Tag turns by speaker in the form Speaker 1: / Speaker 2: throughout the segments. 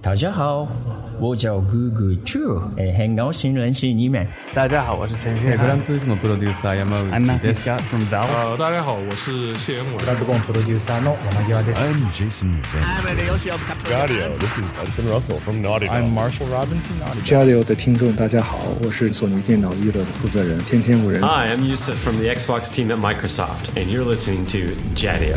Speaker 1: 大家好，我叫 Google Chu，哎，很高兴认识你们。
Speaker 2: 大家好，我是陈旭
Speaker 3: フランツーズのプロデューサー山
Speaker 2: ，I'm
Speaker 3: 内
Speaker 2: Matthew
Speaker 3: です。
Speaker 2: Scott from Valve。
Speaker 4: 呃，大家好，我是谢元伟。
Speaker 5: I'm Jason Van.
Speaker 6: Jadio 的听众，大家好，我是索尼电脑娱乐的负责人天天五人。
Speaker 7: Hi, I'm Yusuf from the Xbox team at Microsoft, and you're listening to Jadio.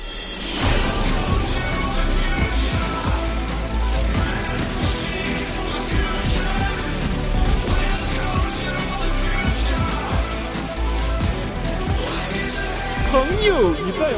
Speaker 8: 朋友，你再也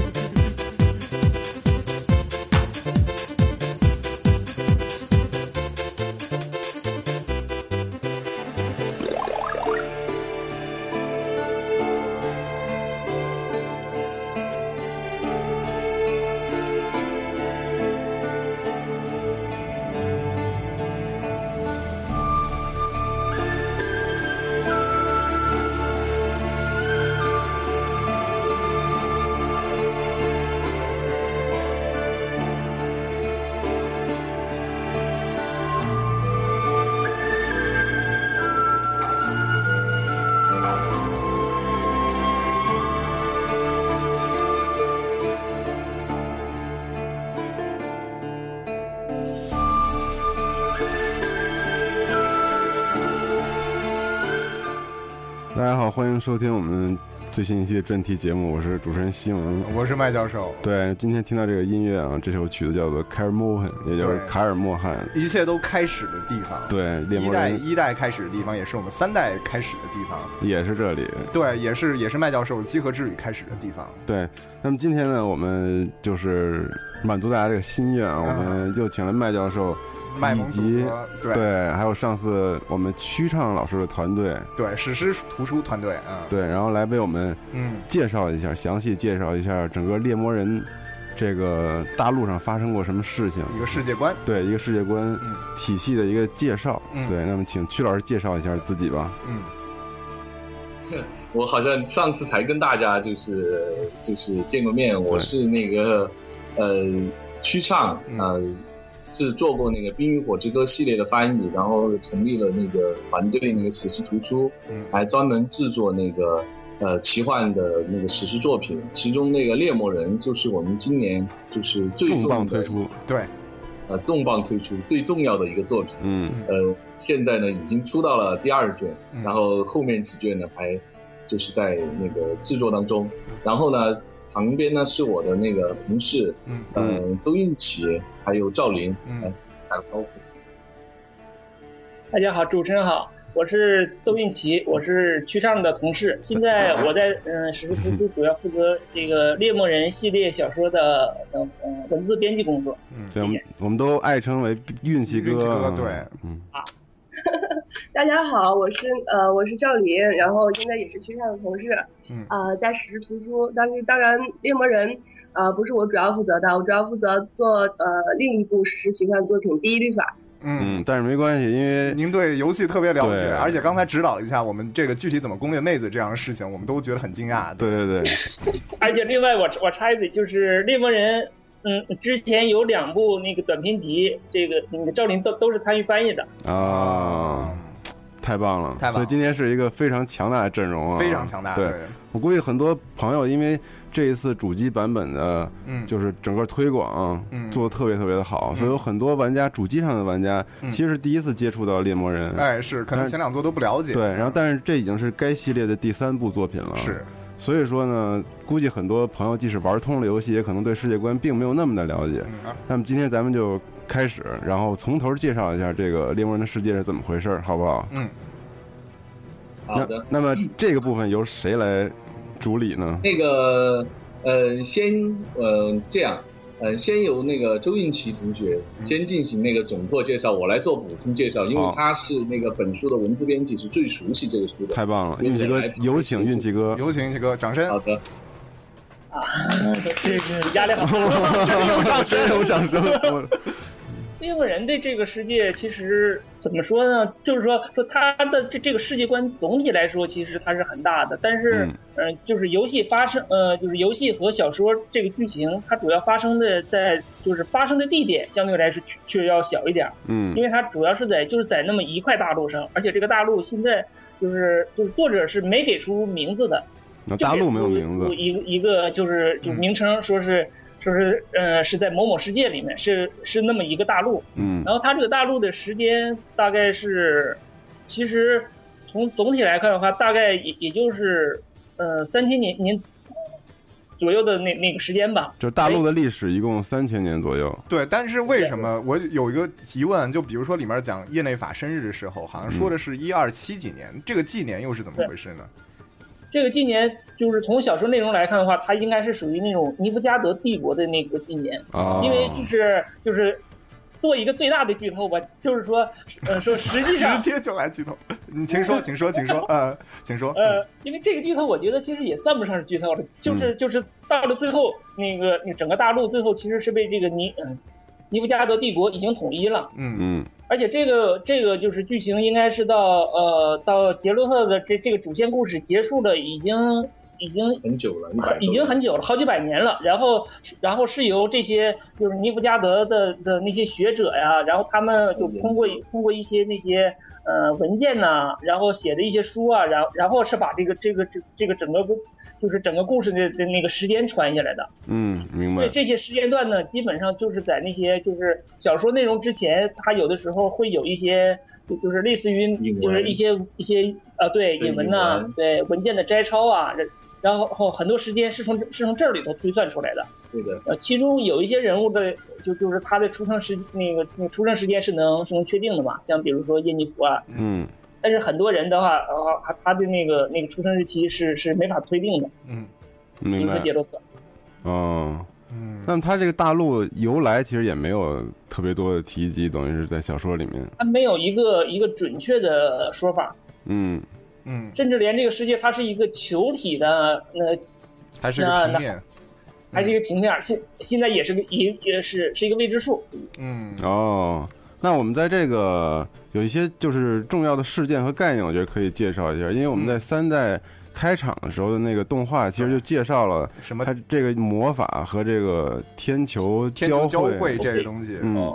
Speaker 9: 大家好，欢迎收听我们最新一期的专题节目，我是主持人西蒙。
Speaker 10: 我是麦教授，
Speaker 9: 对，今天听到这个音乐啊，这首曲子叫做《凯尔莫汉》，也就是
Speaker 10: 对
Speaker 9: 卡尔莫汉。
Speaker 10: 一切都开始的地方，，
Speaker 9: 对，猎
Speaker 10: 一
Speaker 9: 魔
Speaker 10: 代
Speaker 9: 人
Speaker 10: 一代开始的地方，也是我们三代开始的地方，
Speaker 9: 也是这里。
Speaker 10: 对，也是也是麦教授《集合之旅》开始的地方，
Speaker 9: 对，那么今天呢，我们就是满足大家这个心愿啊，
Speaker 10: 啊
Speaker 9: 我们又请了麦教授，
Speaker 10: 卖萌组
Speaker 9: 以及
Speaker 10: 合，对
Speaker 9: 对，还有上次我们曲畅老师的团队，
Speaker 10: 对史诗图书团队，嗯，，
Speaker 9: 对，然后来为我们
Speaker 10: 嗯，
Speaker 9: 介绍一下，详细介绍一下整个猎魔人这个大陆上发生过什么事情。
Speaker 10: 一个世界观，
Speaker 9: 对一个世界观
Speaker 10: 嗯
Speaker 9: 体系的一个介绍。
Speaker 10: 嗯
Speaker 9: 对，那么请曲老师介绍一下自己吧。
Speaker 10: 嗯，
Speaker 11: 我好像上次才跟大家就是就是见过面，我是那个呃曲畅
Speaker 10: 嗯
Speaker 11: 呃是做过那个《冰与火之歌》系列的翻译，然后成立了那个团队那个史诗图书，
Speaker 10: 嗯
Speaker 11: 还专门制作那个呃奇幻的那个史诗作品，其中那个《猎魔人》就是我们今年就是最
Speaker 9: 重磅
Speaker 11: 重
Speaker 9: 推
Speaker 11: 的
Speaker 9: 出，
Speaker 10: 对，
Speaker 11: 呃重磅推出最重要的一个作品。
Speaker 9: 嗯，
Speaker 11: 呃，现在呢已经出到了第二卷，
Speaker 10: 嗯
Speaker 11: 然后后面几卷呢还就是在那个制作当中。然后呢，旁边呢是我的那个同事，
Speaker 10: 嗯
Speaker 11: 呃，邹运奇还有赵林，
Speaker 10: 嗯
Speaker 11: 来打个招呼。
Speaker 2: 大家好，主持人好，我是邹运奇，我是曲畅的同事。现在我在嗯史诗图书主要负责这个《猎魔人》系列小说的嗯嗯文字编辑工作。
Speaker 9: 对，我们我们都爱称为运气哥。啊
Speaker 10: 运气哥对，
Speaker 9: 嗯，
Speaker 2: 大家好，我是呃我是赵林，然后现在也是曲畅的同事。
Speaker 10: 嗯
Speaker 2: 呃，在史诗图书，但是当然《猎魔人》呃不是我主要负责的，我主要负责做呃另一部史诗奇幻作品《第一律法》。
Speaker 9: 嗯
Speaker 10: 嗯，，
Speaker 9: 但是没关系，因为
Speaker 10: 您对游戏特别了解
Speaker 9: 对，
Speaker 10: 而且刚才指导了一下我们这个具体怎么攻略妹子这样的事情，我们都觉得很惊讶，
Speaker 9: 对对对，
Speaker 2: 而且另外我我插一嘴，就是《猎魔人》，嗯，之前有两部那个短篇集，这个那个赵林都都是参与翻译的。
Speaker 9: 啊，太棒了，
Speaker 10: 太棒了
Speaker 9: 所以今天是一个非常强大的阵容啊，
Speaker 10: 非常强大，
Speaker 9: 对，我估计很多朋友因为这一次主机版本的，
Speaker 10: 嗯
Speaker 9: 就是整个推广啊、
Speaker 10: 嗯
Speaker 9: 做的特别特别的好，所以有很多玩家，主机上的玩家，
Speaker 10: 嗯
Speaker 9: 其实是第一次接触到猎魔人，
Speaker 10: 哎，是，可能
Speaker 9: 但
Speaker 10: 前两座都不了解，
Speaker 9: 对，然后但是这已经是该系列的第三部作品了，
Speaker 10: 是，
Speaker 9: 所以说呢，估计很多朋友即使玩通了游戏，也可能对世界观并没有那么的了解。
Speaker 10: 嗯啊
Speaker 9: 那么今天咱们就开始，然后从头介绍一下这个猎魔人的世界是怎么回事儿，好不好？
Speaker 10: 嗯，
Speaker 11: 好的，
Speaker 9: 那那么这个部分由谁来主理呢？
Speaker 11: 那个呃，先呃这样，
Speaker 8: 呃，先由那个周应奇同学
Speaker 10: 嗯
Speaker 8: 先进行那个总括介绍，我来做补充介绍，因为
Speaker 9: 好
Speaker 8: 他是那个本书的文字编辑，是最熟悉这个书的。
Speaker 9: 太棒了，运气哥，有请运气哥，
Speaker 10: 有请运气哥，掌声。
Speaker 8: 好的，
Speaker 2: 这个 压力好大，
Speaker 9: 真有掌声，真有掌声。我
Speaker 2: 猎魔人对这个世界其实怎么说呢？就是说说他的这这个世界观总体来说其实它是很大的，但是
Speaker 9: 嗯
Speaker 2: 嗯、呃就是游戏发生呃，就是游戏和小说这个剧情，它主要发生的在就是发生的地点相对来说却却要小一点儿，
Speaker 9: 嗯
Speaker 2: 因为它主要是在就是在那么一块大陆上，而且这个大陆现在就是就是作者是没给出名字的，
Speaker 9: 那大陆没有名字嗯
Speaker 2: 就，一个一个就是就名称说是、说是呃是在某某世界里面是是那么一个大陆，
Speaker 9: 嗯
Speaker 2: 然后它这个大陆的时间大概是，其实从总体来看的话，大概也也就是呃三千年年左右的那那个时间吧。
Speaker 9: 就是大陆的历史一共三千年左右。
Speaker 10: 对，但是为什么我有一个疑问？就比如说里面讲业内法生日的时候，好像说的是一二七几年，这个纪年又是怎么回事呢？
Speaker 2: 这个纪年就是从小说内容来看的话，它应该是属于那种尼夫加德帝国的那个纪年，
Speaker 9: 哦
Speaker 2: 因为就是就是做一个最大的剧透吧，就是说，呃，说实际上
Speaker 10: 直接就来剧透， 你请说，请说，请说，呃，请说，
Speaker 2: 呃，因为这个剧透，我觉得其实也算不上是剧透了，就是就是到了最后，那个那整个大陆最后其实是被这个尼嗯尼布加德帝国已经统一了，
Speaker 10: 嗯
Speaker 9: 嗯
Speaker 2: 而且这个这个就是剧情应该是到呃到杰洛特的这这个主线故事结束了，已经已经
Speaker 8: 很久
Speaker 12: 啊
Speaker 8: 了，一百
Speaker 2: 已经很久了，好几百年了。然后，然后是由这些就是尼夫加德的的那些学者呀，然后他们就通过通过一些那些呃文件呐、然后写的一些书啊，然后然后是把这个这个这这个整个故就是整个故事的的那个时间传下来的。
Speaker 9: 嗯，明
Speaker 2: 所以
Speaker 9: 白。
Speaker 2: 这些时间段呢，基本上就是在那些就是小说内容之前，它有的时候会有一些就就是类似于
Speaker 8: 引文
Speaker 2: 就是一些一些呃对
Speaker 8: 对
Speaker 2: 引文呐、
Speaker 8: 引文
Speaker 2: 对文件的摘抄啊，然然后很多时间是从是从这里头推算出来的。
Speaker 8: 对的，
Speaker 2: 呃，其中有一些人物的就就是他的出生时那个那个出生时间是能是能确定的嘛，像比如说叶尼弗啊，
Speaker 9: 嗯
Speaker 2: 但是很多人的话，呃，他他的那个那个出生日期是是没法推定的，
Speaker 10: 嗯
Speaker 2: 比
Speaker 9: 明
Speaker 2: 如说
Speaker 9: 白
Speaker 2: 杰。洛特。
Speaker 9: 哦，
Speaker 10: 嗯，
Speaker 9: 那么它这个大陆由来其实也没有特别多的提及，等于是在小说里面。
Speaker 2: 他没有一个一个准确的说法，
Speaker 9: 嗯
Speaker 10: 嗯，
Speaker 2: 甚至连这个世界它是一个球体的，呃，
Speaker 10: 还是个平面，
Speaker 2: 还是一个平面儿，现现在也是个也也是是一个未知数。
Speaker 10: 嗯
Speaker 9: 哦，那我们在这个有一些就是重要的事件和概念，我觉得可以介绍一下，因为我们在三代开场的时候的那个动画，其实就介绍了
Speaker 10: 什么
Speaker 9: 它这个魔法和这个天球
Speaker 10: 天球交
Speaker 9: 汇
Speaker 10: 汇哦这个东西，
Speaker 9: 嗯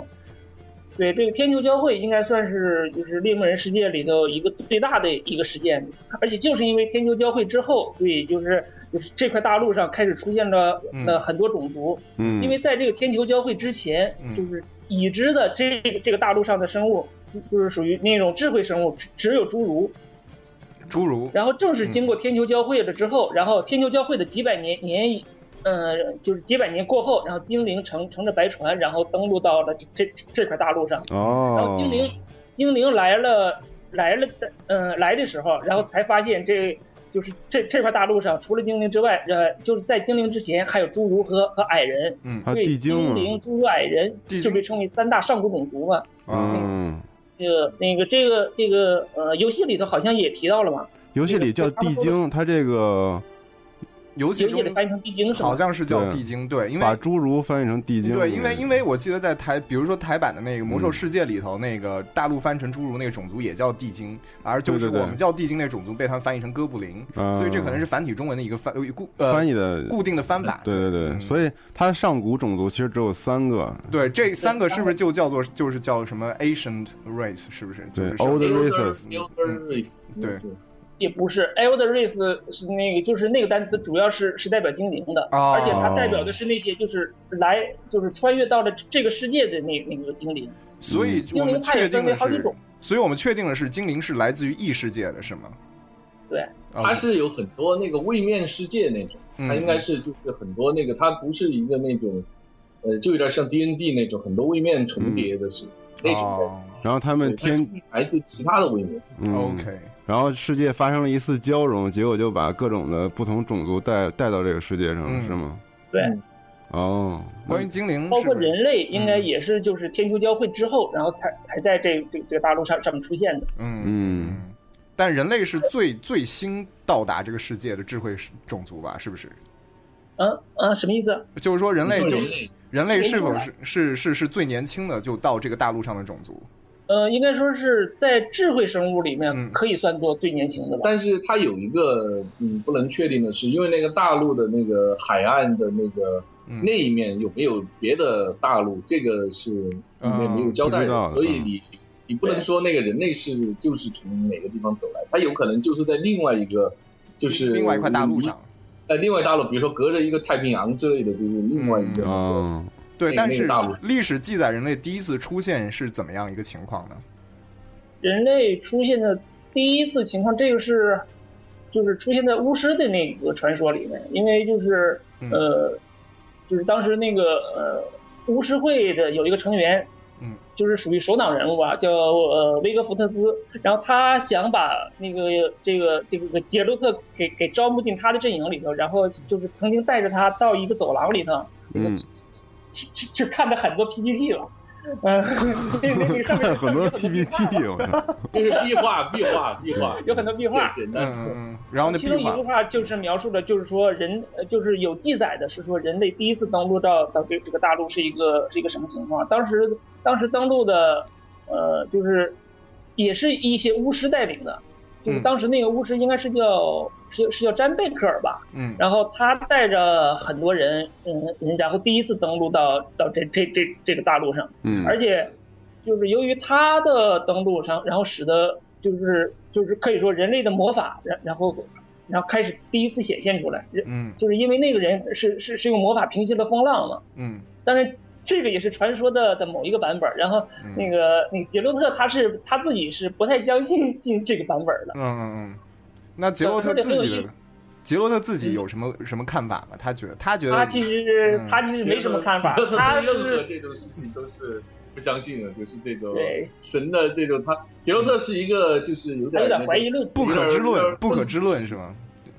Speaker 2: 对，这个天球交汇应该算是就是猎魔人世界里头一个最大的一个事件，而且就是因为天球交汇之后，所以就是就是这块大陆上开始出现了
Speaker 10: 嗯
Speaker 2: 呃很多种族，
Speaker 9: 嗯，
Speaker 2: 因为在这个天球交汇之前，
Speaker 10: 嗯
Speaker 2: 就是已知的这个这个大陆上的生物就就是属于那种智慧生物，只只有侏儒。
Speaker 10: 侏儒，
Speaker 2: 然后正是经过天球交汇了之后，然后天球交汇的几百年年，呃，就是几百年过后，然后精灵乘乘着白船，然后登陆到了这这这这块大陆上。然
Speaker 9: 哦
Speaker 2: 后，精灵精灵来了来了，呃，来的时候，然后才发现这就是这这块大陆上除了精灵之外，呃，就是在精灵之前还有侏儒和和矮人。
Speaker 10: 嗯
Speaker 9: 还有
Speaker 2: 对，
Speaker 9: 地精
Speaker 2: 精
Speaker 9: 嘛
Speaker 2: 灵、侏儒、矮人
Speaker 10: 地精
Speaker 2: 就被称为三大上古种族嘛。
Speaker 10: 嗯
Speaker 9: 嗯，
Speaker 2: 那个那个这个这个呃，游戏里头好像也提到了嘛，
Speaker 9: 游戏里叫地精，它这个
Speaker 10: 游戏
Speaker 2: 游戏里
Speaker 10: 中
Speaker 2: 翻译成地精是吗
Speaker 10: 好？像是叫
Speaker 9: 对
Speaker 10: 地精，对，因为
Speaker 9: 把侏儒翻译成地精，嗯
Speaker 10: 对，因为因为我记得在台，比如说台版的那个《魔兽世界》里头，那个大陆翻成侏儒那个种族也叫地精，而就是
Speaker 9: 对对对
Speaker 10: 我们叫地精那种族被他们翻译成哥布林，
Speaker 9: 啊
Speaker 10: 所以这可能是繁体中文的一个翻呃固呃
Speaker 9: 翻译的。
Speaker 10: 固定的翻法。
Speaker 9: 对对对，
Speaker 10: 嗯
Speaker 9: 所以它上古种族其实只有三个，
Speaker 10: 对，这三个是不是就叫做就是叫什么 Ancient race？是不是？就
Speaker 9: 对
Speaker 10: 是上
Speaker 9: ，old
Speaker 8: Elder-
Speaker 9: races，
Speaker 8: Elder Race，
Speaker 10: 对
Speaker 8: 是
Speaker 2: 也不是，elder race 是那个，就是那个单词主要是是代表精灵的，
Speaker 10: 哦
Speaker 2: 而且它代表的是那些就是来就是穿越到了这个世界的那那个精灵。
Speaker 10: 所以我
Speaker 9: 嗯
Speaker 2: 精
Speaker 10: 们
Speaker 2: 灵它
Speaker 10: 确
Speaker 2: 也分
Speaker 10: 定
Speaker 2: 为
Speaker 10: 的
Speaker 2: 好几
Speaker 10: 是
Speaker 2: 种，，
Speaker 10: 所以我们确定的是精灵是来自于异世界的，是吗？
Speaker 2: 对，
Speaker 10: 哦
Speaker 8: 它是有很多那个位面世界那种，
Speaker 10: 嗯
Speaker 8: 它应该是就是很多那个，它不是一个那种，呃，就有点像 D N D 那种很多位面重叠的是、那种的
Speaker 10: 哦
Speaker 9: 然后他
Speaker 8: 对
Speaker 9: 们
Speaker 8: 它
Speaker 9: 天
Speaker 8: 是来自其他的位面，
Speaker 9: 嗯
Speaker 10: OK，
Speaker 9: 然后世界发生了一次交融，结果就把各种的不同种族带带到这个世界上，
Speaker 10: 嗯
Speaker 9: 是吗？
Speaker 2: 对，
Speaker 9: 哦，
Speaker 10: 关于精灵，
Speaker 2: 包括人类，应该也是就是天球交汇之后，然后才才在这这这个大陆上上面出现的。
Speaker 10: 嗯
Speaker 9: 嗯，
Speaker 10: 但人类是最最新到达这个世界的智慧种族吧？是不是？
Speaker 2: 嗯嗯，什么意思？
Speaker 10: 就是说，人类就
Speaker 2: 你说人类
Speaker 10: 人类是否
Speaker 2: 人类
Speaker 10: 是是是是最年轻的就到这个大陆上的种族？
Speaker 2: 呃，应该说是在智慧生物里面可以算作最年轻的吧。
Speaker 8: 但是它有一个嗯不能确定的是，因为那个大陆的那个海岸的那个、
Speaker 9: 嗯
Speaker 8: 那一面有没有别的大陆，这个是没没有交代
Speaker 9: 啊不知
Speaker 8: 的，
Speaker 9: 道
Speaker 8: 所以你、你不能说那个人类是就是从哪个地方走来，它有可能就是在另外一个就是
Speaker 10: 另外一块大陆上。
Speaker 8: 呃，另外大陆，比如说隔着一个太平洋之类的，就是另外一个。
Speaker 9: 哦，
Speaker 10: 对，
Speaker 8: 那
Speaker 10: 但
Speaker 8: 那个
Speaker 10: 是
Speaker 8: 大陆
Speaker 10: 历史记载人类第一次出现是怎么样一个情况呢？
Speaker 2: 人类出现的第一次情况，这个是就是出现在巫师的那个传说里面，因为就是
Speaker 10: 嗯
Speaker 2: 呃，就是当时那个呃巫师会的有一个成员，
Speaker 10: 嗯，
Speaker 2: 就是属于首脑人物啊，叫呃威格福特兹，然后他想把那个这个这个杰洛特给给招募进他的阵营里头，然后就是曾经带着他到一个走廊里头，
Speaker 9: 嗯，
Speaker 2: 去去去看了很多 PPT 了。嗯， 那那个上面
Speaker 9: 看 很多 PPT，我操，
Speaker 8: 就是壁画，壁画，壁 画，
Speaker 2: 有很多壁画。
Speaker 8: 简单说
Speaker 10: 嗯，然后那
Speaker 2: 其
Speaker 10: 壁
Speaker 2: 中一
Speaker 10: 画
Speaker 2: 句，话就是描述的，就是说人，呃就是有记载的是说人类第一次登陆到到这这个大陆是一个是一个什么情况？当时当时登陆的，呃，就是也是一些巫师带领的，就是
Speaker 10: 嗯
Speaker 2: 当时那个巫师应该是叫是是叫詹贝克尔吧，
Speaker 10: 嗯，
Speaker 2: 然后他带着很多人，嗯，然后第一次登陆到到这这这这个大陆上，
Speaker 9: 嗯
Speaker 2: 而且就是由于他的登陆上，然后使得就是就是可以说人类的魔法，然然后然后开始第一次显现出来，人
Speaker 10: 嗯
Speaker 2: 就是因为那个人是是是用魔法平息了风浪嘛，
Speaker 10: 嗯
Speaker 2: 当然，这个也是传说的的某一个版本。然后那个、那个杰洛特他是他自己是不太相信信这个版本的
Speaker 10: 嗯。嗯嗯。那杰洛特自己
Speaker 2: 这个很有意
Speaker 10: 的
Speaker 2: 思
Speaker 10: 杰洛特自己有什么什么看法吗？他觉得他觉得
Speaker 2: 他其实、
Speaker 10: 嗯
Speaker 2: 他其实没什么看法
Speaker 8: 杰克，
Speaker 2: 他
Speaker 8: 杰克任何
Speaker 2: 是
Speaker 8: 这种事情都是不相信的，就是这种
Speaker 2: 对
Speaker 8: 神的这种，他杰洛特是一个就是有
Speaker 2: 他有
Speaker 8: 点那
Speaker 2: 点
Speaker 8: 种
Speaker 2: 怀疑论，
Speaker 10: 不可知
Speaker 8: 有
Speaker 10: 论，
Speaker 8: 点
Speaker 10: 不可知论是吗？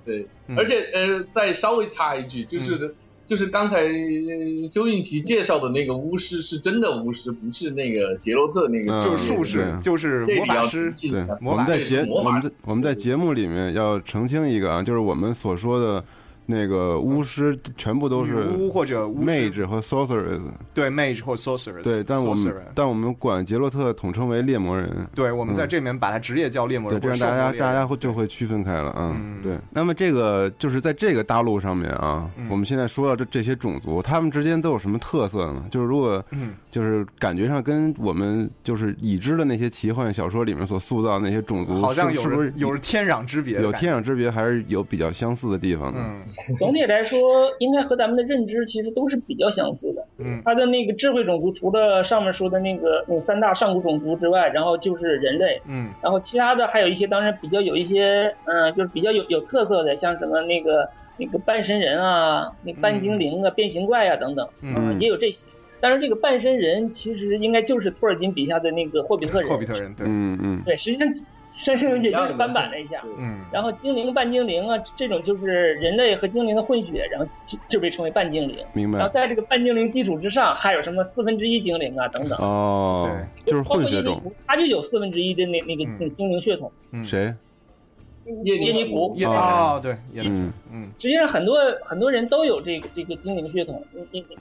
Speaker 8: 对
Speaker 10: 嗯，
Speaker 8: 而且呃，再稍微插一句，就是、就是刚才呃周韵琪介绍的那个巫师是真的巫师，不是那个杰洛特那个
Speaker 9: 嗯
Speaker 8: 职业
Speaker 10: 就
Speaker 8: 的，
Speaker 10: 是术士
Speaker 9: 对，
Speaker 10: 就是
Speaker 8: 这
Speaker 10: 魔
Speaker 8: 里
Speaker 10: 法
Speaker 8: 要谨，
Speaker 10: 师
Speaker 8: 记
Speaker 9: 对，
Speaker 10: 魔
Speaker 9: 我们
Speaker 10: 法
Speaker 9: 在
Speaker 8: 师
Speaker 9: 节
Speaker 8: 魔
Speaker 9: 我
Speaker 8: 法
Speaker 9: 们
Speaker 8: 师
Speaker 9: 在我们在节目里面要澄清一个啊，就是我们所说的那个巫师全部都是
Speaker 10: 女巫或者巫师
Speaker 9: mage 和 sorceress，
Speaker 10: 对 mage 或 sorceress，
Speaker 9: 对，但我们
Speaker 10: sorcerer
Speaker 9: 但我们管杰洛特统称为猎魔人，
Speaker 10: 对我们在
Speaker 9: 嗯
Speaker 10: 这面把他职业叫猎魔
Speaker 9: 对，
Speaker 10: 人，
Speaker 9: 这样大
Speaker 10: 或者兽
Speaker 9: 家
Speaker 10: 魔猎
Speaker 9: 大
Speaker 10: 人
Speaker 9: 家会就会区分开了啊。对，那么这个就是在这个大陆上面啊，我们现在说到这这些种族，他们之间都有什么特色呢？就是如果
Speaker 10: 嗯
Speaker 9: 就是感觉上跟我们就是已知的那些奇幻小说里面所塑造的那些种族，
Speaker 10: 好像
Speaker 9: 是
Speaker 10: 有
Speaker 9: 是不是
Speaker 10: 着有着天壤之别的
Speaker 9: 有
Speaker 10: 感觉，
Speaker 9: 天壤之别，还是有比较相似的地方的？
Speaker 10: 嗯
Speaker 2: 总体来说应该和咱们的认知其实都是比较相似的。
Speaker 10: 嗯
Speaker 2: 他的那个智慧种族除了上面说的那个那三大上古种族之外，然后就是人类，
Speaker 10: 嗯
Speaker 2: 然后其他的还有一些，当然比较有一些，嗯、就是比较有有特色的，像什么那个那个半身人啊，那个半精灵啊、变形怪啊等等，
Speaker 10: 嗯
Speaker 2: 呃也有这些。但是这个半身人其实应该就是托尔金笔下的那个霍比特人，
Speaker 10: 霍比特人对，
Speaker 9: 嗯嗯
Speaker 2: 对，实际上实际上也就是翻版了一下。
Speaker 10: 嗯
Speaker 2: 然后精灵、半精灵啊，这种就是人类和精灵的混血，然后就就被称为半精灵。
Speaker 9: 明白
Speaker 2: 然后在这个半精灵基础之上，还有什么四分之一精灵啊等等，
Speaker 9: 哦，就是混血种嗯
Speaker 2: 包括印尼，它就有四分之一的那那个那个精灵血统。
Speaker 9: 谁？
Speaker 2: 叶尼
Speaker 8: 服
Speaker 2: 服，
Speaker 10: 嗯也
Speaker 8: 啊
Speaker 10: 哦对，也
Speaker 9: 嗯
Speaker 10: 嗯
Speaker 2: 实际上很多很多人都有这个这个精灵血统，你你你
Speaker 9: 嗯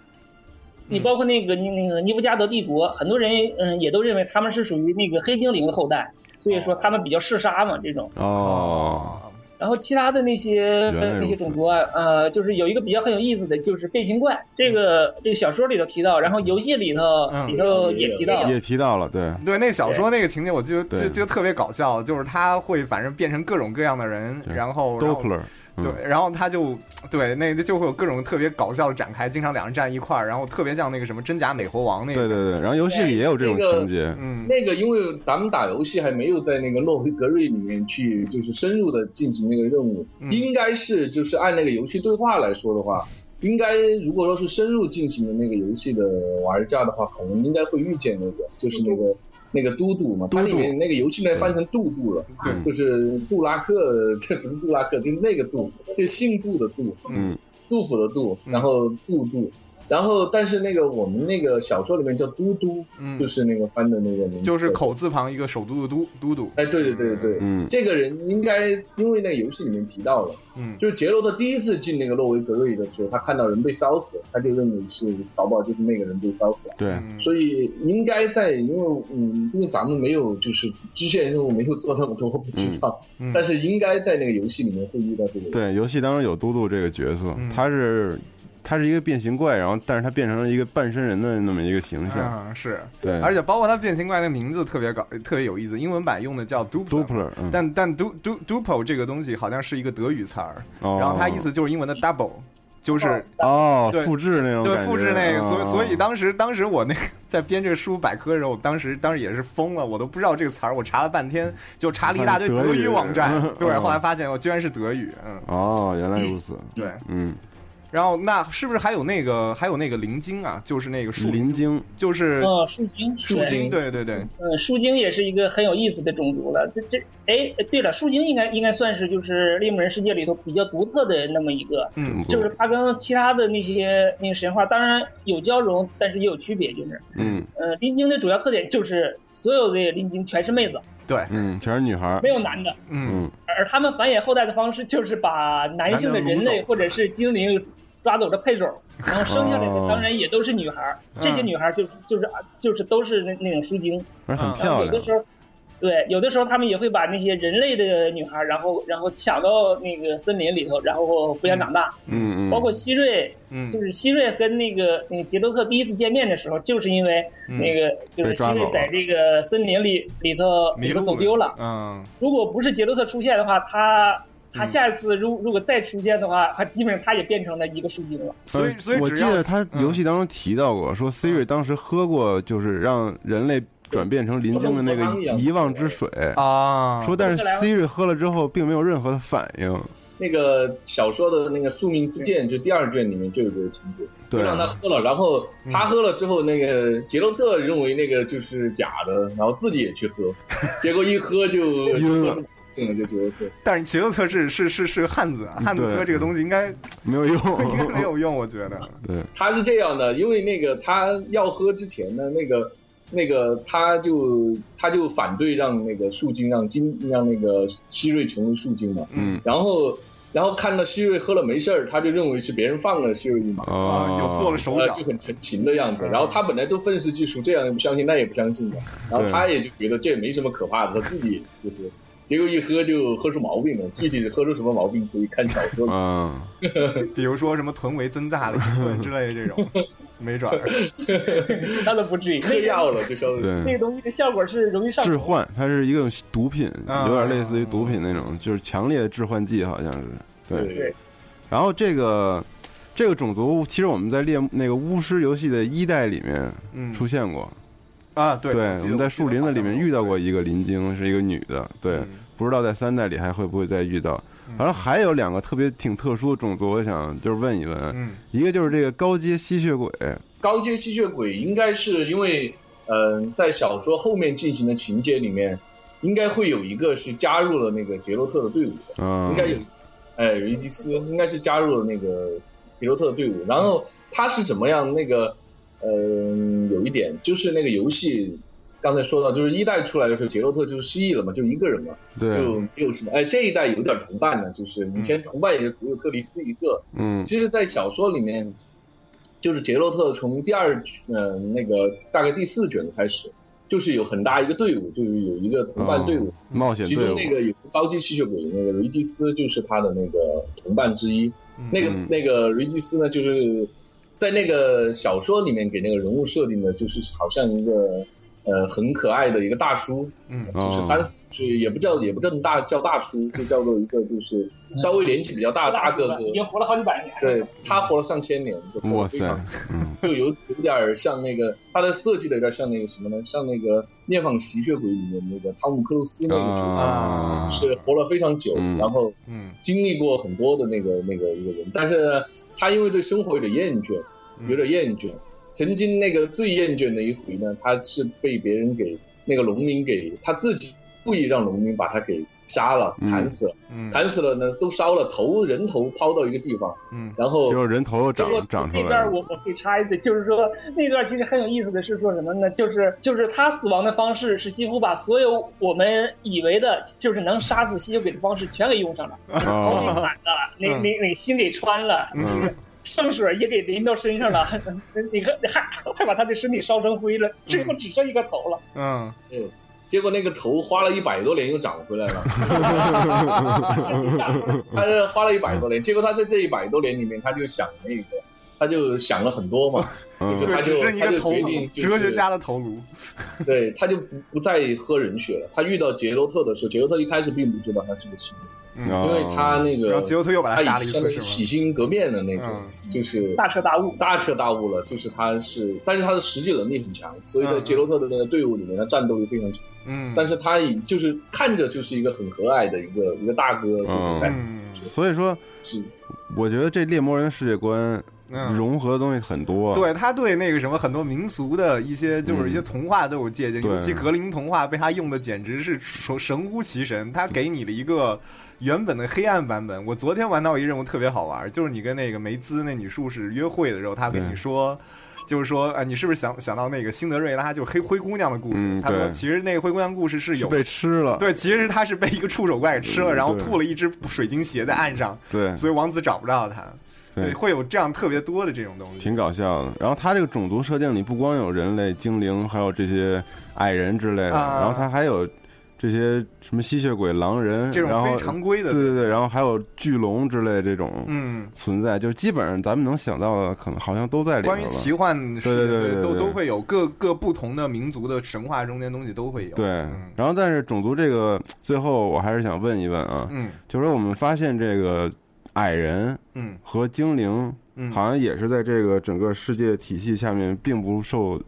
Speaker 2: 你包括那个那那个尼夫加德帝国，很多人嗯也都认为他们是属于那个黑精灵的后代，所以说他们比较嗜杀嘛这种。
Speaker 9: 哦，
Speaker 2: 然后其他的那些
Speaker 9: 原来如此嗯
Speaker 2: 那些种族啊，呃，就是有一个比较很有意思的，就是变形怪，这个这个小说里头提到，然后游戏里头
Speaker 10: 嗯
Speaker 2: 里头也提到，
Speaker 9: 也提到了，对，
Speaker 10: 对，那小说那个情节，我记得
Speaker 9: 对
Speaker 10: 就就特别搞笑，就是他会反正变成各种各样的人，然后然后
Speaker 9: Doppler，嗯
Speaker 10: 对，然后他就对那就会有各种特别搞笑的展开，经常两人站一块儿，然后特别像那个什么真假美猴王那
Speaker 9: 对对
Speaker 10: 个，
Speaker 9: 对，然后游戏里也有这种情节，
Speaker 10: 嗯
Speaker 8: 那个，因为咱们打游戏还没有在那个洛维格瑞里面去，就是深入的进行那个任务，
Speaker 10: 嗯
Speaker 8: 应该是就是按那个游戏对话来说的话，应该如果说是深入进行的那个游戏的玩家的话，可能应该会遇见那个，就是那个那个嘟嘟嘛，它里面那个游戏里面翻成杜杜了，
Speaker 10: 对嗯
Speaker 9: 嗯
Speaker 8: 就是杜拉克， 这不是杜拉克，就是那个杜，就姓杜的杜，
Speaker 10: 嗯，
Speaker 8: 杜甫的杜，然后杜杜。然后，但是那个我们那个小说里面叫嘟嘟，
Speaker 10: 嗯
Speaker 8: 就是那个翻的那个名字，
Speaker 10: 就是口字旁一个首都的都嘟嘟。
Speaker 8: 哎，对对对对对，
Speaker 10: 嗯
Speaker 8: 这个人应该因为那个游戏里面提到了，
Speaker 10: 嗯，
Speaker 8: 就是杰洛特第一次进那个洛维格瑞的时候，他看到人被烧死，他就认为是搞不好就是那个人被烧死了。
Speaker 9: 对，
Speaker 10: 嗯
Speaker 8: 所以应该在，因为嗯，因为咱们没有就是支线任务没有做那么多，不知道，
Speaker 9: 嗯嗯
Speaker 8: 但是应该在那个游戏里面会遇到这个人。
Speaker 9: 对，游戏当中有嘟嘟这个角色，
Speaker 10: 嗯
Speaker 9: 他是他是一个变形怪，然后但是他变成了一个半身人的那么一个形象，
Speaker 10: 嗯，是，
Speaker 9: 对，
Speaker 10: 而且包括它变形怪的名字特别搞，特别有意思。英文版用的叫 Duplo，、
Speaker 9: 嗯
Speaker 10: 但但 Du Du Dupo 这个东西好像是一个德语词儿，
Speaker 9: 哦
Speaker 10: 然后它意思就是英文的 double，就是
Speaker 9: 哦
Speaker 10: 对
Speaker 9: 复制那种
Speaker 10: 对
Speaker 9: 感觉
Speaker 10: 复制那个，所以
Speaker 9: 哦
Speaker 10: 所以当时当时我那个在编这个书百科的时候，当时当时也是疯了，我都不知道这个词儿，我查了半天，就查了一大堆
Speaker 9: 看德
Speaker 10: 德
Speaker 9: 语
Speaker 10: 语网站
Speaker 9: 嗯，
Speaker 10: 对，
Speaker 9: 嗯
Speaker 10: 后来发现我居然是德语，嗯。
Speaker 9: 哦，原来如此，
Speaker 10: 对
Speaker 9: 嗯，
Speaker 10: 然后那是不是还有那个还有那个灵晶啊？就是那个树
Speaker 9: 灵晶，
Speaker 10: 就是
Speaker 2: 哦，树精，
Speaker 10: 树晶，对对对，
Speaker 2: 嗯，树精也是一个很有意思的种族了。这这，哎，对了，树精应该应该算是就是猎魔人世界里头比较独特的那么一个，
Speaker 10: 嗯
Speaker 2: 就是它跟其他的那些那个神话当然有交融，但是也有区别，就是，
Speaker 9: 嗯
Speaker 2: 呃，林晶的主要特点就是所有的林晶全是妹子，
Speaker 10: 对，
Speaker 9: 嗯，全是女孩，
Speaker 2: 没有男的，
Speaker 9: 嗯，
Speaker 2: 而他们繁衍后代的方式就是把男性的人
Speaker 9: 男的掳
Speaker 2: 类
Speaker 9: 走
Speaker 2: 或者是精灵抓走的配种，然后生下来
Speaker 9: 哦
Speaker 2: 的当然也都是女孩儿，这些
Speaker 9: 嗯
Speaker 2: 女孩儿就就是啊就是都是那那种树精，
Speaker 9: 而且很
Speaker 2: 然后
Speaker 9: 漂
Speaker 2: 嗯有的
Speaker 9: 亮，
Speaker 2: 时候，对，有的时候他们也会把那些人类的女孩儿，然后然后抢到那个森林里头，然后抚养长大。
Speaker 9: 嗯嗯，
Speaker 2: 包括希瑞，
Speaker 10: 嗯
Speaker 2: 就是希瑞跟那个那个杰洛特第一次见面的时候，就是因为
Speaker 10: 嗯
Speaker 2: 那个、就是
Speaker 10: 被抓
Speaker 2: 希瑞
Speaker 10: 走
Speaker 2: 在
Speaker 10: 了
Speaker 2: 这个森林里里头
Speaker 10: 迷
Speaker 2: 里
Speaker 10: 路
Speaker 2: 头走丢了。
Speaker 10: 嗯，
Speaker 9: 呃
Speaker 2: 如果不是杰洛特出现的话，他他下一次如如果再出现的话，他基本上他也变成了一个树精了。
Speaker 10: 所以所以
Speaker 9: 呃我
Speaker 10: 只
Speaker 9: 记
Speaker 10: 要嗯
Speaker 9: 得他游戏当中提到过，说 Siri 当时喝过就是让人类转变成林晶的那
Speaker 10: 喝成果
Speaker 9: 个
Speaker 10: 汤一样
Speaker 9: 遗忘之水
Speaker 10: 啊
Speaker 9: 说但是 Siri 喝了之后并没有任何的反应，
Speaker 8: 那个小说的那个宿命之剑，就第二卷里面就有这个情节，
Speaker 9: 对
Speaker 8: 就
Speaker 9: 啊嗯
Speaker 8: 让他喝了，然后他喝了之后，那个杰洛特认为那个就是假的，然后自己也去 喝，结果一喝就
Speaker 9: 晕了，
Speaker 8: 嗯，就杰洛特。
Speaker 10: 但是杰洛特是是是是个汉子
Speaker 9: 嗯
Speaker 10: 啊，汉子
Speaker 8: 对
Speaker 10: 喝这个东西 应该
Speaker 9: 没有用，
Speaker 10: 应该没有用，我觉得。
Speaker 9: 对，
Speaker 8: 他是这样的，因为那个他要喝之前呢，那个那个他就他就反对让那个树精让金让那个希瑞成为树精嘛，
Speaker 9: 嗯
Speaker 8: 然后然后看到希瑞喝了没事儿，他就认为是别人放了希瑞一马，
Speaker 9: 哦
Speaker 10: 就嗯啊做了手
Speaker 8: 呃
Speaker 10: 脚嗯
Speaker 8: 就很陈情的样子。然后他本来都愤世嫉俗，这样也不相信，那也不相信的，然后他也就觉得这也没什么可怕的，他自己就喝。结果一喝就喝出毛病了，具体喝出什么毛病可以看小
Speaker 10: 啊
Speaker 8: 说。
Speaker 9: 嗯，
Speaker 10: 比如说什么臀围增大了一寸之类的 这种，没准儿。
Speaker 2: 那倒不至 于，
Speaker 8: 喝药了就消
Speaker 9: 对
Speaker 2: 那个东西的效果是容易上头
Speaker 9: 置换，它是一个毒品，
Speaker 10: 嗯
Speaker 9: 有点类似于毒品那种，就是强烈的致幻剂，好像是。对
Speaker 2: 对。
Speaker 9: 然后这个这个种族，其实我们在猎那个巫师游戏的一代里面
Speaker 10: 嗯
Speaker 9: 出现过。
Speaker 10: 啊，对
Speaker 9: 对，
Speaker 10: 我
Speaker 9: 我
Speaker 10: 记得
Speaker 9: 们在树林子里面遇到过一个林精，是一个女的。对，
Speaker 10: 嗯
Speaker 9: 不知道在三代里还会不会再遇到。然后还有两个特别挺特殊的种族，我想就是问一问
Speaker 8: 嗯，
Speaker 9: 一个就是这个高阶吸血鬼，
Speaker 8: 高阶吸血鬼应该是因为，嗯、在小说后面进行的情节里面，应该会有一个是加入了那个杰洛特的队伍的，
Speaker 9: 嗯，
Speaker 8: 应该有，哎，有一基斯应该是加入了那个杰洛特的队伍。然后他是怎么样？那个，嗯、有一点就是那个游戏刚才说到，就是一代出来的时候，杰洛特就失忆了嘛，就一个人嘛，
Speaker 9: 对
Speaker 8: 就没有什么。哎，这一代有点同伴呢，就是以前同伴也就只有特里斯一个，
Speaker 9: 嗯
Speaker 8: 其实，在小说里面，就是杰洛特从第二卷呃那个大概第四卷开始，就是有很大一个队伍，就是有一个同伴队伍，
Speaker 9: 嗯冒险
Speaker 8: 其
Speaker 9: 队
Speaker 8: 中
Speaker 9: 伍
Speaker 8: 那个有个高级吸血鬼，那个雷吉斯就是他的那个同伴之一。
Speaker 10: 嗯
Speaker 8: 那个那个雷吉斯呢，就是在那个小说里面给那个人物设定的，就是好像一个呃很可爱的一个大叔，
Speaker 10: 嗯
Speaker 8: 就是
Speaker 9: 哦
Speaker 8: 三十岁，也不叫也不这么大叫大叔，就叫做一个就是稍微年纪比较大的大哥哥，
Speaker 2: 已经活了好几百年了。
Speaker 8: 对他活了上千年，就活
Speaker 9: 哇
Speaker 8: 得非
Speaker 9: 塞
Speaker 8: 常，就有有点儿像那个他的设计的有点像那个什么呢？像那个《猎访吸血鬼》里面那个汤姆克鲁斯那个角色，
Speaker 9: 啊
Speaker 8: 是活了非常久，
Speaker 9: 嗯
Speaker 8: 然后
Speaker 10: 嗯
Speaker 8: 经历过很多的那个那个一个人，但是呢他因为对生活有点厌倦，
Speaker 9: 嗯
Speaker 8: 有点厌倦。曾经那个最厌倦的一回呢，他是被别人给那个农民给他自己故意让农民把他给杀了、砍死了，
Speaker 10: 嗯
Speaker 8: 砍死了呢都烧了头，人头抛到一个地方，
Speaker 10: 嗯，
Speaker 8: 然后
Speaker 9: 就是人头又长长出
Speaker 2: 那
Speaker 9: 来
Speaker 2: 段
Speaker 9: 了。
Speaker 2: 我我可以插一嘴，就是说那段其实很有意思的是说什么呢？就是就是他死亡的方式是几乎把所有我们以为的就是能杀死吸血鬼的方式全给用上了，
Speaker 9: 哦
Speaker 2: 头给砍了，那
Speaker 9: 嗯
Speaker 2: 那那心给穿了，
Speaker 9: 嗯
Speaker 2: 圣水也给淋到身上了， 你看还还把他的身体烧成灰了，最后只剩一个头了。
Speaker 10: 嗯，
Speaker 8: 对，结果那个头花了一百多年又长回来 了，他是花了一百多年，结果他在这一百多年里面，他就想那个，他就想了很多 嘛，
Speaker 9: 嗯
Speaker 8: 就是他
Speaker 10: 对，
Speaker 8: 就
Speaker 10: 只剩一
Speaker 8: 他
Speaker 10: 个
Speaker 8: 就
Speaker 10: 头
Speaker 8: 决
Speaker 10: 颅
Speaker 8: 定，就是
Speaker 10: 哲学家的头颅。
Speaker 8: 对，他就不不再喝人血了。他遇到杰洛特的时候，杰洛特一开始并不知道他是个吸血
Speaker 10: 嗯
Speaker 8: 鬼，因为他那个，
Speaker 10: 然后杰洛特又把他
Speaker 8: 他
Speaker 10: 杀了嗯一次
Speaker 8: 已经相当于
Speaker 10: 是吗
Speaker 8: 洗心革面的那个，就是
Speaker 2: 大彻大悟，
Speaker 8: 大彻大悟了。就是他是，但是他的实际能力很强，所以在杰洛特的那个队伍里面，他战斗力非常强。
Speaker 10: 嗯
Speaker 8: 但是他已就是看着就是一个很和蔼的一个一个大哥，这种感觉。
Speaker 9: 嗯，所以说
Speaker 8: 是，
Speaker 9: 我觉得这猎魔人世界观融合的东西很多。
Speaker 10: 嗯对，他对那个什么很多民俗的一些，就是一些童话都有借鉴，
Speaker 9: 嗯对
Speaker 10: 尤其格林童话被他用的简直是神神乎其神。他给你了一个原本的黑暗版本。我昨天玩到一任务特别好玩，就是你跟那个梅兹那女术士约会的时候，他跟你
Speaker 9: 对
Speaker 10: 说。就是说，啊，你是不是想想到那个辛德瑞拉，就是黑灰姑娘的故事？
Speaker 9: 嗯
Speaker 10: 他说，
Speaker 9: 对
Speaker 10: 其实那个灰姑娘故事是有
Speaker 9: 被吃了。
Speaker 10: 对，其实他是被一个触手怪给吃了，
Speaker 9: 嗯
Speaker 10: 然后
Speaker 9: 对
Speaker 10: 吐了一只水晶鞋在岸上，
Speaker 9: 对
Speaker 10: 所以王子找不到他。
Speaker 9: 对
Speaker 10: 对，会有这样特别多的这种东西。
Speaker 9: 挺搞笑的。然后它这个种族设定里不光有人类、精灵，还有这些矮人之类的，
Speaker 10: 啊
Speaker 9: 然后它还有这些什么吸血鬼、狼人，
Speaker 10: 这种
Speaker 9: 然后
Speaker 10: 非常规的
Speaker 9: 对对对，然后还有巨龙之类这种
Speaker 10: 嗯
Speaker 9: 存在，就是基本上咱们能想到的，可能好像都在里头
Speaker 10: 关于
Speaker 9: 了
Speaker 10: 奇幻世界，
Speaker 9: 对对对
Speaker 10: 都
Speaker 9: 对
Speaker 10: 都会有各各不同的民族的神话中间东西都会有。嗯
Speaker 9: 对，然后但是种族这个，最后我还是想问一问啊，
Speaker 10: 嗯，
Speaker 9: 就是说我们发现这个矮人，
Speaker 10: 嗯
Speaker 9: 和精灵，
Speaker 10: 嗯
Speaker 9: 好像也是在这个整个世界体系下面，并不受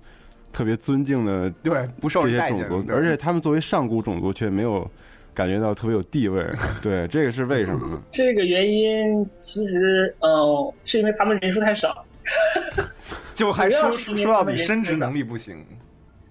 Speaker 9: 特别尊敬的，
Speaker 10: 对不受
Speaker 9: 这
Speaker 10: 人
Speaker 9: 些
Speaker 10: 待见
Speaker 9: 种族，
Speaker 10: 对
Speaker 9: 而且他们作为上古种族却没有感觉到特别有地位，对，这个是为什么呢？
Speaker 2: 这个原因其实，嗯、是因为他们人数太少，
Speaker 10: 就还说
Speaker 2: 主要是因为
Speaker 10: 说到
Speaker 2: 他们
Speaker 10: 底，
Speaker 2: 人
Speaker 10: 生殖能力不行。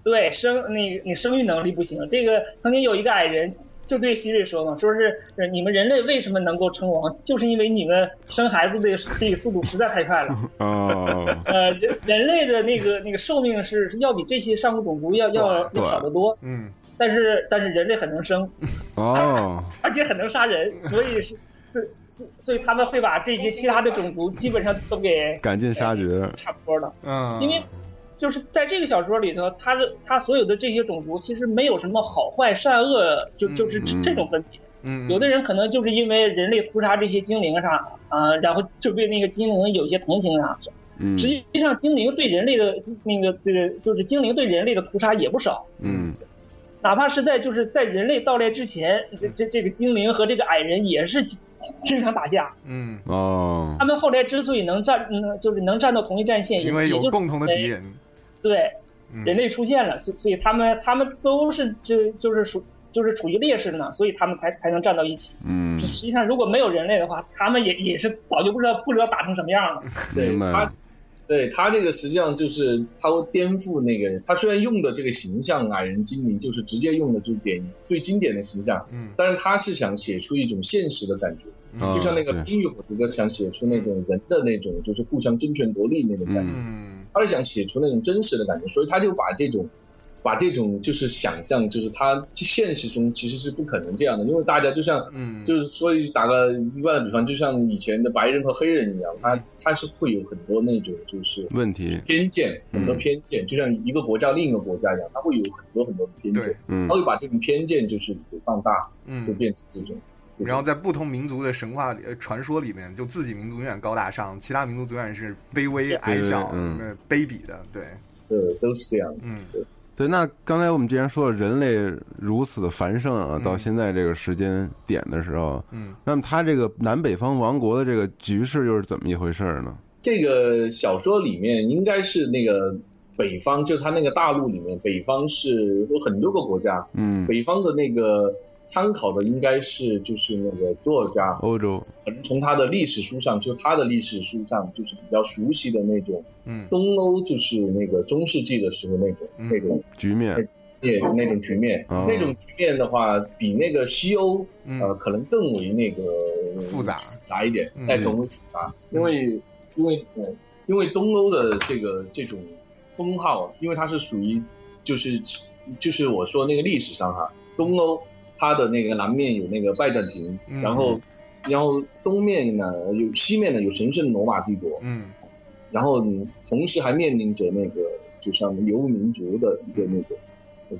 Speaker 2: 对生那个你生育能力不行。这个曾经有一个矮人就对希瑞说嘛，说是呃你们人类为什么能够称王，就是因为你们生孩子的这个速度实在太快了。
Speaker 9: 哦，
Speaker 2: 呃，人人类的那个那个寿命是要比这些上古种族要要
Speaker 9: 对
Speaker 2: 要少得多，
Speaker 10: 嗯，
Speaker 2: 但是但是人类很能生，
Speaker 9: 哦，
Speaker 2: 而且很能杀人，所以是是是，所以他们会把这些其他的种族基本上都给
Speaker 9: 赶尽杀绝，
Speaker 2: 差不多了。
Speaker 10: 嗯
Speaker 2: 因为就是在这个小说里头，他的他所有的这些种族其实没有什么好坏善恶，就就是这这种分别。
Speaker 10: 嗯，
Speaker 2: 有的人可能就是因为人类屠杀这些精灵啥啊，然后就对那个精灵有一些同情啊。
Speaker 9: 嗯
Speaker 2: 实际上，精灵对人类的那个这个就是精灵对人类的屠杀也不少，
Speaker 9: 嗯
Speaker 2: 哪怕是在就是在人类到来之前，这这这个精灵和这个矮人也是经经常打架。
Speaker 10: 嗯，
Speaker 9: 哦
Speaker 2: 他，们后来之所以能站，嗯，就是能站到同一战线，也
Speaker 10: 因为
Speaker 2: 也就
Speaker 10: 有
Speaker 2: 是
Speaker 10: 共同的
Speaker 2: 因为
Speaker 10: 敌人。
Speaker 2: 对，
Speaker 10: 嗯
Speaker 2: 人类出现了，所所以他们他们都是就就是属就是处于劣势呢，所以他们才才能站到一起。
Speaker 9: 嗯，
Speaker 2: 实际上，如果没有人类的话，他们也也是早就不知道不知道打成什么样了。
Speaker 8: 对
Speaker 9: 明白
Speaker 8: 他，对他这个实际上就是他会颠覆那个，他虽然用的这个形象矮人精灵就是直接用的就是典最经典的形象，
Speaker 10: 嗯
Speaker 8: 但是他是想写出一种现实的感觉，
Speaker 9: 嗯
Speaker 8: 就像那个
Speaker 9: 对
Speaker 8: 《冰与火之歌》想写出那种人的那种就是互相争权夺利那种感觉，
Speaker 10: 嗯
Speaker 8: 他是想写出那种真实的感觉，所以他就把这种。把这种就是想象，就是他现实中其实是不可能这样的，因为大家就像，
Speaker 10: 嗯
Speaker 8: 就是所以打个一般的比方，就像以前的白人和黑人一样，
Speaker 10: 嗯
Speaker 8: 他他是会有很多那种就是
Speaker 9: 问题，
Speaker 8: 偏见，很
Speaker 10: 嗯
Speaker 8: 多偏见，就像一个国家另一个国家一样，它会有很多很多的偏
Speaker 10: 对
Speaker 8: 见，
Speaker 9: 嗯
Speaker 8: 他会把这种偏见就是给放大，
Speaker 10: 嗯
Speaker 8: 就变成这种，这种
Speaker 10: 然后在不同民族的神话里、呃传说里面，就自己民族永远高大上，其他民族永远是卑微、矮小、
Speaker 9: 嗯
Speaker 10: 呃卑鄙的。对，
Speaker 8: 呃都是这样的，
Speaker 10: 嗯
Speaker 8: 对
Speaker 9: 对，那刚才我们既然说了人类如此的繁盛啊，到现在这个时间点的时候，
Speaker 10: 嗯，
Speaker 9: 那么它这个南北方王国的这个局势又是怎么一回事儿呢？
Speaker 8: 这个小说里面应该是那个北方，就他那个大陆里面，北方是有很多个国家，
Speaker 9: 嗯，
Speaker 8: 北方的那个参考的应该是就是那个作家，
Speaker 9: 欧洲，
Speaker 8: 可能从他的历史书上，就他的历史书上就是比较熟悉的那种
Speaker 10: 嗯
Speaker 8: 东欧，就是那个中世纪的时候那种、
Speaker 10: 嗯
Speaker 8: 那种
Speaker 9: 局面，
Speaker 8: 灭那种局面，
Speaker 9: 哦
Speaker 8: 那种局面的话，比那个西欧
Speaker 10: 嗯
Speaker 8: 呃可能更为那个复杂复杂一点
Speaker 9: 嗯，
Speaker 8: 但更为复杂，因为因为呃因为东欧的这个这种封号，因为它是属于就是就是我说那个历史上哈，东欧它的那个南面有那个拜占庭，
Speaker 10: 嗯
Speaker 8: 然后然后东面呢有西面呢有神圣罗马帝国，
Speaker 10: 嗯
Speaker 8: 然后你同时还面临着那个就像游牧民族的一个那个，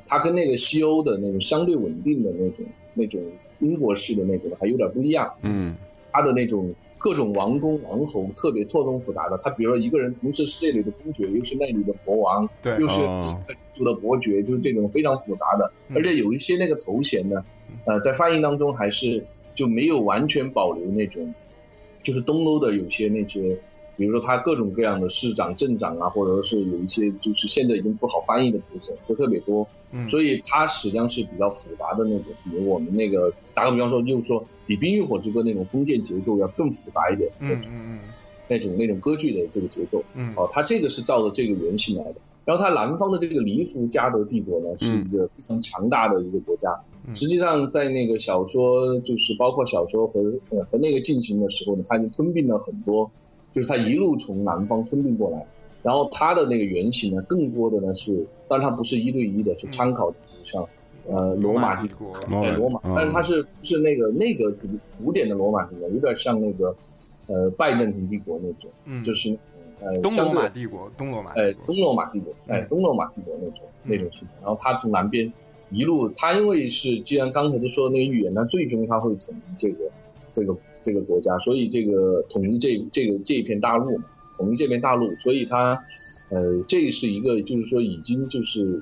Speaker 8: 它跟那个西欧的那种相对稳定的那种那种英国式的那个还有点不一样，
Speaker 9: 嗯
Speaker 8: 它的那种各种王公王侯特别错综复杂的，他比如说一个人同时是这里的公爵，又是那里的国王，
Speaker 10: 对
Speaker 8: 又是
Speaker 9: 哦
Speaker 8: 一个族的伯爵，就是这种非常复杂的，
Speaker 10: 嗯
Speaker 8: 而且有一些那个头衔呢，呃，在翻译当中还是就没有完全保留那种，就是东欧的有些那些。比如说，他各种各样的市长、镇长啊，或者说是有一些就是现在已经不好翻译的头衔，会特别多。
Speaker 10: 嗯
Speaker 8: 所以它实际上是比较复杂的那种，比如我们那个打个比方说，就是说比《冰与火之歌》那种封建结构要更复杂一点，
Speaker 10: 嗯嗯
Speaker 8: 那种那种歌剧的这个结构，
Speaker 10: 嗯
Speaker 8: 哦，它这个是照着这个原型来的。然后它南方的这个黎福加德帝国呢，是一个非常强大的一个国家。
Speaker 10: 嗯
Speaker 8: 实际上，在那个小说，就是包括小说和呃和那个进行的时候呢，它已经吞并了很多，就是它一路从南方吞并过来。然后它的那个原型呢，更多的呢是，当然它不是一对一的，是参考像呃罗马帝国
Speaker 9: 罗马
Speaker 8: 对罗马
Speaker 9: 嗯，
Speaker 8: 但是它是是那个那个古古典的罗马帝国，有点像那个呃拜占庭帝国那种，
Speaker 10: 嗯
Speaker 8: 就是呃
Speaker 10: 嗯，东
Speaker 8: 相
Speaker 10: 罗
Speaker 8: 对
Speaker 10: 马帝国，东罗马帝
Speaker 8: 哎，东罗马帝国，哎，东罗马帝国那种那种系统。然后他从南边一路，他因为是既然刚才都说的那个预言，他最终他会统一这个这个这个国家，所以这个统一这这个这一片大陆嘛，统一这片大陆，所以他呃，这是一个就是说已经就是。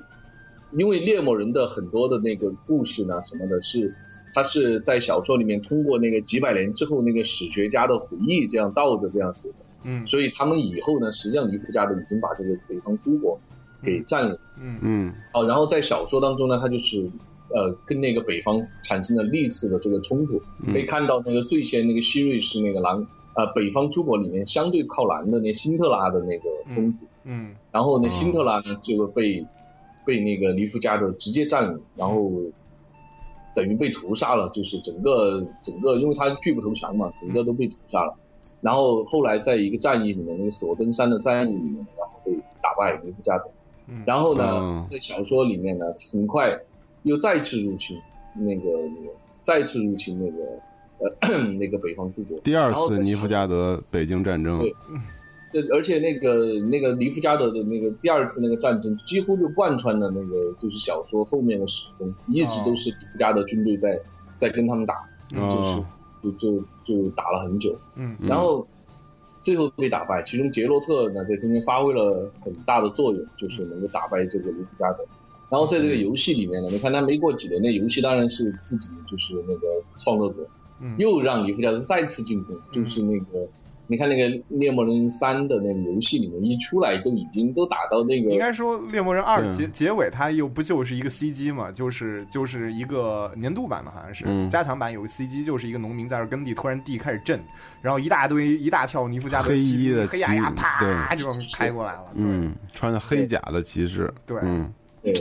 Speaker 8: 因为猎魔人的很多的那个故事呢，什么的是，他是在小说里面通过那个几百年之后那个史学家的回忆这样倒着这样写的，
Speaker 10: 嗯
Speaker 8: 所以他们以后呢，实际上尼夫加德已经把这个北方诸国给占了。
Speaker 10: 嗯
Speaker 9: 嗯
Speaker 8: 哦，然后在小说当中呢，他就是呃跟那个北方产生了历次的这个冲突，
Speaker 9: 嗯
Speaker 8: 可以看到那个最先那个西瑞是那个南呃北方诸国里面相对靠南的那辛特拉的那个公主，
Speaker 10: 嗯
Speaker 8: 然后呢
Speaker 9: 哦
Speaker 8: 辛特拉呢就被被那个尼夫加德直接占领，然后。等于被屠杀了，就是整个整个，因为他拒不投降嘛，整个都被屠杀了。然后后来在一个战役里面，那个索登山的战役里面，然后被打败尼夫加德。
Speaker 10: 嗯，
Speaker 8: 然后
Speaker 9: 嗯
Speaker 8: 呢，在小说里面呢，很快又再次入侵那个那个再次入侵那个呃 那个北方诸国。
Speaker 9: 第二
Speaker 8: 然后
Speaker 9: 次
Speaker 8: 在
Speaker 9: 尼夫加德北京战争，
Speaker 8: 对这而且那个那个尼夫加德的那个第二次那个战争，几乎就贯穿了那个就是小说后面的始终，一直都是尼夫加德军队在在跟他们打，
Speaker 9: 哦
Speaker 8: 就就就打了很久。
Speaker 10: 嗯
Speaker 9: 嗯
Speaker 8: 然后最后被打败。其中杰洛特呢，在中间发挥了很大的作用，就是能够打败这个卢比加德。然后在这个游戏里面呢，你看他没过几年，那游戏当然是自己就是那个创作者，
Speaker 10: 嗯
Speaker 8: 又让卢比加德再次进攻，就是那个。你看那个《猎魔人三》的那个游戏里面，一出来都已经都打到那个，
Speaker 10: 应该说《猎魔人二》
Speaker 9: 对
Speaker 10: 结结尾，它又不就是一个 CG 嘛，就是就是一个年度版的，好像是、
Speaker 9: 嗯
Speaker 10: 加强版有个 CG，就是一个农民在这儿耕地，突然地开始震，然后一大堆一大票尼夫加德
Speaker 9: 黑
Speaker 10: 骑
Speaker 9: 衣的
Speaker 10: 黑压压
Speaker 9: 骑
Speaker 10: 啪
Speaker 9: 对
Speaker 10: 就开过来了，
Speaker 9: 嗯，穿着黑甲的骑士，
Speaker 10: 对
Speaker 9: 嗯
Speaker 8: 对，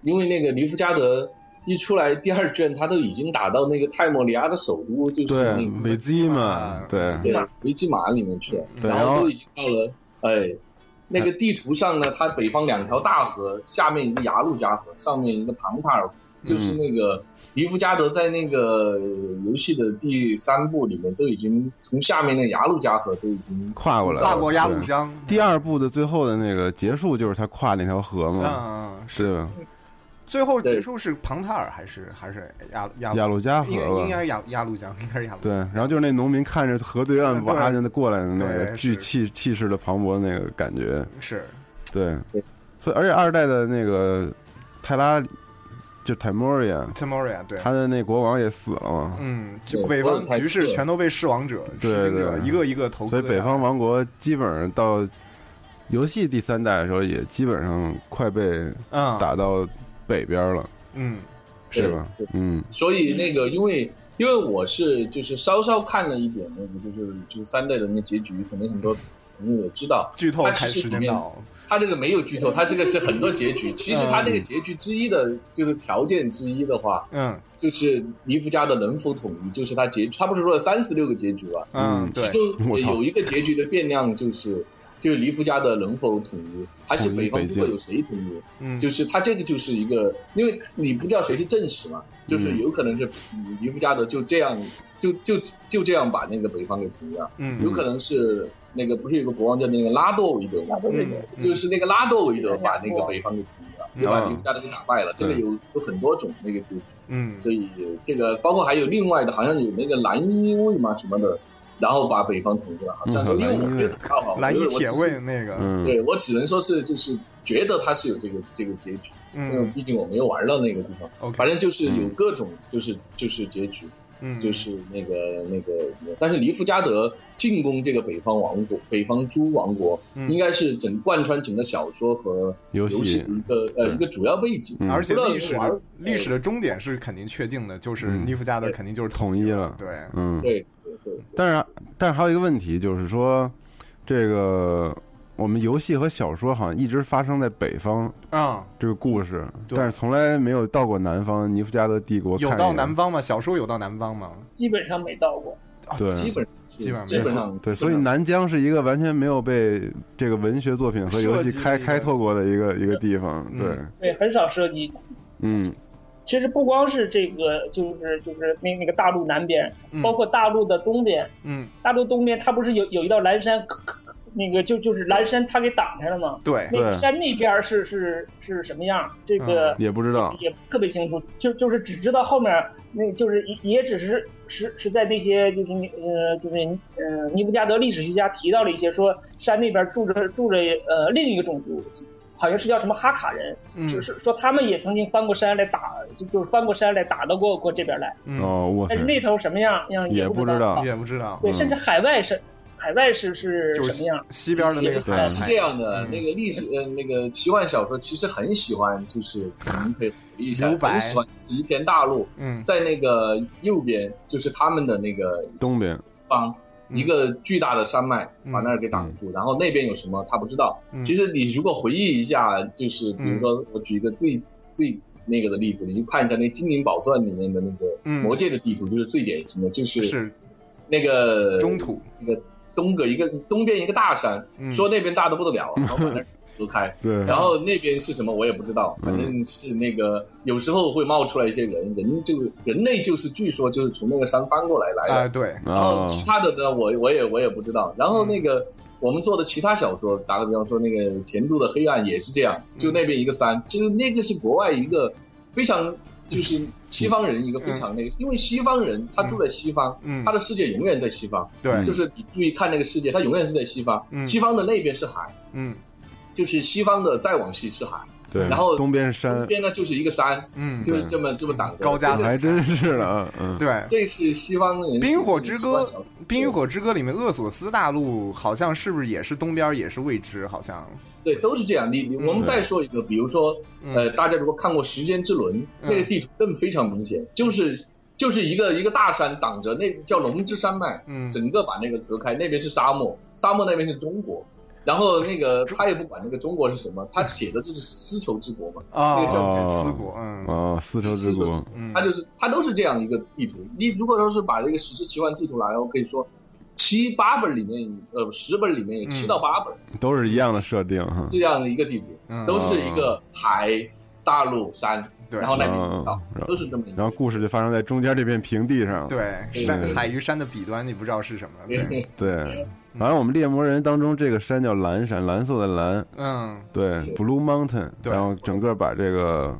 Speaker 8: 因为那个尼夫加德一出来第二卷，他都已经打到那个泰莫里亚的首都，就是那，
Speaker 9: 对
Speaker 8: 个
Speaker 9: 维基嘛，对，
Speaker 8: 对，维基马里面去了，
Speaker 9: 对
Speaker 8: 然
Speaker 9: 然后
Speaker 8: 后都已经到了，哎，那个地图上呢，它北方两条大河，下面一个雅鲁加河，上面一个庞塔尔湖，就是那个尼夫加德在那个游戏的第三部里面都已经从下面的雅鲁加河都已经
Speaker 9: 跨过来了，
Speaker 10: 跨过鸭
Speaker 9: 对
Speaker 10: 绿江，
Speaker 9: 第二部的最后的那个结束就是他跨那条河嘛，
Speaker 10: 嗯，嗯
Speaker 9: 是吧
Speaker 10: 最后结束是庞塔尔还是还是鸭鸭
Speaker 9: 雅鲁加
Speaker 10: 应该
Speaker 9: 河
Speaker 10: 应该
Speaker 9: 吧？
Speaker 10: 是鸭鸭绿江，应该是鸭绿江
Speaker 9: 对，然后就是那农民看着河对岸
Speaker 10: 对
Speaker 9: 哇就过来的那个
Speaker 10: 对
Speaker 9: 巨
Speaker 10: 是
Speaker 9: 气气势的磅礴那个感觉，
Speaker 10: 是
Speaker 9: 对
Speaker 8: 对，
Speaker 9: 所以而且二代的那个泰拉就泰莫瑞亚，
Speaker 10: t i m o r i a 对。
Speaker 9: 他的那国王也死了嘛，
Speaker 10: 嗯，就
Speaker 8: 对
Speaker 10: 北
Speaker 8: 我
Speaker 10: 方
Speaker 8: 也看
Speaker 10: 局势
Speaker 8: 是
Speaker 10: 全都被弑王者、
Speaker 9: 对
Speaker 10: 弑君者
Speaker 9: 对
Speaker 10: 一个一个投啊
Speaker 9: 所
Speaker 10: 割
Speaker 9: 以
Speaker 10: 下来。
Speaker 9: 北方王国基本上到游戏第三代的时候，也基本上快被
Speaker 10: 嗯
Speaker 9: 打到北边了，
Speaker 10: 嗯
Speaker 9: 是吧？嗯
Speaker 8: 所以那个因为。因为我是就是稍稍看了一点那个，就是就是三代的那结局，可能很多因为我知道
Speaker 10: 剧透
Speaker 8: 它其实
Speaker 10: 开时
Speaker 8: 里
Speaker 10: 间
Speaker 8: 面
Speaker 10: 到，
Speaker 8: 它这个没有剧透，它这个是很多结局。其实它这个结局之一的，就是条件之一的话，
Speaker 10: 嗯，
Speaker 8: 就是尼夫家的能否统一，就是它结，它不是说三十六个结局吧？
Speaker 10: 嗯对
Speaker 8: 其中有一个结局的变量就是。就是尼夫家的能否统一，还是
Speaker 9: 统
Speaker 8: 北
Speaker 9: 一
Speaker 8: 方
Speaker 9: 北
Speaker 8: 部
Speaker 9: 京
Speaker 8: 落有谁统一？
Speaker 10: 嗯
Speaker 8: 就是他这个就是一个，因为你不知道谁是正史嘛，就是
Speaker 10: 嗯
Speaker 8: 有可能是嗯尼夫家的就这样，就就就这样把那个北方给统一了。
Speaker 10: 嗯
Speaker 8: 有可能是那个不是有个国王叫那个拉多维德吗？
Speaker 10: 嗯
Speaker 8: 就是那个拉多维德把那个北方给统一了，就把
Speaker 9: 嗯
Speaker 8: 尼夫家的给打败了。这个
Speaker 9: 对
Speaker 8: 有有很多种那个结局。
Speaker 10: 嗯
Speaker 8: 所以这个包括还有另外的，好像有那个蓝衣卫嘛什么的，然后把北方统一了，好像
Speaker 9: 嗯
Speaker 8: 因为我
Speaker 9: 蓝衣
Speaker 8: 没
Speaker 9: 卫
Speaker 8: 有打到好，
Speaker 10: 蓝衣
Speaker 8: 因为我只
Speaker 10: 铁
Speaker 8: 是
Speaker 10: 卫那个，
Speaker 9: 嗯
Speaker 8: 对我只能说是就是觉得它是有这个这个结局，因为
Speaker 10: 嗯
Speaker 8: 毕竟我没有玩到那个地方，
Speaker 10: ，OK，
Speaker 8: 反正就是有各种就是就是结局，
Speaker 10: 嗯
Speaker 8: 就是那个那个，但是尼夫加德进攻这个北方王国，北方诸王国、
Speaker 10: 嗯
Speaker 8: 应该是整贯穿整个小说和
Speaker 9: 游戏
Speaker 8: 戏的一个呃
Speaker 9: 对
Speaker 8: 一个主要背景，
Speaker 9: 嗯
Speaker 10: 而且
Speaker 8: 除了
Speaker 10: 历史
Speaker 8: 玩儿哎
Speaker 10: 历史的终点是肯定确定的，就是
Speaker 9: 嗯
Speaker 10: 尼夫加德肯定就是
Speaker 9: 统一了
Speaker 10: 对，
Speaker 9: 嗯，
Speaker 8: 对对对，
Speaker 9: 但是但是还有一个问题就是说，这个我们游戏和小说好像一直发生在北方
Speaker 10: 啊，
Speaker 9: 这个故事，
Speaker 10: 对
Speaker 9: 但是从来没有到过南方尼夫加德帝国看一
Speaker 10: 有
Speaker 9: 眼，
Speaker 10: 到南方吗？小说有到南方吗？
Speaker 2: 基本上没到过。
Speaker 9: 对
Speaker 10: 嗯
Speaker 8: 基本
Speaker 10: 基本上
Speaker 8: 基本上
Speaker 9: 对，所以南疆是一个完全没有被这个文学作品和游戏
Speaker 10: 涉
Speaker 9: 开
Speaker 10: 及的
Speaker 9: 开拓过的一个一个地方，
Speaker 10: 嗯
Speaker 9: 对，
Speaker 2: 对，很少涉及。
Speaker 9: 嗯
Speaker 2: 其实不光是这个，就是就是那那个大陆南边，
Speaker 10: 嗯
Speaker 2: 包括大陆的东边，
Speaker 10: 嗯，
Speaker 2: 大陆东边它不是有有一道蓝山，咳咳那个就就是蓝山它给挡开了吗？
Speaker 10: 对，
Speaker 2: 那个
Speaker 9: 对
Speaker 2: 山那边儿是是是什么样儿？这个
Speaker 9: 也不知道，
Speaker 2: 也特别清楚，就就是只知道后面儿那就是也也只是是是在那些就是呃就是呃尼布加德历史学家提到了一些说山那边住着住着呃另一个种族，好像是叫什么哈卡人，
Speaker 10: 嗯
Speaker 2: 是是说他们也曾经翻过山来打，就就是翻过山来打到过过这边来，
Speaker 10: 嗯
Speaker 9: 哦，哇
Speaker 2: 但是，
Speaker 9: 塞
Speaker 2: 那头什么样样
Speaker 9: 也
Speaker 2: 不
Speaker 9: 不知道
Speaker 10: 也不知道，
Speaker 2: 对，
Speaker 9: 嗯
Speaker 2: 甚至海外是海外是是
Speaker 10: 就是
Speaker 2: 什么样？
Speaker 10: 西边的那个
Speaker 8: 其实
Speaker 10: 海
Speaker 8: 是
Speaker 10: 海
Speaker 8: 这样的，
Speaker 10: 嗯
Speaker 8: 那个历史呃，那个奇幻小说其实很喜欢，就是我们可以回忆一下，
Speaker 10: 留白
Speaker 8: 很喜欢一片大陆，
Speaker 10: 嗯
Speaker 8: 在那个右边就是他们的那个
Speaker 9: 东边，。
Speaker 8: 方。
Speaker 10: 嗯
Speaker 8: 一个巨大的山脉
Speaker 10: 嗯
Speaker 8: 把那儿给挡住，然后那边有什么他不知道。
Speaker 10: 嗯
Speaker 8: 其实你如果回忆一下，就是比如说我举一个最最那个的例子，你就看一下那《精灵宝钻》里面的那个
Speaker 10: 嗯
Speaker 8: 魔界的地图，就是最典型的，就是
Speaker 10: 是
Speaker 8: 那个
Speaker 10: 中土，
Speaker 8: 那个东个一个东边一个大山，
Speaker 10: 嗯
Speaker 8: 说那边大的不得了，啊 然后把那儿隔开
Speaker 9: 对，
Speaker 8: 然后那边是什么我也不知道，
Speaker 10: 嗯
Speaker 8: 反正是那个有时候会冒出来一些人，人就人类就是据说就是从那个山翻过来来
Speaker 10: 啊
Speaker 8: 的，
Speaker 10: 对，
Speaker 8: 然后
Speaker 9: 啊，
Speaker 8: 其他的呢我我也我也不知道。然后那个我们做的其他小说，打个比方说那个《前度的黑暗》也是这样，
Speaker 10: 嗯
Speaker 8: 就那边一个山，就是那个是国外一个非常就是西方人一个非常那个，因为西方人他住在西方，
Speaker 10: 嗯
Speaker 8: 他的世界永远在西方，
Speaker 10: 对，
Speaker 8: 就是你注意看那个世界，它永远是在西方，
Speaker 10: 嗯
Speaker 8: 西方的那边是海，
Speaker 10: 嗯
Speaker 8: 就是西方的再往西是海，
Speaker 9: 对，
Speaker 8: 然后
Speaker 9: 东边是
Speaker 8: 东
Speaker 9: 山，
Speaker 8: 边呢就是一个山，
Speaker 10: 嗯
Speaker 8: 就是
Speaker 9: 对
Speaker 8: 这么这么挡着。
Speaker 10: 高
Speaker 8: 这
Speaker 10: 加索
Speaker 8: 个
Speaker 9: 还真是了啊，嗯，
Speaker 10: 对。
Speaker 8: 这是西方人
Speaker 10: 《冰火之歌》
Speaker 8: 习惯
Speaker 10: 《
Speaker 8: 上
Speaker 10: 冰与火之歌》里面厄索斯大陆好像是不是也是东边也是未知？好像
Speaker 8: 对都是这样。你你
Speaker 10: 嗯
Speaker 8: 我们再说一个，比如说
Speaker 10: 嗯
Speaker 8: 呃，大家如果看过《时间之轮》，
Speaker 10: 嗯
Speaker 8: 那个地图更非常明显，就是。就是一个一个大山挡着，那叫龙之山脉，
Speaker 10: 嗯
Speaker 8: 整个把那个隔开，那边是沙漠，沙漠那边是中国，然后那个他也不管那个中国是什么，他写的就是丝绸之国嘛，
Speaker 10: 啊
Speaker 8: 那个叫
Speaker 10: 丝
Speaker 9: 哦，
Speaker 10: 国，嗯
Speaker 9: 哦，丝绸之
Speaker 8: 丝绸之
Speaker 9: 国
Speaker 8: 国，
Speaker 10: 嗯，
Speaker 8: 它就是它都是这样一个地图。你如果说是把这个史诗奇幻地图拿来，我可以说七八本里面，呃，十本里面有
Speaker 9: 嗯
Speaker 8: 七到八本
Speaker 9: 都是一样的设定哈，
Speaker 8: 这样的一个地图，
Speaker 10: 嗯
Speaker 8: 都
Speaker 9: 哦
Speaker 8: 是一个海、大陆、山，
Speaker 10: 对
Speaker 8: 然后那边有岛
Speaker 9: 嗯，
Speaker 8: 都是这么一个。
Speaker 9: 然后故事就发生在中间这片平地上，
Speaker 10: 对山海与山的彼端，你不知道是什么，对，
Speaker 9: 对，反正我们猎魔人当中这个山叫蓝山，蓝色的蓝，
Speaker 10: 嗯
Speaker 9: 对，Blue Mountain，
Speaker 10: 对
Speaker 9: 然后整个把这个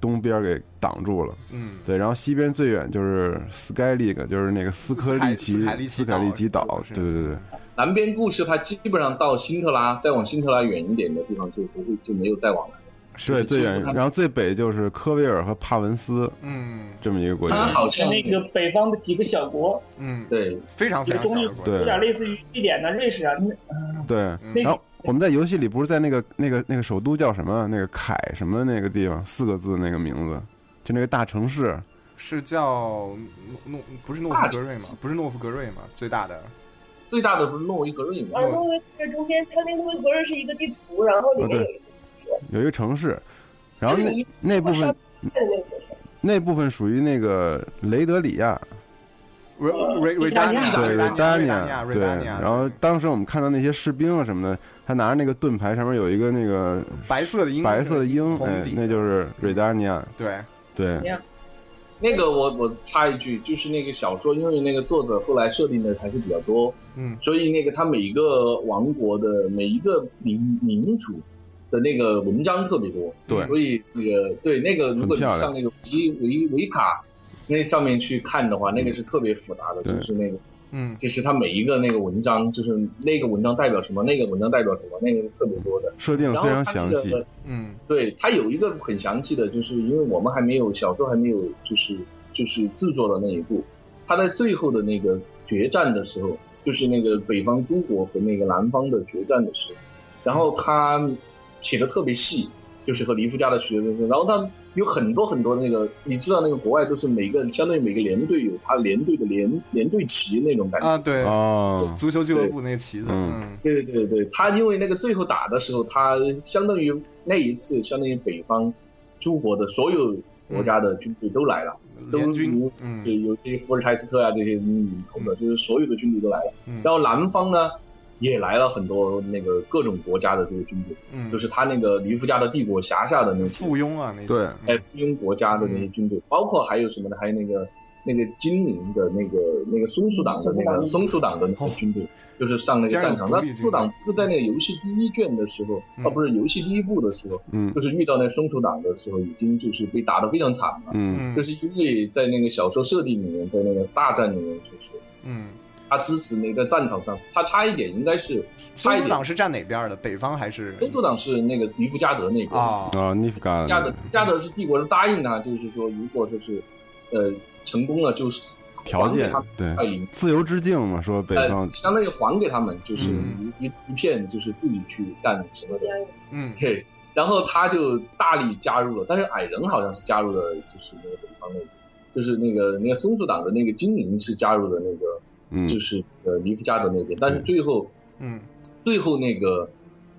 Speaker 9: 东边给挡住了。
Speaker 10: 嗯
Speaker 9: 对，然后西边最远就是 Sky League，就是那个斯科利奇
Speaker 10: 斯凯利奇
Speaker 9: 斯凯利奇
Speaker 10: 岛
Speaker 9: 岛。
Speaker 10: 是
Speaker 9: 对对对，
Speaker 8: 南边故事它基本上到辛特拉，再往辛特拉远一点的地方就不会就没有再往南。
Speaker 9: 对最远，然后最北就是科威尔和帕文斯
Speaker 10: 嗯
Speaker 9: 这么一个国
Speaker 8: 它
Speaker 9: 家。
Speaker 8: 好
Speaker 2: 是
Speaker 8: 像
Speaker 2: 那个北方的几个小国，
Speaker 10: 嗯，
Speaker 8: 对，
Speaker 10: 非常非常小的国，
Speaker 9: 对
Speaker 2: 有点类似于瑞典的瑞士啊，那
Speaker 9: 对，然后我们在游戏里不是在那个那个那个首都叫什么？那个凯什么那个地方，四个字那个名字，就那个大城市。
Speaker 10: 是叫诺诺不是诺夫格瑞吗？不是诺夫格瑞吗？最大的
Speaker 8: 最大的不是诺维格瑞吗？
Speaker 12: 啊，诺维格瑞中间，它那个诺维格瑞是一个地图，然后里面有一个
Speaker 9: 哦有一个城市，然后那那部分
Speaker 12: 那个
Speaker 9: 那部分属于那个雷德里亚，
Speaker 8: 呃
Speaker 10: 瑞瑞瑞达尼亚，
Speaker 9: 对，
Speaker 10: 瑞达
Speaker 9: 尼
Speaker 10: 尼亚，瑞
Speaker 9: 对。
Speaker 10: 达尼亚，
Speaker 9: 然后当时我们看到那些士兵啊什么的，他拿着那个盾牌，上面有一个那个
Speaker 10: 白色的鹰，
Speaker 9: 白色的鹰，
Speaker 10: 红
Speaker 9: 哎
Speaker 10: 底，
Speaker 9: 那就是瑞达尼亚。
Speaker 10: 对
Speaker 9: 对，
Speaker 8: 那个我我插一句，就是那个小说，因为那个作者后来设定的还是比较多，
Speaker 10: 嗯，
Speaker 8: 所以那个他每一个王国的每一个民民主的那个文章特别多，
Speaker 9: 对
Speaker 8: 所以那个对那个如果你
Speaker 9: 很漂亮
Speaker 8: 上那个维维维卡那上面去看的话，那个是特别复杂的，
Speaker 9: 对
Speaker 8: 就是那个。
Speaker 10: 嗯，
Speaker 8: 就是他每一个那个文章，就是那个文章代表什么，那个文章代表什么，那个是特别多的
Speaker 9: 设定非常
Speaker 8: 然
Speaker 9: 详细。
Speaker 8: 后它那个
Speaker 10: 嗯，
Speaker 8: 对，它有一个很详细的，就是因为我们还没有小说还没有就是就是制作的那一步，它在最后的那个决战的时候，就是那个北方诸国和那个南方的决战的时候，然后他写的特别细，就是和黎夫家的学生，然后他有很多很多那个，你知道那个国外都是每个相对每个连队有他连队的连连队旗那种感觉
Speaker 10: 啊，对，
Speaker 9: 哦
Speaker 10: 足球俱乐部那个旗子，嗯，
Speaker 8: 对对对，他因为那个最后打的时候，他相当于那一次，相当于北方诸国的所有国家的军队都来了，都军，
Speaker 10: 嗯，
Speaker 8: 对，有这些伏尔泰斯特啊这些嗯，同的，就是所有的军队都来了。
Speaker 10: 嗯
Speaker 8: 然后南方呢，也来了很多那个各种国家的这个军队，
Speaker 10: 嗯
Speaker 8: 就是他那个黎夫家的帝国辖下的那些
Speaker 10: 附庸啊那些，
Speaker 9: 对
Speaker 8: 哎，附庸国家的那些军队，包括还有什么呢？还有那个那个金陵的那个那个松鼠党的那个松鼠党的那个军队，就是上那个战场。
Speaker 10: 加入
Speaker 8: 那
Speaker 10: 独立
Speaker 8: 松
Speaker 10: 军
Speaker 8: 鼠党不是在那个游戏第一卷的时候，啊，不是游戏第一部的时候，
Speaker 9: 嗯
Speaker 8: 就是遇到那松鼠党的时候，已经就是被打得非常惨了。
Speaker 9: 嗯
Speaker 8: 就是因为在那个小说设定里面，在那个大战里面，就是
Speaker 10: 嗯，
Speaker 8: 他支持那个战场上，他差一点应该是差
Speaker 10: 松
Speaker 8: 一
Speaker 10: 鼠
Speaker 8: 点
Speaker 10: 党，是站哪边的？北方还是
Speaker 8: 松鼠党是那个尼夫加德那个
Speaker 10: 啊
Speaker 9: 啊，尼夫嘎
Speaker 8: 加德加德是帝国人答应他，就是说如果就是呃成功了，就是
Speaker 9: 条件
Speaker 8: 还给他
Speaker 9: 对
Speaker 8: 们快银，
Speaker 9: 自由之境嘛，说北
Speaker 8: 呃
Speaker 9: 方，
Speaker 8: 相当于还给他们，就是
Speaker 9: 嗯
Speaker 8: 一一一片就是自己去干什么的，
Speaker 10: 嗯，
Speaker 8: 对。然后他就大力加入了，但是矮人好像是加入了，就是那个北方那个，就是那个那个松鼠党的那个精灵是加入了那个，
Speaker 9: 嗯
Speaker 8: 就是呃尼夫加德那边，但是最后
Speaker 10: 嗯
Speaker 8: 最后那个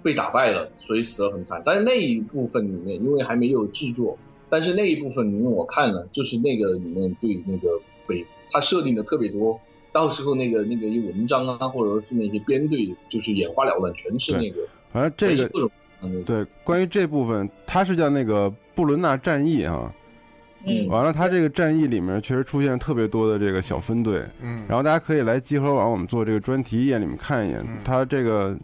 Speaker 8: 被打败了，所以死得很惨。但是那一部分里面，因为还没有制作，但是那一部分里面我看了，就是那个里面对那个北他设定的特别多，到时候那个那个一文章啊，或者是那些编队，就是眼花缭乱，全是那个
Speaker 9: 反正这
Speaker 8: 全是
Speaker 9: 个
Speaker 8: 各种
Speaker 9: 对，关于这部分，它是叫那个布伦纳战役啊。
Speaker 8: 嗯
Speaker 9: 完了，它这个战役里面确实出现了特别多的这个小分队，
Speaker 10: 嗯
Speaker 9: 然后大家可以来集合网我们做这个专题页里面看一眼，它这个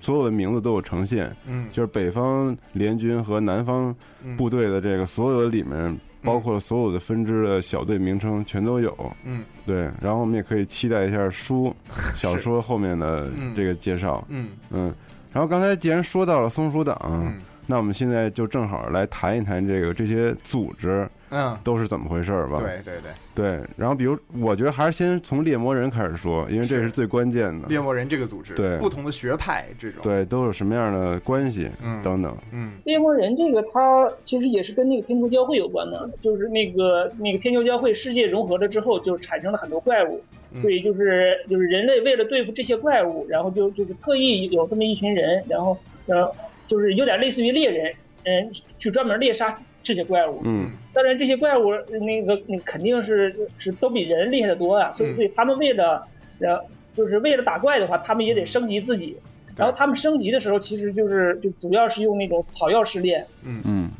Speaker 9: 所有的名字都有呈现，
Speaker 10: 嗯
Speaker 9: 就是北方联军和南方部队的这个所有的里面，包括了所有的分支的小队名称全都有，
Speaker 10: 嗯
Speaker 9: 对，然后我们也可以期待一下书小说后面的
Speaker 10: 嗯
Speaker 9: 这个介绍。
Speaker 10: 嗯
Speaker 9: 嗯，然后刚才既然说到了松鼠党，那我们现在就正好来谈一谈这个这些组织，
Speaker 10: 嗯
Speaker 9: 都是怎么回事儿吧？嗯
Speaker 10: 对对对，
Speaker 9: 对。然后比如，我觉得还是先从猎魔人开始说，因为这是最关键的。
Speaker 10: 猎魔人这个组织，
Speaker 9: 对
Speaker 10: 不同的学派这种，
Speaker 9: 对都有什么样的关系？
Speaker 10: 嗯
Speaker 9: 等等。
Speaker 10: 嗯
Speaker 2: 猎魔人这个，它其实也是跟那个天球教会有关嘛，就是那个那个天球教会世界融合了之后，就产生了很多怪物，
Speaker 10: 嗯
Speaker 2: 所以就是就是人类为了对付这些怪物，然后就就是特意有这么一群人，然后呃就是有点类似于猎人，嗯，去专门猎杀这些怪物，
Speaker 9: 嗯
Speaker 2: 当然，这些怪物呃那个那肯定是是都比人厉害的多啊，所以
Speaker 10: 嗯
Speaker 2: 所以他们为了呃就是为了打怪的话，他们也得升级自己。
Speaker 10: 嗯
Speaker 2: 然后他们升级的时候，其实就是就主要是用那种草药试炼，
Speaker 10: 嗯
Speaker 9: 嗯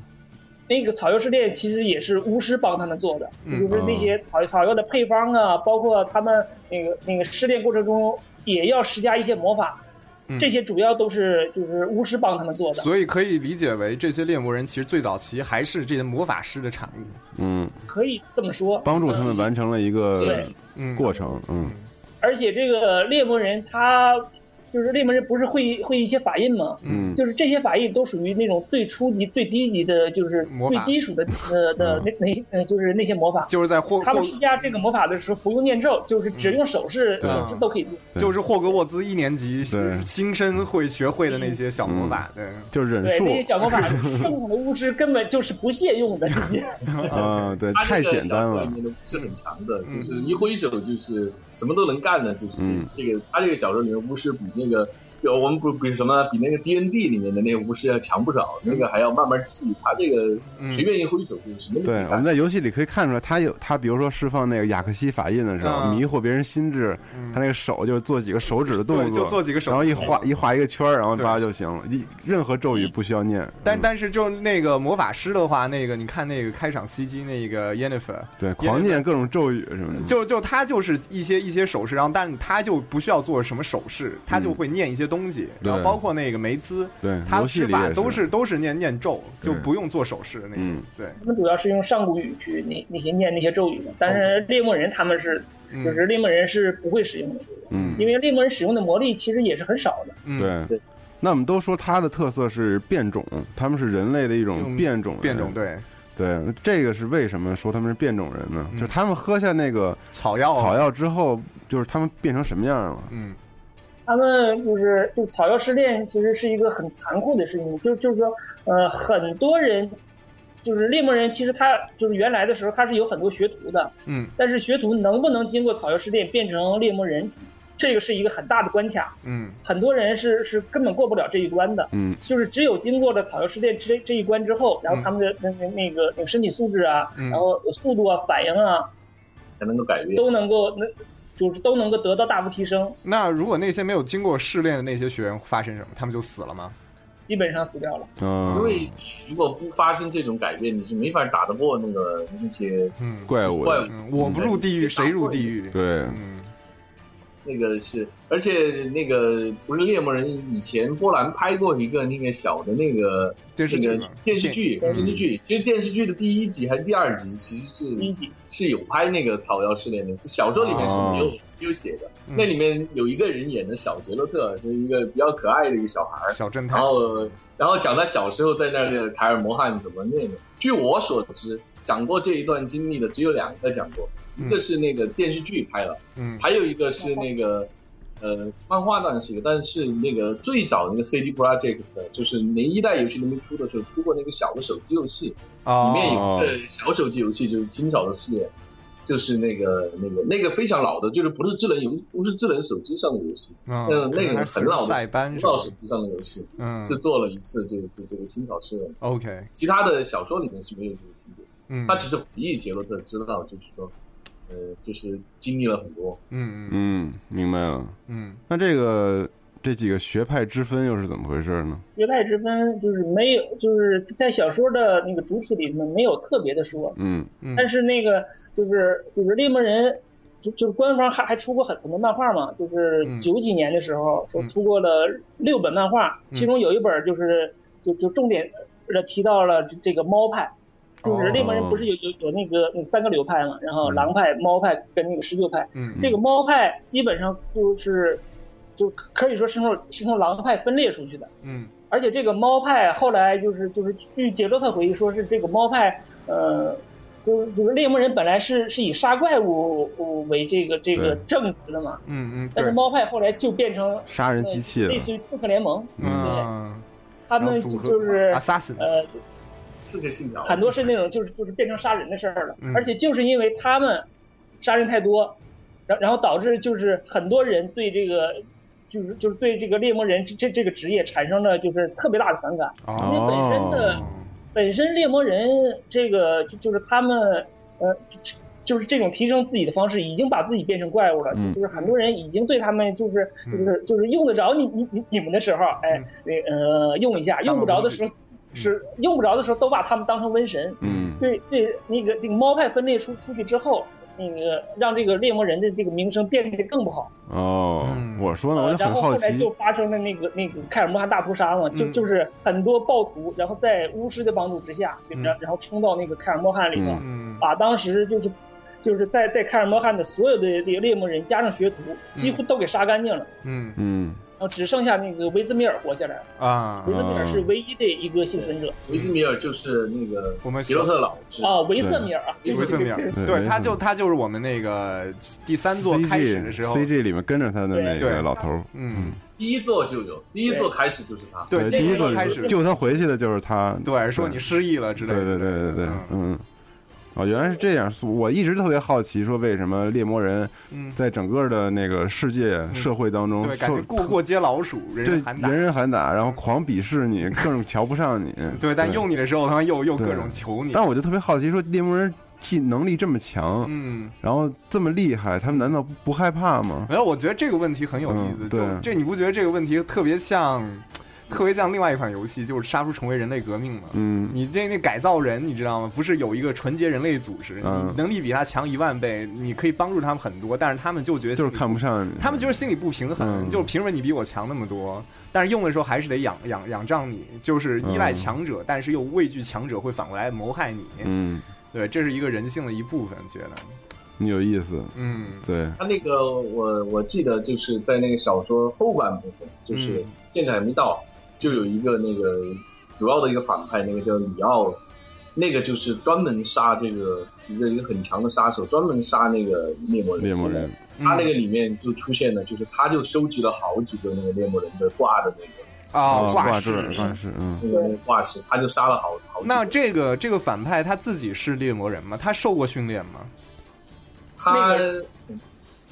Speaker 2: 那个草药试炼其实也是巫师帮他们做的，
Speaker 10: 嗯
Speaker 2: 就是那些草草药的配方啊，包括他们那个那个试炼过程中也要施加一些魔法，
Speaker 10: 嗯
Speaker 2: 这些主要都是就是巫师帮他们做的。
Speaker 10: 所以可以理解为这些猎魔人其实最早期还是这些魔法师的产物，
Speaker 9: 嗯，
Speaker 2: 可以这么说，
Speaker 9: 帮助他们完成了一个
Speaker 2: 对
Speaker 9: 过程。嗯
Speaker 2: 而且这个猎魔人他就是猎魔人不是会会一些法印吗？
Speaker 9: 嗯
Speaker 2: 就是这些法印都属于那种最初级、最低级的，就是
Speaker 10: 魔
Speaker 2: 最
Speaker 10: 法嗯
Speaker 2: 基础的呃的那那呃就是那些魔法。
Speaker 10: 就是在霍
Speaker 2: 他们
Speaker 10: 霍
Speaker 2: 施加这个魔法的时候不用念咒，就是只用手势，
Speaker 10: 对
Speaker 2: 手势都可以做。
Speaker 10: 就是霍格沃兹一年级新生会学会的那些小
Speaker 9: 嗯
Speaker 10: 魔法，对，
Speaker 9: 就忍
Speaker 2: 对，
Speaker 9: 术
Speaker 2: 那些小魔法， 正统的巫师根本就是不屑用的，直接。
Speaker 9: 啊，对，
Speaker 8: 他
Speaker 9: 太
Speaker 8: 这个
Speaker 9: 简单
Speaker 8: 小
Speaker 9: 了
Speaker 8: 怪。面都不是很强的，就是一挥手就是什么都能干的，就是
Speaker 9: 嗯
Speaker 8: 这个他这个小说里面巫师比那个。就我们不比什么比那个 D N D 里面的那个巫师要强不少，那个还要慢慢记。他这个随便一挥手就是什么都
Speaker 9: 对，我们在游戏里可以看出来，他有他，比如说释放那个雅克西法印的时候，
Speaker 8: 嗯
Speaker 9: 迷惑别人心智，他那个手就是做几个手指的动
Speaker 10: 嗯对
Speaker 9: 作，
Speaker 10: 就做几个手
Speaker 9: 然后一画一画一个圈儿，然后抓就行了，一任何咒语不需要念。
Speaker 10: 嗯但但是就那个魔法师的话，那个你看那个开场 CG 那个 Yennefer，
Speaker 9: 对，狂念各种咒语什么的。
Speaker 10: 就就他就是一些一些手势，然后但是他就不需要做什么手势，他就会念一些东西，
Speaker 9: 嗯对
Speaker 10: 然后包括那个梅兹，
Speaker 9: 对
Speaker 10: 他
Speaker 9: 游戏
Speaker 10: 施
Speaker 9: 里也
Speaker 10: 法
Speaker 9: 是
Speaker 10: 都是都是念念咒，
Speaker 9: 对
Speaker 10: 就不用做手势的那种
Speaker 9: 嗯，
Speaker 10: 对。
Speaker 2: 他们主要是用上古语去那那些念那些咒语的，但是猎魔人他们是，
Speaker 10: 嗯
Speaker 2: 就是猎魔人是不会使用的，
Speaker 9: 嗯，
Speaker 2: 因为猎魔人使用的魔力其实也是很少的。
Speaker 10: 嗯
Speaker 9: 对。那我们都说它的特色是变种，他们是人类的一种
Speaker 10: 嗯
Speaker 9: 变种人
Speaker 10: 变种对。
Speaker 9: 对，这个是为什么说他们是变种人呢？
Speaker 10: 嗯
Speaker 9: 就是他们喝下那个
Speaker 10: 草药，
Speaker 9: 草药之后，就是他们变成什么样了？
Speaker 10: 嗯，
Speaker 2: 他们就是就草药失恋，其实是一个很残酷的事情，就就是说，呃，很多人就是猎魔人，其实他就是原来的时候他是有很多学徒的，
Speaker 10: 嗯
Speaker 2: 但是学徒能不能经过草药失恋变成猎魔人，这个是一个很大的关卡。
Speaker 10: 嗯
Speaker 2: 很多人是是根本过不了这一关的，
Speaker 9: 嗯
Speaker 2: 就是只有经过了草药试炼这这一关之后，然后他们的那那那个那个身体素质啊，
Speaker 10: 嗯
Speaker 2: 然后速度啊、反应啊，
Speaker 8: 才能够改变。
Speaker 2: 都能够那就是都能够得到大幅提升，
Speaker 10: 那如果那些没有经过试炼的那些学员发生什么，他们就死了吗？
Speaker 2: 基本上死掉了。
Speaker 9: 嗯
Speaker 8: 因为如果不发生这种改变，你是没法打得过那个那些
Speaker 9: 怪物的
Speaker 8: 怪物
Speaker 9: 嗯。
Speaker 10: 我不入地狱，谁入地狱？嗯
Speaker 9: 对，
Speaker 8: 那个是，而且那个不是猎魔人，以前波兰拍过一个那个小的那个
Speaker 10: 电视剧
Speaker 8: 那
Speaker 10: 吗
Speaker 8: 个电视剧，
Speaker 10: 电嗯
Speaker 8: 电视剧。其实电视剧的第一集还是第二集，其实是是有拍那个草药试炼的，就小说里面是没有、
Speaker 9: 哦
Speaker 8: 没有写的。
Speaker 10: 嗯
Speaker 8: 那里面有一个人演的小杰洛特，就是一个比较可爱的一个小孩，
Speaker 10: 小侦
Speaker 8: 探。然后，然后讲他小时候在那个凯尔摩汉怎么念的。据我所知，讲过这一段经历的只有两个讲过，
Speaker 10: 嗯
Speaker 8: 一个是那个电视剧拍了，
Speaker 10: 嗯
Speaker 8: 还有一个是那个呃漫画当然是一个，但是那个最早那个 CD Project 就是零一代游戏都没出的时候出过那个小的手机游戏，
Speaker 10: 哦
Speaker 8: 里面有一个小手机游戏就是金角的系列。就是那个那个那个非常老的，就是不是智能游，不是智能手机上的游戏，
Speaker 10: 嗯
Speaker 8: 那呃那
Speaker 10: 可能
Speaker 8: 个
Speaker 10: 还
Speaker 8: 很
Speaker 10: 是
Speaker 8: 老的
Speaker 10: 塞班
Speaker 8: 很
Speaker 10: 什么
Speaker 8: 老
Speaker 10: 的
Speaker 8: 手机上的游戏，
Speaker 10: 嗯
Speaker 8: 是做了一次这个这这个金角试验，
Speaker 10: OK，
Speaker 8: 其他的小说里面是没有这个情节，
Speaker 10: 嗯
Speaker 8: 他只是回忆杰洛特知道，就是说，呃，就是经历了很多，
Speaker 10: 嗯
Speaker 9: 嗯，明白了。
Speaker 10: 嗯，
Speaker 9: 那这个这几个学派之分又是怎么回事呢？
Speaker 2: 学派之分就是没有，就是在小说的那个主体里面没有特别的说，
Speaker 9: 嗯
Speaker 2: 但是那个就是就是猎魔人，就就是官方还还出过很很多漫画嘛，就是九几年的时候说出过了六本漫画，
Speaker 11: 嗯
Speaker 2: 其中有一本就是就就重点的提到了这个猫派。就是猎魔人不是有有有那个那三个流派嘛，然后狼派、猫派跟那个狮鹫派，
Speaker 10: 嗯
Speaker 2: 这个猫派基本上就是就可以说是从是从狼派分裂出去的，
Speaker 10: 嗯
Speaker 2: 而且这个猫派后来就是就是据杰洛特回忆说是这个猫派，呃，就是就是猎魔人本来是是以杀怪物为这个这个
Speaker 9: 对
Speaker 2: 正职的嘛，
Speaker 10: 嗯嗯，
Speaker 2: 但是
Speaker 10: 对，
Speaker 2: 猫派后来就变成
Speaker 9: 杀人机器
Speaker 2: 呃
Speaker 9: 了
Speaker 2: 类似于刺客联盟，
Speaker 10: 嗯，
Speaker 2: 他们
Speaker 10: 然
Speaker 2: 就
Speaker 10: 后组合啊
Speaker 2: 就是呃
Speaker 10: assassins，
Speaker 8: 刺客信条啊
Speaker 2: 很多是那种就是就是变成杀人的事儿了，
Speaker 10: 嗯
Speaker 2: 而且就是因为他们杀人太多，然然后导致就是很多人对这个。就是就是对这个猎魔人这这这个职业产生了就是特别大的反感，因为本身的本身猎魔人这个就就是他们呃就就就是这种提升自己的方式，已经把自己变成怪物了。
Speaker 11: 嗯
Speaker 2: 就是很多人已经对他们就是就是就是用得着你你你你们的时候，哎，那呃用一下，用不着的时候。是用不着的时候都把他们当成瘟神，
Speaker 9: 嗯
Speaker 2: 所以所以那个那个猫派分裂出出去之后，那个让这个猎魔人的这个名声变得更不好，
Speaker 9: 哦，我说呢，我就
Speaker 2: 然
Speaker 9: 很
Speaker 2: 后后
Speaker 9: 好
Speaker 2: 来
Speaker 9: 奇嗯
Speaker 2: 就。发生了那个那个凯尔莫汉大屠杀嘛，就、就是很多暴徒，然后在巫师的帮助之下，
Speaker 11: 嗯
Speaker 2: 然、然后冲到那个凯尔莫汉里头，
Speaker 11: 嗯
Speaker 2: 把当时就是就是在在凯尔莫汉的所有的猎猎魔人加上学徒，几乎都给杀干净了。
Speaker 10: 嗯
Speaker 9: 嗯，
Speaker 2: 然后只剩下那个维兹米尔活下来了。
Speaker 10: 啊
Speaker 2: 维兹米尔是唯一的一个幸存者。
Speaker 8: 维兹米尔就是那个
Speaker 10: 我们
Speaker 8: 皮洛特老师
Speaker 2: 啊，维瑟米尔啊，
Speaker 10: 维瑟米尔，
Speaker 9: 对
Speaker 10: 对，他就他就是我们那个第三座开始的时候
Speaker 9: CG 里面跟着他的那
Speaker 10: 对
Speaker 9: 个老头儿，
Speaker 10: 嗯，
Speaker 8: 第一座就有，第一座开始就是他。
Speaker 10: 对
Speaker 9: 呃第一
Speaker 10: 第一
Speaker 9: 座
Speaker 10: 座开始
Speaker 9: 救他回去的就是他，
Speaker 10: 对，说你失忆了之类的，
Speaker 9: 对对对对对，嗯。哦，原来是这样！我一直特别好奇，说为什么猎魔人
Speaker 10: 嗯
Speaker 9: 在整个的那个世界社会当中
Speaker 10: 对，感
Speaker 9: 受
Speaker 10: 觉过过街老鼠，人
Speaker 9: 对
Speaker 10: 人喊打，
Speaker 9: 人人喊打，然后狂鄙视你，各种瞧不上你。
Speaker 10: 对，但用你的时候，他们又又
Speaker 9: 对
Speaker 10: 各种求你，
Speaker 9: 但我就特别好奇，说猎魔人技能力这么强，
Speaker 10: 嗯，
Speaker 9: 然后这么厉害，他们难道不不害怕吗？
Speaker 10: 没有，我觉得这个问题很有意思。
Speaker 9: 嗯
Speaker 10: 就
Speaker 9: 对
Speaker 10: 这，你不觉得这个问题特别像，特别像另外一款游戏，就是《杀出重围：人类革命》吗？
Speaker 9: 嗯，
Speaker 10: 你这那改造人，你知道吗？不是有一个纯洁人类组织，
Speaker 9: 嗯
Speaker 10: 你能力比他强一万倍，你可以帮助他们很多，但是他们就觉得
Speaker 9: 就是
Speaker 10: 心里
Speaker 9: 看不上你。
Speaker 10: 他们就是心里不平衡，
Speaker 9: 嗯
Speaker 10: 就是凭什么你比我强那么多？但是用的时候还是得仰仰仰仗你，就是依赖强者，但是又畏惧强者会反过来谋害你。
Speaker 9: 嗯，
Speaker 10: 对，这是一个人性的一部分，觉得。
Speaker 9: 你有意思。
Speaker 10: 嗯，
Speaker 9: 对，
Speaker 8: 他那个我我记得就是在那个小说后半部分，就是
Speaker 10: 嗯
Speaker 8: 现在还没到，就有一个那个主要的一个反派，那个叫里奥，那个就是专门杀这个一个一个很强的杀手，专门杀那个猎魔人。
Speaker 9: 猎魔人，
Speaker 10: 嗯
Speaker 8: 他那个里面就出现了，就是他就收集了好几个那个猎魔人的挂的那个
Speaker 10: 哦
Speaker 9: 啊挂
Speaker 10: 挂
Speaker 9: 坠
Speaker 10: 饰
Speaker 9: 挂饰，嗯，
Speaker 8: 那个挂饰，他就杀了好好几个。
Speaker 10: 那这个这个反派他自己是猎魔人吗？他受过训练吗？
Speaker 8: 他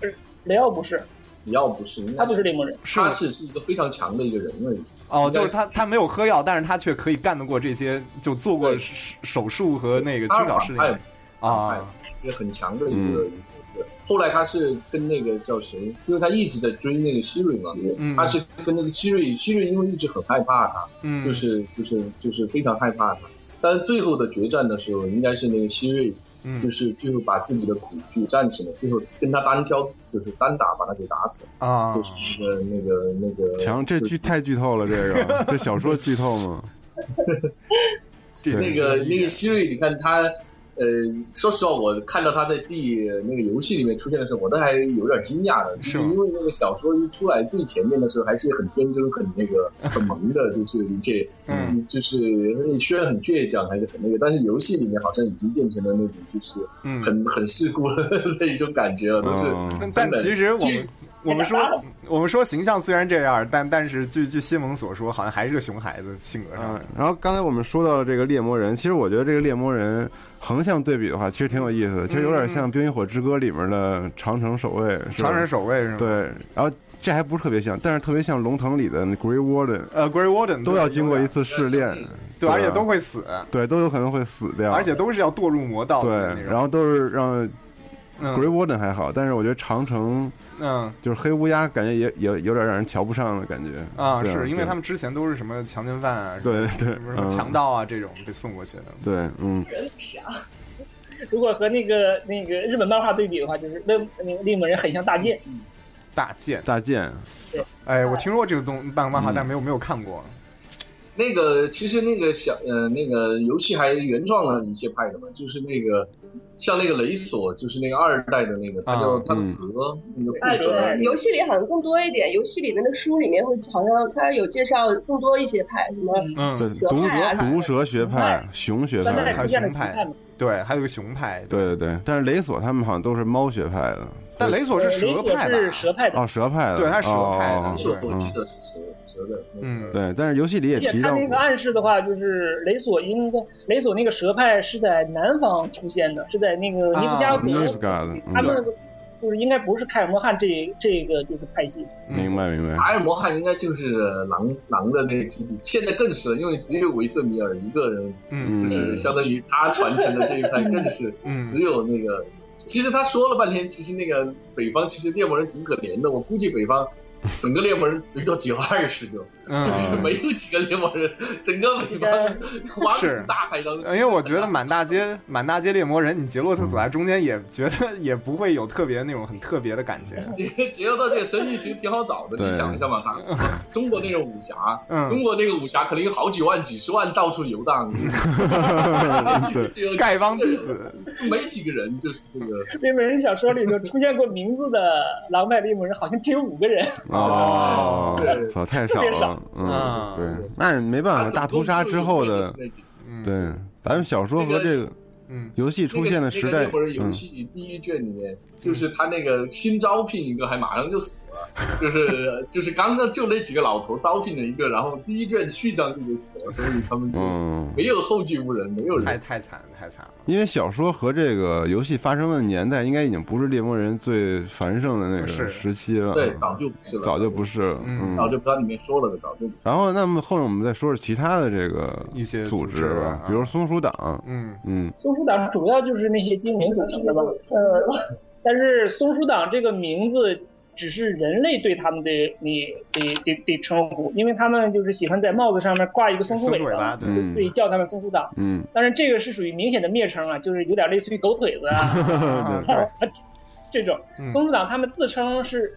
Speaker 2: 不是雷奥不是，
Speaker 8: 里奥不是，应该
Speaker 2: 他不是猎魔人，
Speaker 8: 他是是一个非常强的一个人类。
Speaker 10: 哦，就是
Speaker 8: 应该
Speaker 10: 他他没有喝药，但是他却可以干得过这些，就做过手手术和那个
Speaker 8: 阿
Speaker 10: 青
Speaker 8: 尔
Speaker 10: 岛
Speaker 8: 法
Speaker 10: 试
Speaker 8: 派
Speaker 10: 炼啊。
Speaker 8: 一个很强的一个。
Speaker 10: 嗯
Speaker 8: 一个后来他是跟那个叫谁，因为他一直在追那个希瑞嘛，
Speaker 10: 嗯
Speaker 8: 他是跟那个希瑞，希瑞因为一直很害怕他，
Speaker 10: 嗯
Speaker 8: 就是就是就是非常害怕他。但是最后的决战的时候，应该是那个希瑞，
Speaker 10: 嗯
Speaker 8: 就是最后把自己的恐惧战胜了，最后跟他单挑，就是单打把他给打死
Speaker 10: 啊，
Speaker 8: 就是那个那个那个
Speaker 9: 强，这剧太剧透了，这 个这小说剧透吗？对
Speaker 8: 那个那个希瑞，你看他，呃，说实话，我看到他在第呃那个游戏里面出现的时候，我都还有点惊讶的，就是因为那个小说一出来最前面的时候，还是很天真、很那个、很萌的，就是一切，嗯，就是虽然很倔强，还是很那个，但是游戏里面好像已经变成了那种就是
Speaker 10: 嗯
Speaker 8: 很、很世故的那一种感觉了，都是
Speaker 9: 哦。
Speaker 8: 真的
Speaker 10: 但其实我们
Speaker 8: 剧
Speaker 10: 我们说我们说形象虽然这样，但但是据据新蒙所说，好像还是个熊孩子性格上
Speaker 9: 嗯。，然后刚才我们说到了这个猎魔人，其实我觉得这个猎魔人横向对比的话，其实挺有意思的，其实有点像《冰与火之歌》里面的长城守卫，是吧
Speaker 10: 嗯长城守卫是吗
Speaker 9: 对，然后这还不是特别像，但是特别像龙腾里的那 Grey Warden，
Speaker 10: 呃，Grey Warden
Speaker 9: 都要经过一次试炼，
Speaker 10: 对，而且
Speaker 9: 吧
Speaker 10: 都会死，
Speaker 9: 对，都有可能会死掉，
Speaker 10: 而且都是要堕入魔道的
Speaker 9: 对，然
Speaker 10: 那种。
Speaker 9: 后都是让
Speaker 10: 嗯
Speaker 9: Grey Warden 还好，但是我觉得长城
Speaker 10: 嗯
Speaker 9: 就是黑乌鸦，感觉也也有点让人瞧不上的感觉
Speaker 10: 啊，
Speaker 9: 对
Speaker 10: 是因为
Speaker 9: 对
Speaker 10: 他们之前都是什么强奸犯啊，
Speaker 9: 对对
Speaker 10: 什么什么
Speaker 9: 嗯
Speaker 10: 强盗啊这种被送过去的。
Speaker 9: 对，嗯，
Speaker 2: 如果和那个那个日本漫画对比的话，就是那那个猎魔人很像大剑，
Speaker 10: 嗯大剑，
Speaker 9: 大剑，
Speaker 10: 哎，我听说过这个动漫漫画，但没有没有看过。
Speaker 8: 那个其实那个小呃那个游戏还原创了一些派的嘛，就是那个像那个雷索，就是那个二代的那个，他叫
Speaker 9: 啊
Speaker 8: 他的
Speaker 9: 嗯
Speaker 8: 蛇那个
Speaker 12: 哎，
Speaker 8: 副蛇
Speaker 12: 对，游戏里好像更多一点，游戏里面的书里面会好像它有介绍更多一些派，什么
Speaker 8: 嗯
Speaker 10: 嗯
Speaker 9: 对，
Speaker 12: 蛇
Speaker 9: 毒
Speaker 12: 派啊，
Speaker 9: 毒蛇学派、熊学
Speaker 2: 现在
Speaker 9: 派
Speaker 2: 出，现了熊派嘛，
Speaker 10: 对，还有个熊派，
Speaker 9: 对对对，但是雷索他们好像都是猫学派的，
Speaker 10: 但雷索是蛇派
Speaker 2: 是
Speaker 10: 吧？
Speaker 2: 蛇派的
Speaker 9: 哦，蛇派的，
Speaker 10: 对他是蛇派的
Speaker 9: 哦
Speaker 10: 是
Speaker 9: 哦哦
Speaker 8: 我记
Speaker 9: 嗯
Speaker 8: 得是蛇蛇的，
Speaker 10: 嗯，
Speaker 9: 对，但是游戏里也
Speaker 2: 而且
Speaker 9: 提
Speaker 2: 他
Speaker 9: 到
Speaker 2: 那个
Speaker 9: 过，
Speaker 2: 暗示的话，就是雷索应该雷索那个蛇派是在南方出现的，是在那个尼布加
Speaker 9: 尼
Speaker 2: 格，
Speaker 9: 夫嘎的，
Speaker 2: 他们
Speaker 9: 啊嗯
Speaker 2: 就是应该不是凯尔摩汉这这个就是派 系。
Speaker 9: 嗯明白明白
Speaker 8: 达，尔摩汉应该就是狼狼的那个基地，现在更是了，因为只有维瑟米尔一个人，
Speaker 10: 嗯
Speaker 8: 就是相当于他传承的这一派更是，
Speaker 10: 嗯
Speaker 8: 只有那个。其实他说了半天，其实那个北方其实猎魔人挺可怜的，我估计北方整个猎魔人最多只有二十个，
Speaker 10: 嗯
Speaker 8: 就是 没有几个猎魔人，整个北方 挖
Speaker 10: 是
Speaker 8: 苦大海当中。
Speaker 10: 因为我觉得满大街满大街猎魔人，你杰洛特走在中间，也觉得也不会有特别那种很特别的感觉。
Speaker 8: 结结合到这个生意其实挺好找的，
Speaker 9: 对
Speaker 8: 你想一下嘛， 他中国那个武侠，
Speaker 10: 嗯
Speaker 8: 中国那个武侠可能有好几万、几十万到处游 荡，
Speaker 9: 对，
Speaker 8: 只有
Speaker 10: 丐帮
Speaker 8: 几
Speaker 10: 弟
Speaker 8: 十个人，
Speaker 10: 子，
Speaker 8: 没几个人，就是这个。
Speaker 2: 猎魔人小说里头出现过名字的狼派猎魔人好像只有五个人，
Speaker 9: 哦
Speaker 8: 对，
Speaker 9: 操，太
Speaker 8: 特
Speaker 9: 少
Speaker 8: 别
Speaker 9: 了
Speaker 8: 少，
Speaker 9: 嗯
Speaker 8: 啊，
Speaker 9: 对，那没办法，嗯大屠杀之后的，对，咱们小说和这个
Speaker 10: 嗯
Speaker 9: 游戏出现的时代
Speaker 8: 那个那个那会儿，游
Speaker 9: 嗯，
Speaker 8: 戏第一卷里面，就是他那个新招聘一个，还马上就死了，就是就是刚刚就那几个老头招聘了一个，然后第一卷序章就给死了，所以他们就
Speaker 9: 嗯
Speaker 8: 没有后继无人，没有人。
Speaker 10: 太太惨了，太惨了。
Speaker 9: 因为小说和这个游戏发生的年代，应该已经不是猎魔人最繁盛的那个
Speaker 8: 是
Speaker 9: 时期了，嗯
Speaker 8: 对，早就不是了，
Speaker 9: 早就不是了，嗯，
Speaker 8: 早就不知道里面说了的，早就不
Speaker 9: 然后，那么后面我们再说说其他的这个
Speaker 10: 一些
Speaker 9: 组
Speaker 10: 组织
Speaker 9: 织吧
Speaker 10: 啊，
Speaker 9: 比如松鼠党，
Speaker 10: 嗯
Speaker 9: 嗯，
Speaker 2: 松鼠党主要就是那些精灵组成的吧。呃，但是松鼠党这个名字只是人类对他们的那的的的称呼，因为他们就是喜欢在帽子上面挂一个松鼠尾
Speaker 10: 松鼠尾巴
Speaker 2: 巴，
Speaker 10: 对
Speaker 2: 所以所以叫他们松鼠党。
Speaker 9: 嗯，
Speaker 2: 当然，这个是属于明显的蔑称啊，就是有点类似于狗腿子 啊这种
Speaker 10: 嗯。
Speaker 2: 松鼠党他们自称是，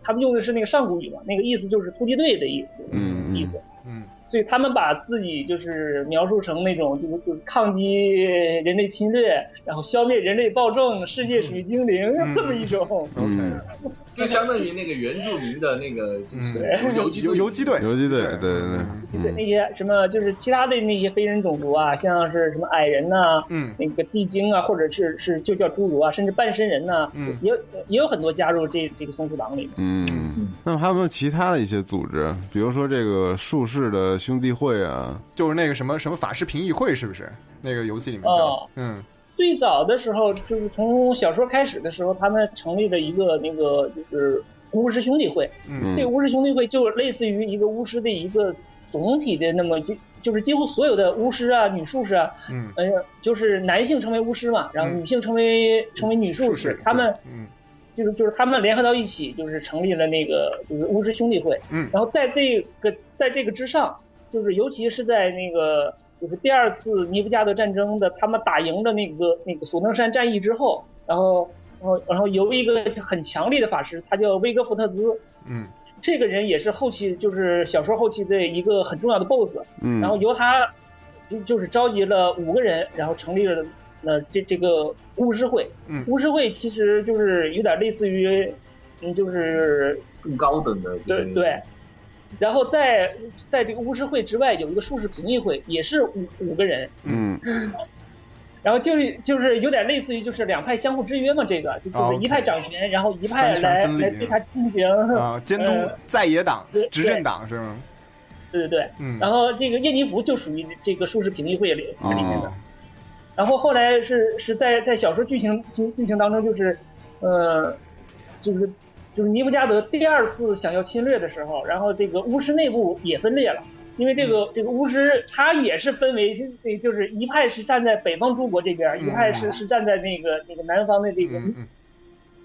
Speaker 2: 他们用的是那个上古语嘛，那个意思就是突击队的意思。
Speaker 9: 嗯
Speaker 2: 意思。
Speaker 10: 嗯，
Speaker 2: 所以他们把自己就是描述成那种就是就是抗击人类侵略，然后消灭人类暴政，世界属于精灵、这么一种。
Speaker 9: 嗯，
Speaker 8: 就相当于那个原住民的那个就是
Speaker 10: 哎
Speaker 2: 嗯
Speaker 8: 游击队，游击
Speaker 10: 队，
Speaker 9: 游击队，对对对，
Speaker 2: 对
Speaker 9: 嗯
Speaker 2: 那些什么，就是其他的那些非人种族啊，像是什么矮人呐、
Speaker 10: 嗯
Speaker 2: 那个地精啊，或者是是就叫侏儒啊，甚至半身人呐、
Speaker 10: 嗯
Speaker 2: 也有也有很多加入这这个松鼠党里面。
Speaker 9: 嗯，那么还有没有其他的一些组织？比如说这个术士的兄弟会啊，
Speaker 10: 就是那个什么什么法师评议会，是不是？那个游戏里面
Speaker 2: 哦
Speaker 10: 叫，嗯
Speaker 2: 最早的时候，就是从小说开始的时候，他们成立了一个那个就是巫师兄弟会。
Speaker 10: 嗯
Speaker 2: 这个巫师兄弟会就类似于一个巫师的一个总体的那么就就是几乎所有的巫师啊、女术士啊，
Speaker 10: 嗯
Speaker 2: 呃，就是男性成为巫师嘛，然后
Speaker 10: 嗯
Speaker 2: 女性成为、成为女术士，他们
Speaker 10: 嗯
Speaker 2: 就是就是他们联合到一起，就是成立了那个就是巫师兄弟会。
Speaker 10: 嗯
Speaker 2: 然后在这个在这个之上，就是尤其是在那个就是第二次尼布加德战争的，他们打赢了那个那个索登山战役之后，然后然后然后由一个很强力的法师，他叫威格福特兹，
Speaker 10: 嗯
Speaker 2: 这个人也是后期就是小说后期的一个很重要的 BOSS。
Speaker 9: 嗯
Speaker 2: 然后由他就就是召集了五个人，然后成立了呃这这个巫师会。
Speaker 10: 嗯
Speaker 2: 巫师会其实就是有点类似于，嗯，就是
Speaker 8: 更高等的
Speaker 2: 对
Speaker 10: 嗯
Speaker 2: 对。然后在在这个巫师会之外，有一个术士评议会，也是五五个人。
Speaker 9: 嗯
Speaker 2: 然后就是就是有点类似于就是两派相互制约嘛，这个就就是
Speaker 10: 啊 OK
Speaker 2: 一派掌权，然后一派
Speaker 10: 三权
Speaker 2: 来
Speaker 10: 分立
Speaker 2: 来对他进行
Speaker 10: 啊，监督
Speaker 2: 呃
Speaker 10: 在野党
Speaker 2: 对、
Speaker 10: 执政党是吗？
Speaker 2: 对对对，
Speaker 10: 嗯
Speaker 2: 然后这个叶尼服就属于这个术士评议会里
Speaker 10: 哦
Speaker 2: 里面的，然后后来是是在在小说剧情剧剧情当中就是，呃，就是就是尼布加德第二次想要侵略的时候，然后这个巫师内部也分裂了。因为这个、这个巫师他也是分为，这就是一派是站在北方诸国这边，一派是是站在那个那个南方的这个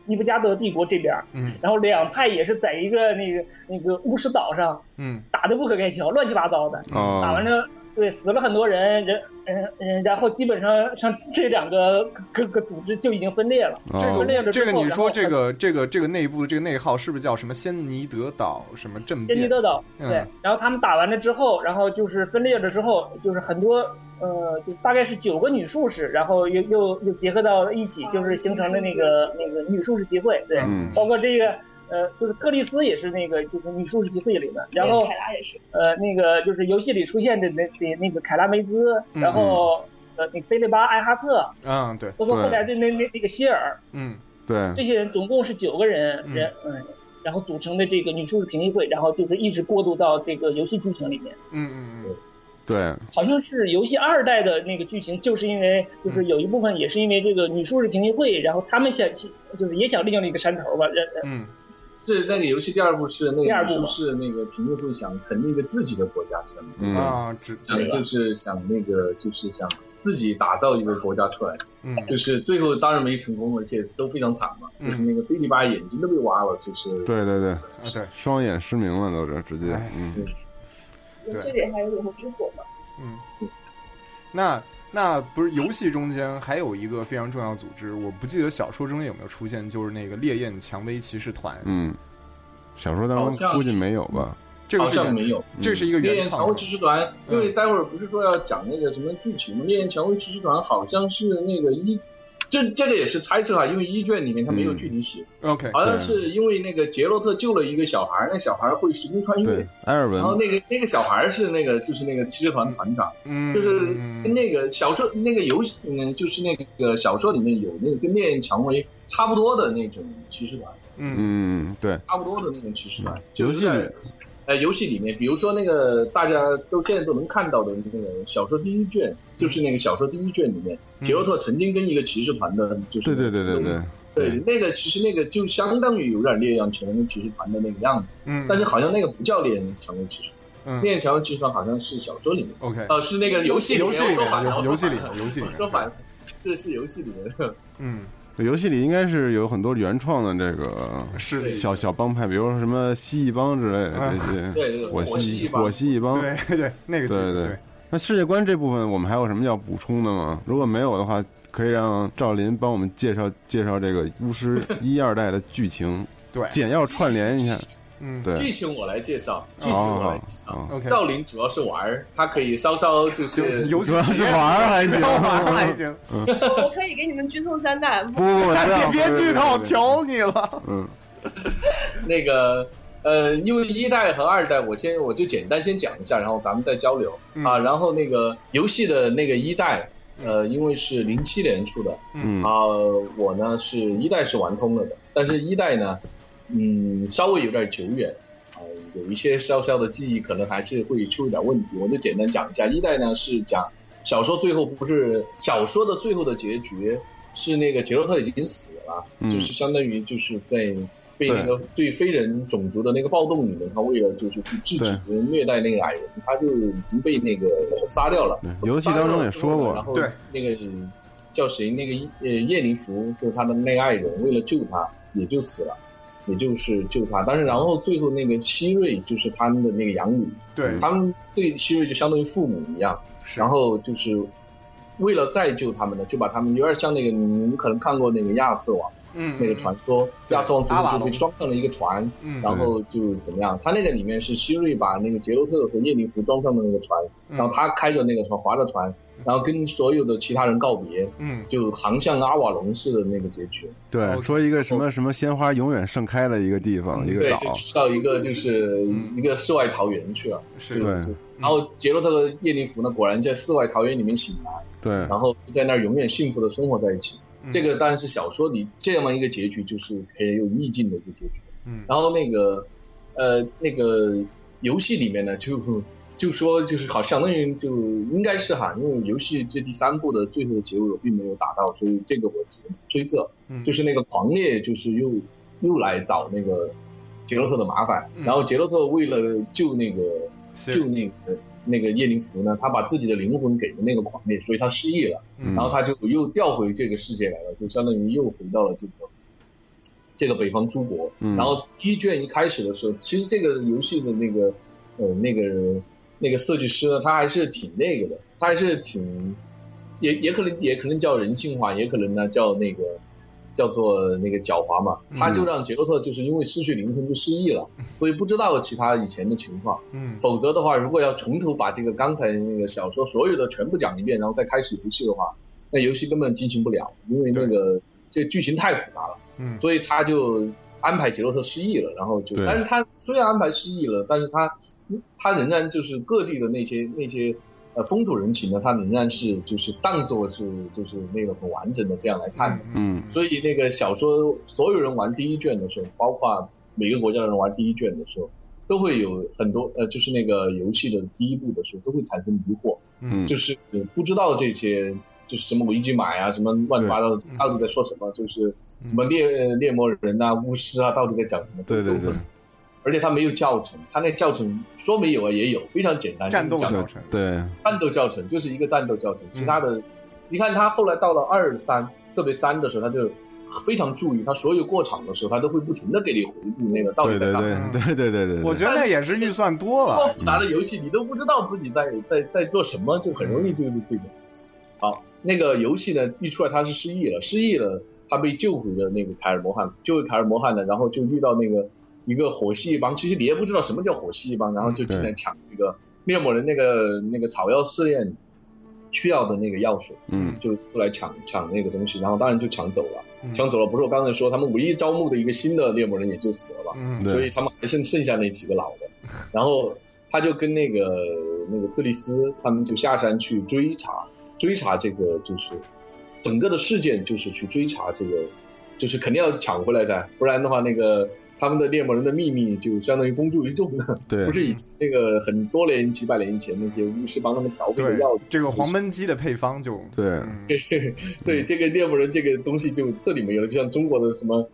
Speaker 2: 尼布加德帝国这边，
Speaker 10: 嗯
Speaker 2: 然后两派也是在一个那个那个巫师岛上，
Speaker 10: 嗯
Speaker 2: 打得不可开交，乱七八糟的。
Speaker 9: 哦
Speaker 2: 打完了，对，死了很多人，人，嗯嗯，然后基本上像这两个各个组织就已经分裂了。
Speaker 10: 这
Speaker 2: 分裂
Speaker 10: 个
Speaker 2: 了
Speaker 10: 哦
Speaker 2: 之
Speaker 10: 这个，
Speaker 2: 后，
Speaker 10: 你
Speaker 2: 然
Speaker 10: 说
Speaker 2: 后
Speaker 10: 这个这个这个内部这个内耗是不是叫什么仙尼德岛什么政
Speaker 2: 珍
Speaker 10: 变？
Speaker 2: 妮德岛，
Speaker 10: 嗯
Speaker 2: 对，然后他们打完了之后，然后就是分裂了之后，就是很多呃，就是大概是九个女术士，然后又又又结合到一
Speaker 11: 啊
Speaker 2: 起，就是形成了那个那个女术士集会，对，
Speaker 11: 嗯
Speaker 2: 包括这个。呃，就是特丽斯也是那个，就是女术士集会里面，然后
Speaker 11: 凯拉也是
Speaker 2: 呃，那个就是游戏里出现的那那那个凯拉梅兹，
Speaker 10: 嗯
Speaker 2: 然后呃，那菲利巴艾哈特，
Speaker 10: 嗯，对，
Speaker 2: 包括后来的那那那个希尔，
Speaker 10: 嗯
Speaker 9: 对
Speaker 2: 这些人总共是九个人，
Speaker 10: 嗯
Speaker 2: 人嗯，然后组成的这个女术士评议会，然后就是一直过渡到这个游戏剧情里面。
Speaker 10: 嗯嗯嗯，
Speaker 9: 对，
Speaker 2: 好像是游戏二代的那个剧情，就是因为
Speaker 10: 嗯
Speaker 2: 就是有一部分也是因为这个女术士评议会，然后他们想就是也想利用这个山头吧，人
Speaker 10: 嗯，
Speaker 8: 是那个游戏第二部是那
Speaker 2: 第
Speaker 8: 个
Speaker 2: 二
Speaker 8: 女
Speaker 2: 部
Speaker 8: 术
Speaker 2: 嘛
Speaker 8: 士那个评议会想成立一个自己的国家，是吗？
Speaker 9: 嗯
Speaker 10: 啊只
Speaker 8: 想就是想那个就是想自己打造一个国家出来，
Speaker 10: 嗯
Speaker 8: 就是最后当然没成功，而且都非常惨嘛，
Speaker 10: 嗯
Speaker 8: 就是那个菲利巴眼睛都被挖了，就是
Speaker 9: 对对对，
Speaker 10: 啊对，
Speaker 9: 双眼失明了都是直接，嗯，
Speaker 12: 游戏里还有永恒之火嘛？
Speaker 10: 嗯，那那不是游戏中间还有一个非常重要的组织，我不记得小说中间有没有出现，就是那个烈焰蔷薇骑士团。
Speaker 9: 嗯，小说当
Speaker 8: 好像
Speaker 9: 中
Speaker 8: 是
Speaker 9: 估计没有吧？
Speaker 10: 这个
Speaker 8: 好
Speaker 10: 是
Speaker 8: 像没有，
Speaker 10: 这是一个
Speaker 8: 烈
Speaker 10: 原
Speaker 8: 焰蔷
Speaker 10: 创嗯
Speaker 8: 薇骑士团，因为待会儿不是说要讲那个什么剧情吗？烈焰蔷薇骑士团好像是那个一这这个也是猜测啊，因为一卷里面它没
Speaker 10: 嗯
Speaker 8: 有具体写。
Speaker 10: OK，
Speaker 8: 好像是因为那个杰洛特救了一个小孩，那小孩会时空穿越。
Speaker 9: 埃尔文嗯
Speaker 8: 然后那个那个小孩是那个就是那个骑士团团长，
Speaker 10: 嗯
Speaker 8: 就是跟那个小说那个游戏，嗯，就是那个小说里面有那个跟烈焰蔷薇差不多的那种骑士团，
Speaker 9: 嗯嗯，对，
Speaker 8: 差不多的那种骑士团，就
Speaker 9: 游
Speaker 8: 是
Speaker 9: 戏
Speaker 8: 在
Speaker 9: 里
Speaker 8: 呃，游戏里面，比如说那个大家都现在都能看到的那个小说第一卷，就是那个小说第一卷里面，
Speaker 9: 嗯
Speaker 8: 杰洛特曾经跟一个骑士团的，就是
Speaker 9: 对对对对对，
Speaker 8: 对那个其实那个就相当于有点烈焰蔷薇骑士团的那个样子，
Speaker 10: 嗯
Speaker 8: 但是好像那个不叫烈焰蔷薇骑士团，
Speaker 10: 嗯
Speaker 8: 烈焰蔷薇骑士团好像是小说里面
Speaker 10: OK
Speaker 8: 呃，是那个游戏
Speaker 10: 游戏里面
Speaker 8: 我说反了，
Speaker 10: 游
Speaker 8: 我
Speaker 10: 戏
Speaker 8: 说
Speaker 10: 里
Speaker 8: 反了
Speaker 10: 游戏里
Speaker 8: 我说反了，是是游戏里面的，
Speaker 10: 嗯，
Speaker 9: 游戏里应该是有很多原创的这个
Speaker 10: 是
Speaker 9: 小小帮派，比如说什么蜥蜴帮之类的这些，
Speaker 8: 对对
Speaker 9: 火
Speaker 8: 火蜥蜴帮
Speaker 9: 火蜥蜴帮，
Speaker 10: 对对，那个
Speaker 9: 对对。那世界观这部分我们还有什么要补充的吗？如果没有的话，可以让赵林帮我们介绍介绍这个巫师 一二代的剧情，
Speaker 10: 对
Speaker 9: 简要串联一下，
Speaker 10: 嗯
Speaker 9: 对，
Speaker 8: 剧情我来介绍，剧情我来
Speaker 9: 哦
Speaker 8: 介绍。
Speaker 9: 哦，
Speaker 8: 赵林主要是玩儿，他可以稍稍就是
Speaker 9: 游戏主要是玩儿还行主要玩儿还行嗯
Speaker 12: 我我可以给你们剧透三代。
Speaker 9: 不不我知道
Speaker 10: 别别剧透，求你了。
Speaker 9: 嗯，
Speaker 8: 那个呃，因为一代和二代，我先我就简单先讲一下，然后咱们再交流、
Speaker 10: 嗯
Speaker 8: 啊。然后那个游戏的那个一代，呃，因为是零七年出的，
Speaker 9: 嗯
Speaker 8: 啊、我呢是一代是玩通了的，但是一代呢，嗯，稍微有点久远。呃有一些稍稍的记忆可能还是会出一点问题，我就简单讲一下。一代呢是讲小说最后不是小说的最后的结局是那个杰洛特已经死了，
Speaker 9: 嗯
Speaker 8: 就是相当于就是在被那个对非人种族的那个暴动里面，他为了就是去制止虐待那个矮人，他就已经被那个杀掉了。
Speaker 9: 游戏当中也说过
Speaker 8: 然后那个叫谁那个呃叶灵符，就是他的那个爱人，为了救他也就死了，也就是救他。但是然后最后那个希瑞就是他们的那个养女，
Speaker 10: 对
Speaker 8: 嗯他们对希瑞就相当于父母一样，然后就是为了再救他们呢，就把他们有点像那个你们可能看过那个亚瑟王。
Speaker 10: 嗯
Speaker 8: 那个传说，亚瑟王
Speaker 10: 阿瓦
Speaker 8: 最后就
Speaker 10: 隆
Speaker 8: 被装上了一个船，
Speaker 10: 嗯
Speaker 8: 然后就怎么样？他那个里面是希瑞把那个杰洛特和叶灵符装上的那个船，
Speaker 10: 嗯
Speaker 8: 然后他开着那个船划着船，然后跟所有的其他人告别，
Speaker 10: 嗯
Speaker 8: 就航向阿瓦隆式的那个结局。
Speaker 9: 对，说一个什么什么鲜花永远盛开的一个地方，一个
Speaker 8: 嗯对，
Speaker 9: 岛
Speaker 8: 就，去到一个
Speaker 10: 嗯
Speaker 8: 就是一个世外桃源去了。是
Speaker 9: 对
Speaker 10: 嗯
Speaker 8: 然后杰洛特和叶灵符呢，果然在世外桃源里面醒
Speaker 10: 嗯
Speaker 8: 来，
Speaker 9: 对，
Speaker 8: 然后在那儿永远幸福的生活在一起。这个当然是小说里这么一个结局，就是很有意境的一个结局。
Speaker 10: 嗯
Speaker 8: 然后那个呃那个游戏里面呢，就 就说就是好相当于就应该是哈，因为游戏这第三部的最后的结尾我并没有达到，所以这个我只能推测，
Speaker 10: 嗯
Speaker 8: 就是那个狂烈就是又又来找那个杰洛特的麻烦，
Speaker 10: 嗯
Speaker 8: 然后杰洛特为了救那个救那个那个叶灵符呢，他把自己的灵魂给了那个狂烈，所以他失忆了，
Speaker 10: 嗯
Speaker 8: 然后他就又调回这个世界来了，就相当于又回到了这个这个北方诸国。
Speaker 9: 嗯
Speaker 8: 然后第一卷一开始的时候，其实这个游戏的那个呃那个那个设计师呢，他还是挺那个的，他还是挺也也可能也可能叫人性化，也可能呢叫那个叫做那个狡猾嘛，
Speaker 10: 嗯
Speaker 8: 他就让杰洛特就是因为失去灵魂就失忆 了，所以不知道其他以前的情况。
Speaker 10: 嗯
Speaker 8: 否则的话，如果要从头把这个刚才那个小说所有的全部讲一遍，然后再开始游戏的话，那游戏根本进行不了，因为那个这剧情太复杂了。
Speaker 10: 嗯
Speaker 8: 所以他就安排杰洛特失忆了，然后就
Speaker 10: 对，
Speaker 8: 但是他虽然安排失忆了，但是他他仍然就是各地的那些那些呃风土人情呢，他仍然是就是当做是就是那种很完整的这样来看的。
Speaker 9: 嗯
Speaker 8: 所以那个小说，所有人玩第一卷的时候，包括每个国家的人玩第一卷的时候，都会有很多呃，就是那个游戏的第一步的时候，都会产生疑惑，
Speaker 9: 嗯
Speaker 8: 就是呃不知道这些就是什么维基买啊，什么乱七八糟的到底在说什么，就是什么猎呃猎魔人呐、巫师啊，到底在讲什么？
Speaker 9: 对对对，
Speaker 8: 而且他没有教程，他那教程说没有啊也有，非常简单，
Speaker 10: 战斗
Speaker 8: 就是讲
Speaker 10: 教程
Speaker 9: 对，
Speaker 8: 战斗教程就是一个战斗教
Speaker 9: 嗯
Speaker 8: 程，其他的，你看他后来到了二三，特别三的时候，他就非常注意，他所有过场的时候，他都会不停的给你回顾那个到底
Speaker 9: 对
Speaker 8: 在
Speaker 9: 对
Speaker 8: 干
Speaker 9: 对
Speaker 8: 嘛。
Speaker 9: 对对对对，
Speaker 10: 我觉得那也是预算多
Speaker 8: 这么
Speaker 10: 了
Speaker 8: 复。杂的游戏，你都不知道自己在在在做什么，就很容易就是这个。好，那个游戏呢，一出来他是失忆了，失忆了，他被救回了那个凯尔摩汉，救回凯尔摩汉呢，然后就遇到那个一个火蜥蜴帮，其实你也不知道什么叫火蜥蜴帮，然后就进来抢那个猎魔人那个那个草药试验需要的那个药水，
Speaker 9: 嗯，
Speaker 8: 就出来抢抢那个东西，然后当然就抢走了。
Speaker 10: 嗯
Speaker 8: 抢嗯走了，不是我刚才说他们唯一招募的一个新的猎魔人也就死了嘛，
Speaker 9: 嗯
Speaker 8: 所以他们还剩剩下那几个老的，然后他就跟那个那个特丽斯他们就下山去追查，追查这个就是整个的事件就是去追查这个，就是肯定要抢回来噻，不然的话那个他们的猎魔人的秘密就相当于公诸于众了，
Speaker 9: 对
Speaker 8: 不是以前那个很多年几百年以前那些巫师帮他们调配的
Speaker 10: 对
Speaker 9: 嗯
Speaker 8: 药，，
Speaker 10: 这个黄焖鸡的配方就嗯
Speaker 9: 对，
Speaker 8: 对对，这个猎魔人这个东西就彻底没有了，就像中国的什么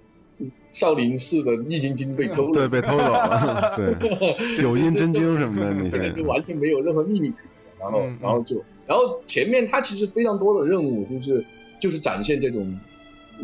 Speaker 8: 少林寺的易筋经被偷了，
Speaker 9: 对，被偷走了，对，九阴真经什么的那
Speaker 8: 这个就
Speaker 9: 些，
Speaker 8: 完全没有任何秘密可言。然后，
Speaker 9: 嗯
Speaker 8: 然后就，然后前面他其实非常多的任务，就是就是展现这种，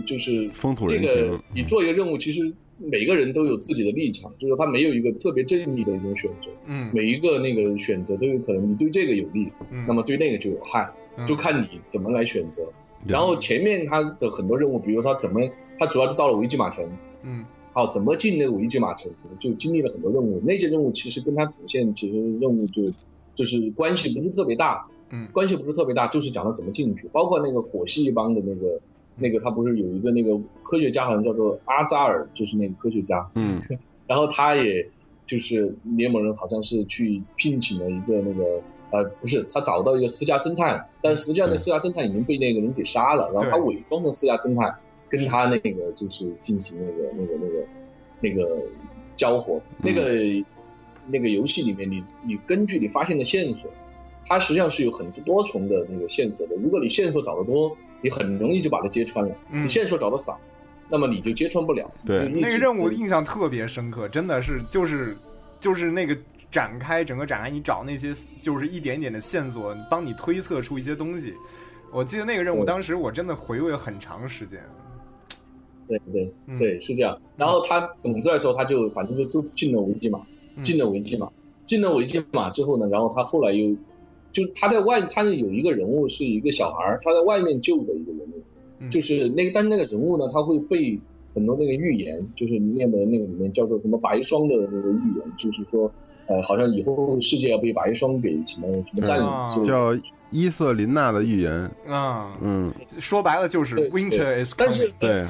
Speaker 8: 就是
Speaker 9: 风土
Speaker 8: 这
Speaker 9: 人
Speaker 8: 个
Speaker 9: 情，嗯
Speaker 8: 你做一个任务，其实每个人都有自己的立场，就是他没有一个特别正义的一种选择，
Speaker 10: 嗯
Speaker 8: 每一个那个选择都有可能你对这个有利，
Speaker 10: 嗯
Speaker 8: 那么对那个就有害，
Speaker 10: 嗯
Speaker 8: 就看你怎么来选择。
Speaker 9: 嗯
Speaker 8: 然后前面他的很多任务，比如他怎么，他主要是到了维基马城，
Speaker 10: 嗯
Speaker 8: 好，怎么进那个维基马城，就经历了很多任务。那些任务其实跟他主线其实任务就就是关系不是特别大，
Speaker 10: 嗯
Speaker 8: 关系不是特别大，就是讲他怎么进去。包括那个火系一帮的那个那个，他不是有一个那个科学家，好像叫做阿扎尔，就是那个科学家，
Speaker 9: 嗯，
Speaker 8: 然后他也就是联盟人，好像是去聘请了一个那个。呃，不是，他找到一个私家侦探，但实际上那私家侦探已经被那个人给杀了，然后他伪装成私家侦探，跟他那个就是进行那个那个那个那个交火，那个、
Speaker 10: 嗯
Speaker 8: 那个游戏里面你，你根据你发现的线索，它实际上是有很多重的那个线索的。如果你线索找得多，你很容易就把它揭穿了；
Speaker 10: 嗯
Speaker 8: 你线索找得少，那么你就揭穿不了。就一直
Speaker 10: 那个任务印象特别深刻，真的是就是就是那个展开整个展开，你找那些就是一点一点的线索，帮你推测出一些东西。我记得那个任务，
Speaker 8: 对
Speaker 10: 当时我真的回味了很长时间。嗯
Speaker 8: 对对
Speaker 9: 嗯
Speaker 8: 对，是这样。然后他总之来说，他就反正就就进了维基嘛，
Speaker 10: 嗯
Speaker 9: 嗯
Speaker 8: 进了维基嘛，进了维基嘛之后呢，然后他后来又就他在外，他有一个人物是一个小孩儿，他在外面救的一个人
Speaker 10: 嗯
Speaker 9: 嗯
Speaker 8: 物，就是那个，但是那个人物呢，他会被很多那个预言，就是念的那个里面叫做什么白霜的那个预言，就是说。呃，好像以后世界要被白霜给什么什么占领之类的，
Speaker 9: 啊叫伊瑟琳娜的预言，
Speaker 10: 啊，
Speaker 9: 嗯，
Speaker 10: 说白了就是
Speaker 8: 对
Speaker 10: Winter
Speaker 8: 对
Speaker 10: is
Speaker 8: 但是
Speaker 10: coming。
Speaker 9: 对，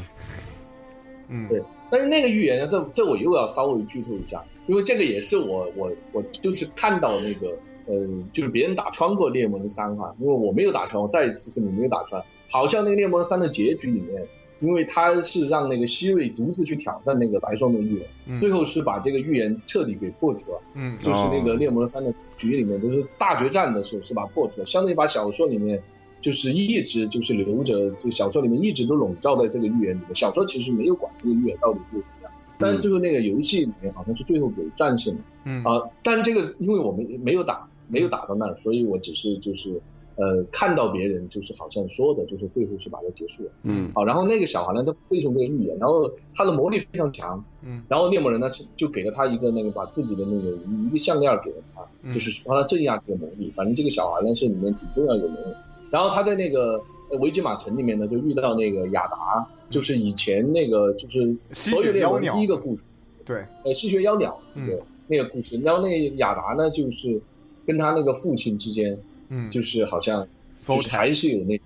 Speaker 10: 嗯，
Speaker 8: 对。但是那个预言呢，这这我又要稍微剧透一下，因为这个也是我我我就是看到那个呃，就是别人打穿过猎魔人三哈，因为我没有打穿，我再一次声明没有打穿。好像那个猎魔人三的结局里面，因为他是让那个希瑞独自去挑战那个白霜的预言，
Speaker 10: 嗯
Speaker 8: 最后是把这个预言彻底给破除了。
Speaker 10: 嗯
Speaker 8: 就是那个《猎魔人三》的局里面，就是大决战的时候是吧破除了，相当于把小说里面就是一直就是留着，就小说里面一直都笼罩在这个预言里面。小说其实没有管这个预言到底是怎么样，但是最后那个游戏里面好像是最后给战胜了。
Speaker 10: 嗯
Speaker 8: 啊、但这个因为我们没有打，没有打到那儿，所以我只是就是呃看到别人就是好像说的，就是最后是把它结束了。
Speaker 9: 嗯
Speaker 8: 啊，然后那个小孩呢，他背诵这个预言，然后他的魔力非常强，
Speaker 10: 嗯
Speaker 8: 然后猎魔人呢就给了他一个那个把自己的那个一个项链给了他，
Speaker 10: 嗯
Speaker 8: 就是帮他镇压这个魔力。反正这个小孩呢是里面挺重要的一个人物。然后他在那个呃维基马城里面呢就遇到那个雅达，就是以前那个就是
Speaker 10: 吸
Speaker 8: 所有
Speaker 10: 血
Speaker 8: 猎
Speaker 10: 妖
Speaker 8: 魔人
Speaker 10: 鸟
Speaker 8: 第一个故事，
Speaker 10: 对，
Speaker 8: 呃吸血妖鸟
Speaker 10: 嗯
Speaker 8: 对那个故事。然后那个雅达呢就是跟他那个父亲之间
Speaker 10: 嗯，
Speaker 8: 就是好像就是还是有那，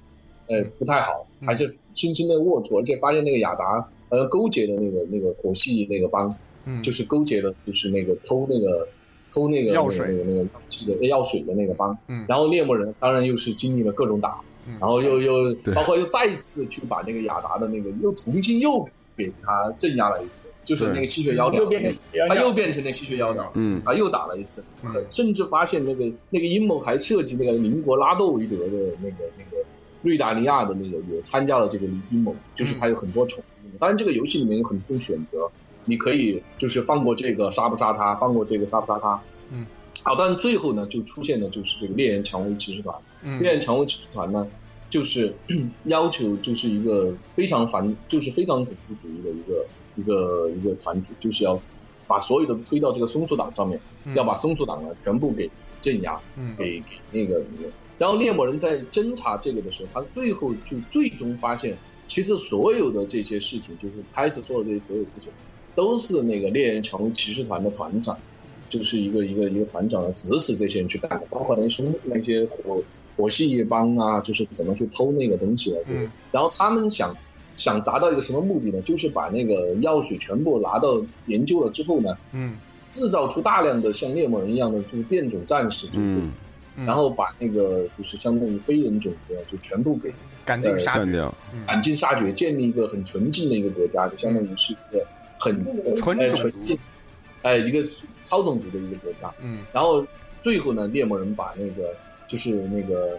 Speaker 8: 呃，不太好，
Speaker 10: 嗯
Speaker 8: 还是轻轻的握住，而且发现那个雅达呃勾结的那个那个火系那个帮，
Speaker 10: 嗯
Speaker 8: 就是勾结的，就是那个偷那个偷那个
Speaker 10: 药
Speaker 8: 那个
Speaker 10: 水
Speaker 8: 那个那个这个药水的那个帮，
Speaker 10: 嗯
Speaker 8: 然后猎魔人当然又是经历了各种打，
Speaker 10: 嗯
Speaker 8: 然后又又
Speaker 9: 对
Speaker 8: 包括又再一次去把那个雅达的那个又重新又给他镇压了一次，就是
Speaker 9: 对
Speaker 8: 那个吸血妖鸟，
Speaker 2: 又变成吸血妖
Speaker 8: 他
Speaker 2: 鸟
Speaker 8: 又变成那吸血妖鸟，
Speaker 9: 嗯
Speaker 8: 啊，又打了一次，
Speaker 10: 嗯
Speaker 8: 甚至发现那个那个阴谋还涉及那个邻国拉斗维德的那个那个瑞达尼亚的那个也参加了这个阴谋，就是他有很多重。当然，这个游戏里面有很多选择，你可以就是放过这个杀不杀他，放过这个杀不杀他。
Speaker 10: 嗯，
Speaker 8: 好，但最后呢，就出现的就是这个猎人蔷薇骑士团。
Speaker 10: 嗯
Speaker 8: 猎人蔷薇骑士团呢，就是嗯要求就是一个非常反，就是非常恐怖主义的一个一个一个团体，就是要把所有的推到这个松鼠党上面，
Speaker 10: 嗯
Speaker 8: 要把松鼠党呢全部给镇压，
Speaker 10: 嗯
Speaker 8: 给给那个那个。然后猎魔人在侦查这个的时候，他最后就最终发现，其实所有的这些事情，就是开始做的这些所有事情，都是那个猎人蔷薇骑士团的团长就是一个一个一个团长指使这些人去干的，包括连兄那些火火系帮啊，就是怎么去偷那个东西了。
Speaker 10: 嗯，
Speaker 8: 然后他们想想达到一个什么目的呢？就是把那个药水全部拿到研究了之后呢，
Speaker 10: 嗯
Speaker 8: 制造出大量的像猎魔人一样的就是变种战士，就是
Speaker 9: 嗯，
Speaker 8: 然后把那个就是相当于非人种的就全部给
Speaker 10: 赶尽
Speaker 8: 呃
Speaker 10: 杀绝嗯
Speaker 9: 干掉，
Speaker 8: 赶尽杀绝，建立一个很纯净的一个国家，就相当于是一个很
Speaker 10: 纯
Speaker 8: 呃
Speaker 10: 种
Speaker 8: 纯
Speaker 10: 族
Speaker 8: 净，哎、一个超种族的一个国家。
Speaker 10: 嗯
Speaker 8: 然后最后呢，猎魔人把那个就是那个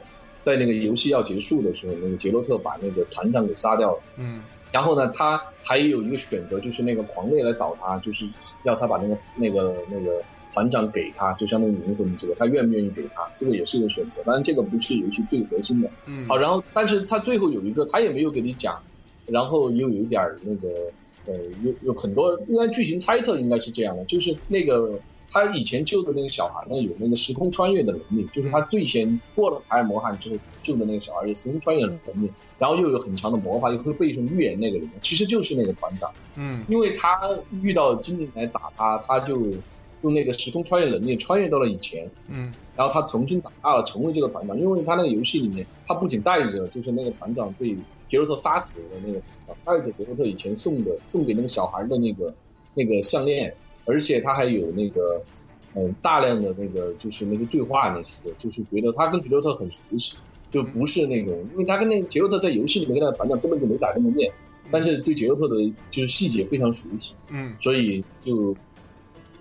Speaker 8: 在那个游戏要结束的时候，那个杰洛特把那个团长给杀掉了。
Speaker 10: 嗯
Speaker 8: 然后呢，他还有一个选择，就是那个狂猎来找他，就是要他把那个那个那个团长给他，就相当于灵魂这个，他愿不愿意给他，这个也是一个选择。当然，这个不是游戏最核心的。
Speaker 10: 嗯
Speaker 8: 好，然后但是他最后有一个，他也没有给你讲，然后又有一点儿那个，呃，有有很多，应该剧情猜测应该是这样的，就是那个他以前救的那个小孩呢，有那个时空穿越的能力，就是他最先过了海尔魔汉之后救的那个小孩有时空穿越的能力，然后又有很强的魔法，又会背诵预言那个人，其实就是那个团长，
Speaker 10: 嗯
Speaker 8: 因为他遇到精灵来打他，他就用那个时空穿越能力穿越到了以前，
Speaker 10: 嗯
Speaker 8: 然后他重新长大了，成为这个团长。因为他那个游戏里面，他不仅带着就是那个团长被杰洛特杀死的那个团长，带着杰洛特以前送的送给那个小孩的那个 那个项链，而且他还有那个嗯大量的那个就是那个对话那些，就是觉得他跟杰洛特很熟悉，就不是那种，因为他跟那个杰洛特在游戏里面跟那个团长根本就没打这么面，但是对杰洛特的就是细节非常熟悉，
Speaker 10: 嗯
Speaker 8: 所以就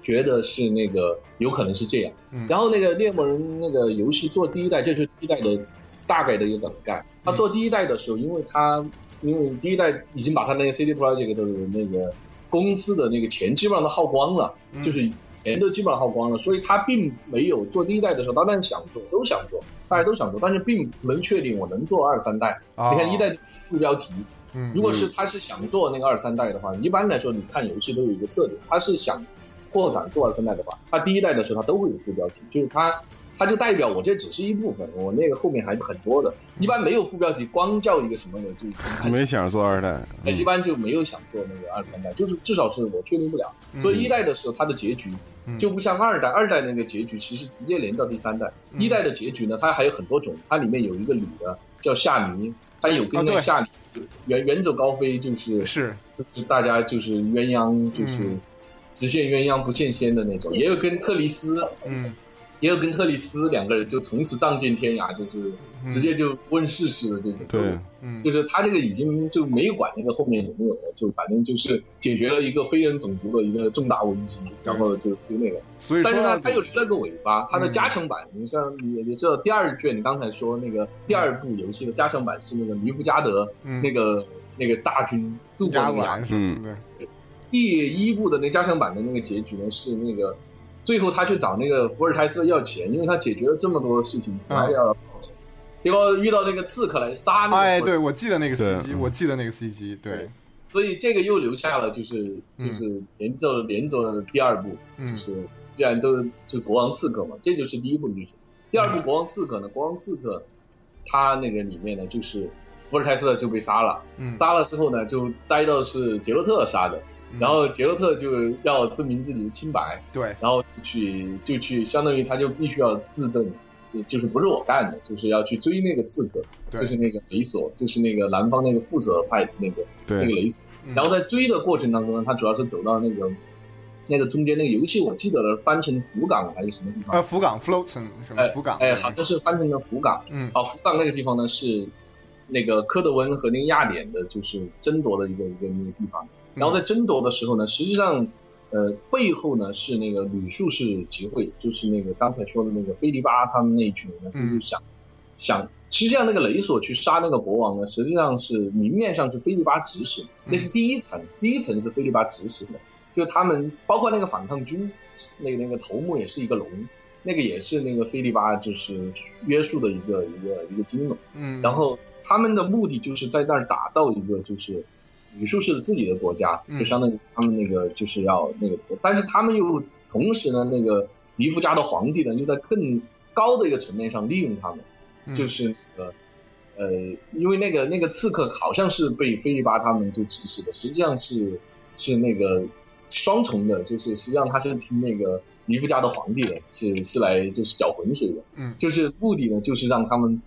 Speaker 8: 觉得是那个有可能是这样。
Speaker 10: 嗯
Speaker 8: 然后那个猎魔人那个游戏做第一代，这就是第一代的大概的一个梗概。他做第一代的时候，因为他因为第一代已经把他那个 CD Projekt 的那个公司的那个钱基本上都耗光了，
Speaker 10: 嗯
Speaker 8: 就是钱都基本上耗光了，所以他并没有做第一代的时候，他当然想做，都想做，大家都想做，但是并不能确定我能做二三代。
Speaker 10: 哦
Speaker 8: 你看一代副标题，
Speaker 10: 嗯
Speaker 8: 如果是他是想做那个二三代的话，一般来说你看游戏都有一个特点，他是想扩展做二三代的话，他第一代的时候他都会有副标题，就是他他就代表我这只是一部分，我那个后面还很多的，一般没有副标题，光叫一个什么的就已经
Speaker 9: 没想做二代，
Speaker 8: 哎，一般就没有想做那个二三代，就是至少是我确定不了。
Speaker 9: 嗯
Speaker 8: 所以一代的时候，它的结局
Speaker 9: 嗯
Speaker 8: 就不像二代，二代那个结局其实直接连到第三代。一代的结局呢，它还有很多种，它里面有一个女的叫夏妮，它有跟那
Speaker 10: 啊对
Speaker 8: 个夏妮远远走高飞，就是
Speaker 10: 嗯是
Speaker 8: 就是大家就是鸳鸯，就是
Speaker 10: 嗯
Speaker 8: 只羡鸳鸯不羡仙的那种，也有跟特丽斯
Speaker 10: 嗯
Speaker 8: 也有跟特丽斯两个人就从此仗剑天涯，就是
Speaker 10: 嗯
Speaker 8: 直接就问世事的这种。
Speaker 9: 对，
Speaker 10: 嗯
Speaker 8: 就是他这个已经就没管那个后面有没有了，就反正就是解决了一个非人种族的一个重大危机，然后就就那个。
Speaker 10: 所以说嗯
Speaker 8: 但是
Speaker 10: 要
Speaker 8: 呢，
Speaker 10: 是
Speaker 8: 他又留了个尾巴，他的加强版，你像你你知道第二卷，你刚才说那个第二部游戏的加强版是那个尼布加德、
Speaker 10: 嗯
Speaker 8: 那个那个大军渡过
Speaker 10: 压
Speaker 8: 那
Speaker 10: 完
Speaker 8: 个
Speaker 10: 是
Speaker 9: 嗯
Speaker 10: 对，
Speaker 8: 第一部的那加强版的那个结局呢，是那个最后他去找那个伏尔泰斯要钱，因为他解决了这么多事情，
Speaker 10: 嗯
Speaker 8: 他要报仇，结果遇到那个刺客来杀那个。
Speaker 10: 哎，对，我记得那个司机，
Speaker 9: 对嗯
Speaker 10: 我记得那个司机，对，
Speaker 8: 所以这个又留下了，就是就是连着连着的第二部，
Speaker 10: 嗯
Speaker 8: 就是既然都就是国王刺客嘛，这就是第一部的剧情。第二
Speaker 10: 嗯
Speaker 8: 部国王刺客呢，国王刺客他那个里面呢，就是伏尔泰斯特就被杀了，
Speaker 10: 嗯
Speaker 8: 杀了之后呢，就栽到是杰洛特杀的，然后杰洛特就要证明自己的清白，
Speaker 10: 嗯对，
Speaker 8: 然后就去就去，相当于他就必须要自证，就就是不是我干的，就是要去追那个刺客，
Speaker 10: 对
Speaker 8: 就是那个雷索，就是那个南方那个负责派的那个
Speaker 9: 对
Speaker 8: 那个雷索。
Speaker 10: 嗯
Speaker 8: 然后在追的过程当中呢，他主要是走到那个那个中间那个游戏，我记得了，翻成福冈还是什么地方？
Speaker 10: 呃，福冈 floating 什么
Speaker 8: 哎
Speaker 10: 福冈，
Speaker 8: 哎，好像是翻成了福冈。
Speaker 10: 嗯
Speaker 8: 好，福冈那个地方呢是那个科德温和那个雅典的，就是争夺的一个一个那个地方。然后在争夺的时候呢，实际上，呃，背后呢是那个吕术士集会，就是那个刚才说的那个菲利巴他们那一群人呢，就是想、想，实际上那个雷索去杀那个国王呢，实际上是明面上是菲利巴指使的，那是第一层，第一层是菲利巴指使的，就他们包括那个反抗军，那个那个头目也是一个龙，那个也是那个菲利巴就是约束的一个一个一个金龙，
Speaker 10: 嗯
Speaker 8: 然后他们的目的就是在那儿打造一个就是语术士自己的国家，
Speaker 10: 嗯
Speaker 8: 就相当于他们那个就是要那个，但是他们又同时呢，那个尼夫家的皇帝呢，又在更高的一个层面上利用他们，
Speaker 10: 嗯
Speaker 8: 就是那个呃，因为那个那个刺客好像是被菲利巴他们就指使的，实际上是是那个双重的，就是实际上他是听那个渔夫家的皇帝的，是是来就是搅浑水的，
Speaker 10: 嗯，
Speaker 8: 就是目的呢，就是让他们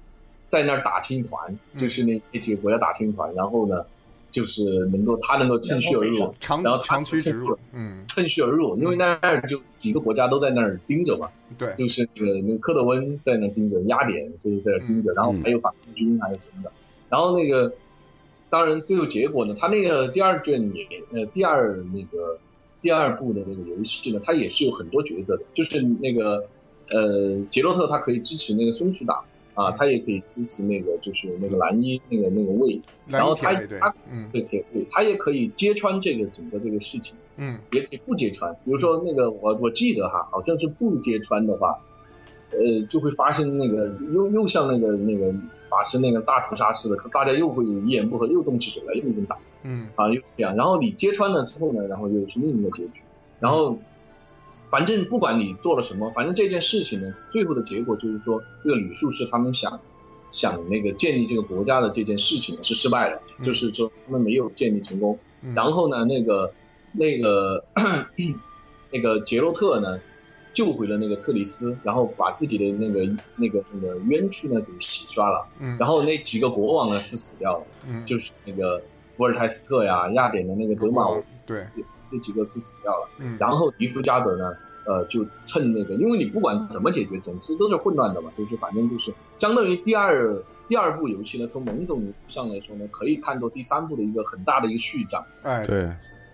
Speaker 8: 在那儿打成一团，
Speaker 10: 嗯
Speaker 8: 就是那那几个国家打成一团，然后呢，就是能够他能够趁虚而入，
Speaker 10: 长
Speaker 8: 然后他
Speaker 10: 长驱直
Speaker 8: 趁
Speaker 10: 入，嗯，
Speaker 8: 趁虚而入，因为那儿就几个国家都在那儿盯着嘛，
Speaker 10: 对，
Speaker 8: 就是那个那个科德温在那儿盯着，雅典就是在那儿盯着，然后还有法国军还有什么的，然后那个当然最后结果呢，他那个第二卷也呃第二那个第二部的那个游戏呢，它也是有很多抉择的，就是那个呃杰洛特他可以支持那个松鼠党啊，他也可以支持那个就是那个蓝衣那个那个卫，
Speaker 10: 蓝衣
Speaker 8: 然后他
Speaker 10: 铁卫对
Speaker 8: 他
Speaker 10: 嗯
Speaker 8: 对铁卫，他也可以揭穿这个整个这个事情。
Speaker 10: 嗯
Speaker 8: 也可以不揭穿。比如说那个我我记得哈，好像是不揭穿的话，呃，就会发生那个又又像那个那个法师那个大屠杀似的，大家又会一言不合又动起手来，又一顿打
Speaker 10: 嗯
Speaker 8: 啊，又是这样。然后你揭穿了之后呢，然后又是另一个结局。然后反正不管你做了什么，反正这件事情呢，最后的结果就是说，这个吕术士他们想想那个建立这个国家的这件事情是失败的，
Speaker 10: 嗯
Speaker 8: 就是说他们没有建立成功。
Speaker 10: 嗯
Speaker 8: 然后呢，那个那个 那个杰洛特呢，救回了那个特里斯，然后把自己的那个那个那个冤屈呢给洗刷了。
Speaker 10: 嗯
Speaker 8: 然后那几个国王呢是死掉了，
Speaker 10: 嗯
Speaker 8: 就是那个伏尔泰斯特呀、雅典的那个德玛文
Speaker 10: 对，
Speaker 8: 这几个是死掉了。
Speaker 10: 嗯
Speaker 8: 然后尼夫加德呢，呃，就趁那个，因为你不管怎么解决，总之都是混乱的嘛，就是反正就是相当于第二第二部游戏呢，从某种意义上来说呢，可以看作第三部的一个很大的一个序章。
Speaker 10: 哎，
Speaker 9: 对，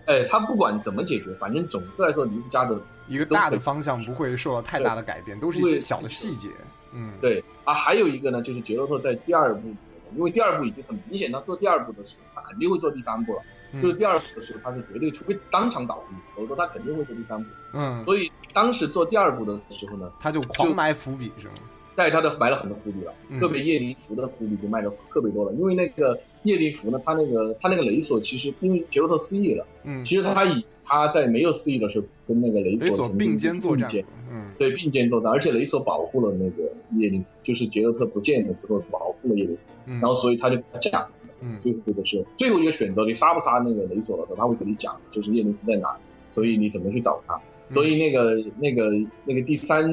Speaker 8: 哎，他不管怎么解决，反正总之来说，尼夫加德
Speaker 10: 一个大的方向不会受到太大的改变，都是一些小的细节。嗯，
Speaker 8: 对啊，还有一个呢，就是杰洛特在第二部，因为第二部已经很明显，他做第二部的时候，他肯定会做第三部了。
Speaker 10: 嗯
Speaker 8: 就是第二部的时候，他是绝对，除非当场倒地，否则他肯定会做第三部。
Speaker 10: 嗯，
Speaker 8: 所以当时做第二部的时候呢，
Speaker 10: 他就狂埋伏笔是吗？
Speaker 8: 在他的埋了很多伏笔了，
Speaker 10: 嗯
Speaker 8: 特别叶灵符的伏笔就卖的特别多了，因为那个叶灵符呢，他那个他那个雷索其实因为杰洛特失忆了，
Speaker 10: 嗯
Speaker 8: 其实他以他在没有失忆的时候跟那个雷
Speaker 10: 雷索
Speaker 8: 曾经
Speaker 10: 并肩作战
Speaker 8: 并肩
Speaker 10: 嗯
Speaker 8: 对，并肩作战，而且雷索保护了那个叶灵符，就是杰洛特不见了之后保护了叶灵符，
Speaker 10: 嗯
Speaker 8: 然后所以他就这样。
Speaker 10: 嗯
Speaker 8: 最后的是最后一个选择，你杀不杀那个雷索的时候，他会给你讲，就是叶灵符在哪，所以你怎么去找他。所
Speaker 10: 嗯
Speaker 8: 以那个、那个那个第三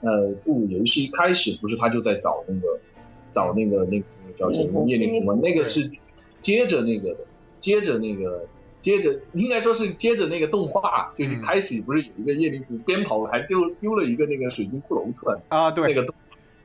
Speaker 8: 呃部游戏一开始不是他就在找那个找那个那个叫什么
Speaker 10: 嗯
Speaker 8: 叶灵符吗？那个是接着那个的，接着那个。接着应该说是接着那个动画，就是
Speaker 10: 嗯
Speaker 8: 一开始不是有一个叶灵符边跑还丢丢了一个那个水晶骷髅出来
Speaker 10: 啊，对嗯
Speaker 8: 那个动，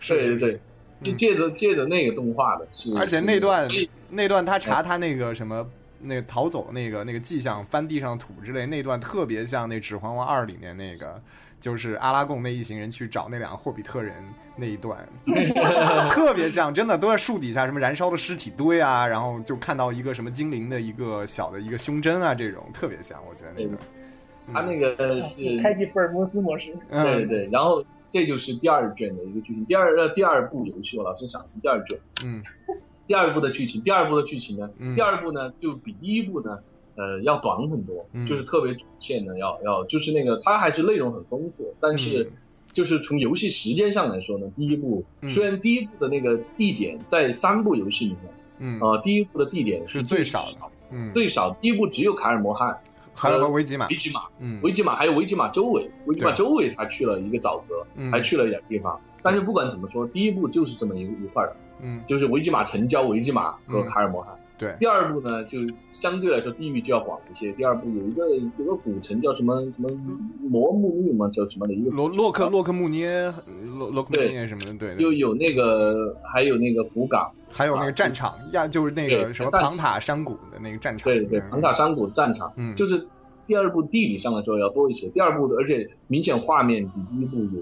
Speaker 8: 对对对，就借着借着那个动画的哎是，
Speaker 10: 而且
Speaker 8: 嗯是
Speaker 10: 那段
Speaker 8: 所以
Speaker 10: 那段他查他那个什么。那个逃走那个那个迹象，翻地上土之类，那段特别像那《指环王二》里面那个，就是阿拉贡那一行人去找那两个霍比特人那一 段，特别像，真的都在树底下什么燃烧的尸体堆啊，然后就看到一个什么精灵的一个小的一个胸针啊，这种特别像，我觉得那个，嗯
Speaker 8: 他那个是嗯
Speaker 2: 开启福尔摩斯模式。
Speaker 8: 对对对，然后这就是第二卷的一个剧情，第二呃第二部游戏，我老是想第二卷，
Speaker 10: 嗯
Speaker 8: 第二部的剧情，第二部的剧情呢，
Speaker 10: 嗯
Speaker 8: 第二部呢就比第一部呢，呃要短很多，
Speaker 10: 嗯
Speaker 8: 就是特别主线呢要要就是那个它还是内容很丰富，但是就是从游戏时间上来说呢，第一部、
Speaker 10: 嗯
Speaker 8: 虽然第一部的那个地点在三部游戏里面，
Speaker 10: 嗯
Speaker 8: 呃第一部的地点是最少
Speaker 10: 的，嗯，
Speaker 8: 最呃少第一部只有卡尔摩汉。
Speaker 10: 还有个维吉玛，
Speaker 8: 维吉玛，
Speaker 10: 嗯
Speaker 8: 维吉玛还有维吉玛周围，维吉玛
Speaker 10: 对啊
Speaker 8: 周围他去了一个沼泽，
Speaker 10: 嗯
Speaker 8: 还去了两个地方。但是不管怎么说，第一部就是这么一一块儿的，
Speaker 10: 嗯
Speaker 8: 就是维吉玛城郊、维吉玛和卡尔摩罕。
Speaker 10: 对，
Speaker 8: 第二部呢，就相对来说地域就要广一些。第二部有一个有个古城叫什么什么罗慕尼嘛，叫什么的一个
Speaker 10: 罗洛克洛克穆涅洛洛克穆涅什么的，对，对
Speaker 8: 又有那个还有那个福冈，
Speaker 10: 还有那个战场，亚就是那个
Speaker 8: 对
Speaker 10: 什么
Speaker 8: 战
Speaker 10: 庞塔山谷的那个战场。
Speaker 8: 对对，庞塔山谷战场，
Speaker 10: 嗯
Speaker 8: 就是第二部地理上来说要多一些，第二部的而且明显画面比第一部有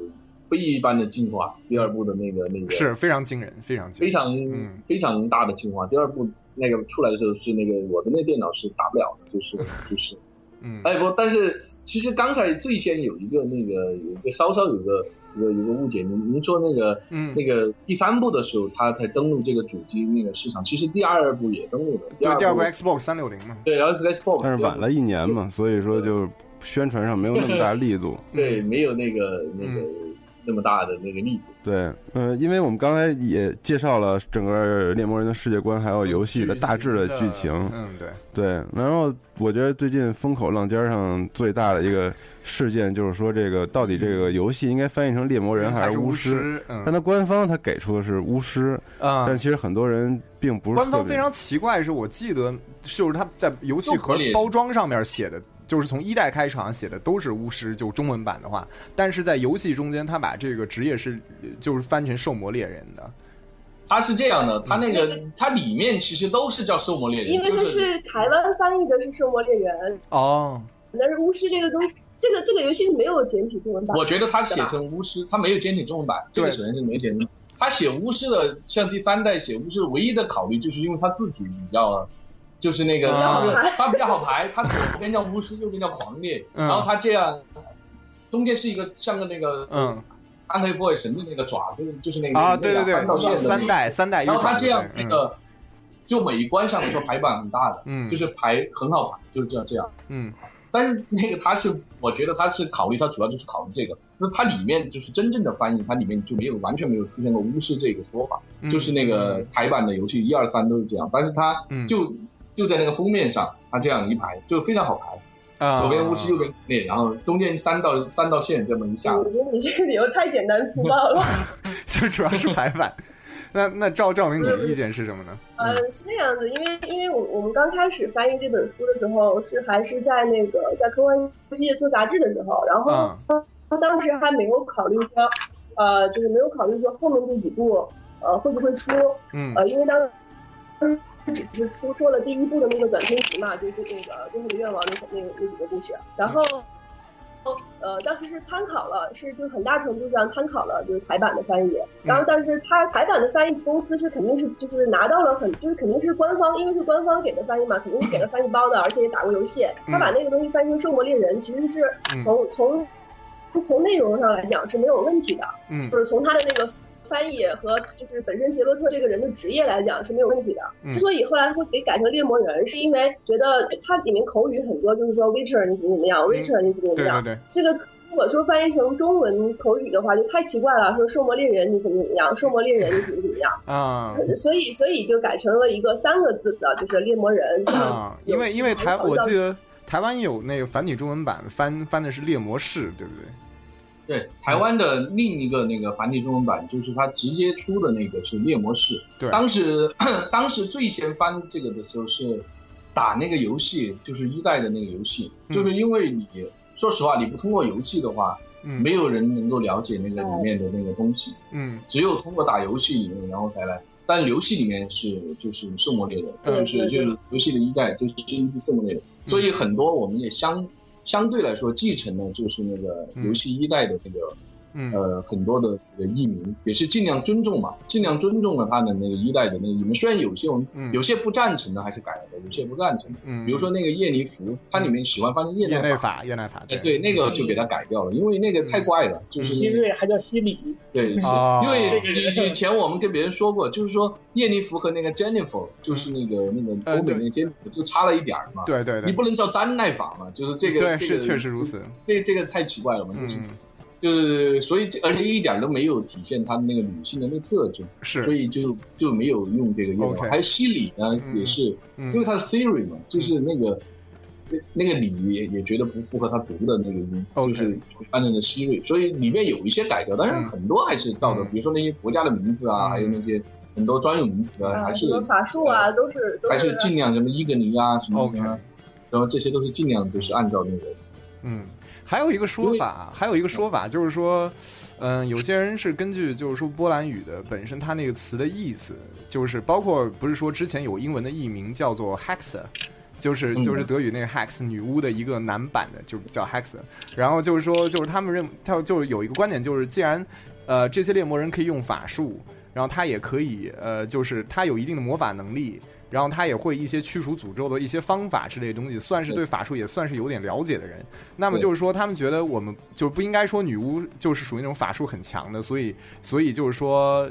Speaker 8: 非一般的进化，第二部的那个那个
Speaker 10: 是非常惊人，非常惊人。
Speaker 8: 非常、
Speaker 10: 嗯
Speaker 8: 非常大的进化。第二部那个出来的时候是那个我的那电脑是打不了的，就是就是，
Speaker 10: 嗯，
Speaker 8: 哎不，但是其实刚才最先有一个那个有一个稍稍有一个有个有个误解，您您说那个
Speaker 10: 嗯
Speaker 8: 那个第三部的时候他才登陆这个主机那个市场，其实第二部也登陆了，
Speaker 10: 对，第二
Speaker 8: 部
Speaker 10: 部 Xbox 三六零嘛，
Speaker 8: 对，然后 Xbox
Speaker 9: 但是晚了一年
Speaker 10: 嗯
Speaker 9: 嘛，所以说就宣传上没有那么大力度。
Speaker 8: 对，没有那个那个、那么大的那个力度。
Speaker 9: 对，呃，因为我们刚才也介绍了整个猎魔人的世界观，还有游戏的大致的剧情。
Speaker 10: 嗯，对，
Speaker 9: 对，然后我觉得最近风口浪尖上最大的一个事件就是说，这个到底这个游戏应该翻译成猎魔人还
Speaker 10: 还是
Speaker 9: 巫
Speaker 10: 巫
Speaker 9: 师？
Speaker 10: 师嗯
Speaker 9: 但它官方它给出的是巫师，
Speaker 10: 啊
Speaker 9: 但其实很多人并不是
Speaker 10: 官
Speaker 9: 特
Speaker 10: 方
Speaker 9: 别
Speaker 10: 非常奇怪，是我记得就是他在游戏盒
Speaker 9: 都可以
Speaker 10: 包装上面写的，就是从一代开始好像写的都是巫师，就中文版的话，但是在游戏中间他把这个职业是就是翻成兽魔猎人的，
Speaker 8: 它是这样的，它那个
Speaker 10: 嗯
Speaker 8: 它里面其实都是叫兽魔猎
Speaker 12: 因
Speaker 8: 人，
Speaker 12: 为
Speaker 8: 就
Speaker 12: 它是台湾翻译的是《圣魔猎人
Speaker 10: 哦，》，
Speaker 12: 但是巫师这个东西，这个这个游戏是没有简体中文版的。
Speaker 8: 我觉得他写
Speaker 12: 对吧
Speaker 8: 成巫师，他没有简体中文版，这个首先是没有简体中文版。他写巫师的，像第三代写巫师，唯一的考虑就是因为他字体比较，就是那个他
Speaker 10: 啊
Speaker 8: 不是他比较好排，他左边叫巫师，右边叫狂猎，
Speaker 10: 嗯
Speaker 8: 然后他这样中间是一个像个那个
Speaker 10: 嗯
Speaker 8: 暗黑破坏神的那个爪子，就是那个
Speaker 10: 啊
Speaker 8: 那
Speaker 10: 对
Speaker 8: 个
Speaker 10: 对对
Speaker 8: 翻到线的那个
Speaker 10: 三代三代一个
Speaker 8: 然后他
Speaker 10: 爪子
Speaker 8: 这样
Speaker 10: 对
Speaker 8: 那个就美观上来说排版很大的，
Speaker 10: 嗯
Speaker 8: 就是排很好排，就是这样这样。
Speaker 10: 嗯
Speaker 8: 但是那个他是，我觉得他是考虑，他主要就是考虑这个，就是它里面就是真正的翻译，它里面就没有完全没有出现过巫师这个说法，
Speaker 11: 嗯
Speaker 8: 就是那个台版的游戏一二三都是这样，但是它
Speaker 11: 嗯
Speaker 8: 就、就在那个封面上，它这样一排就非常好排，
Speaker 10: 啊
Speaker 8: 左边巫师，右边猎，然后中间三道三道线这么一下，
Speaker 11: 嗯
Speaker 12: 我觉得你这个理由太简单粗暴了。
Speaker 10: 就主要是排版。那那赵赵明，你的意见是什么呢？嗯
Speaker 12: 呃，是这样子，因为因为我我们刚开始翻译这本书的时候，是还是在那个在科幻世界做杂志的时候，然后、
Speaker 10: 啊
Speaker 12: 当时还没有考虑说，呃，就是没有考虑说后面这几部呃会不会出，
Speaker 10: 嗯
Speaker 12: 呃，因为当时只是出过了第一部的那个短篇集嘛，就是那个《最后的愿望》那那那几个故事，然后。呃，当时是参考了，是就很大程度上参考了就是台版的翻译，然后但是它台版的翻译公司是肯定是就是拿到了很就是肯定是官方，因为是官方给的翻译嘛，肯定是给了翻译包的，而且也打过游戏，他把那个东西翻译成《兽魔猎人》，其实是从、从从内容上来讲是没有问题的，
Speaker 10: 嗯
Speaker 12: 就是从他的那个翻译和就是本身杰洛特这个人的职业来讲是没有问题的。
Speaker 10: 嗯
Speaker 12: 之所以后来会给改成猎魔人，是因为觉得它里面口语很多，就是说 Witcher 你怎么怎么样、w i t c h e r 你怎么怎么样。
Speaker 10: 嗯对对对
Speaker 12: 这个如果说翻译成中文口语的话，就太奇怪了，说兽魔猎人你怎么怎么样，兽魔猎人你怎么怎么样。 呃
Speaker 10: 啊，
Speaker 12: 所以，所以就改成了一个三个字的，就是猎魔人。
Speaker 10: 啊，因为因为台
Speaker 12: 有有
Speaker 10: 我记得台湾有那个繁体中文版翻翻的是猎魔士，对不对？
Speaker 8: 对，台湾的另一个那个繁体中文版，就是它直接出的那个是猎魔士。
Speaker 10: 对
Speaker 8: 当时 当时最先翻这个的时候是打那个游戏，就是一代的那个游戏，
Speaker 10: 嗯
Speaker 8: 就是因为你说实话，你不通过游戏的话，
Speaker 10: 嗯
Speaker 8: 没有人能够了解那个里面的那个东西，
Speaker 10: 嗯
Speaker 8: 只有通过打游戏里面，然后才来。但游戏里面是就是圣魔猎人，
Speaker 10: 嗯
Speaker 8: 就是
Speaker 10: 对
Speaker 8: 就是游戏的一代就是一直圣魔猎人，所以很多我们也相相对来说继承了就是那个游戏一代的那个
Speaker 10: 嗯
Speaker 8: 呃很多的这个译名，也是尽量尊重嘛，尽量尊重了他的那个一代的那个译名。虽然有些我们、
Speaker 10: 嗯
Speaker 8: 有些不赞成的还是改了的，有些不赞成的。
Speaker 10: 嗯
Speaker 8: 比如说那个叶尼服，他里面喜欢翻成叶
Speaker 10: 叶
Speaker 8: 奈
Speaker 10: 奈法，嗯叶奈法，嗯
Speaker 8: 哎，对，那个就给他改掉了，因为那个太怪了，就是
Speaker 2: 希
Speaker 8: 那个
Speaker 2: 瑞还叫西里，
Speaker 8: 对，是
Speaker 2: 哦
Speaker 8: 因为以以前我们跟别人说过，就是说叶尼服和那个 Jennifer，就是那个那个欧美那个 Jennifer，就差了一点儿嘛。
Speaker 10: 嗯呃对对对
Speaker 8: 你不能叫詹奈法嘛，就是这个，
Speaker 10: 对
Speaker 8: 这个
Speaker 10: 是确实如此。
Speaker 8: 这这个太奇怪了嘛，就是
Speaker 10: 嗯
Speaker 8: 就是所以这而且一点都没有体现他们那个女性的那个特征，
Speaker 10: 是
Speaker 8: 所以就就没有用这个用法。
Speaker 10: OK
Speaker 8: 还有西里呢，也是
Speaker 10: 嗯
Speaker 8: 因为它是 Siri 嘛，就是那个。那那个里也也觉得不符合他读的那个音就是按照的 Siri，所以里面有一些改掉，但
Speaker 10: 嗯
Speaker 8: 是很多还是照的，比如说那些国家的名字啊，还有那些很多专有名词
Speaker 2: 嗯
Speaker 8: 啊，
Speaker 12: 啊，
Speaker 8: 还
Speaker 12: 什
Speaker 8: 是
Speaker 12: 么法术啊，都是都
Speaker 8: 还是尽量什么伊格尼啊什么的，然后这些都是尽量就是按照那个
Speaker 10: 嗯，还有一个说法，还有
Speaker 8: 嗯
Speaker 10: 一个说法就是说，嗯，有些人是根据就是说波兰语的本身它那个词的意思，就是包括不是说之前有英文的译名叫做 hex。就是
Speaker 11: 嗯
Speaker 10: 就是德语那个 hex 女巫的一个男版的，就叫 hex。然后就是说，就是他们认，他就是有一个观点，就是既然呃这些猎魔人可以用法术，然后他也可以呃，就是他有一定的魔法能力，然后他也会一些驱除诅咒的一些方法之类的东西，算是对法术也算是有点了解的人。那么就是说，他们觉得我们就是不应该说女巫就是属于那种法术很强的，所以所以就是说，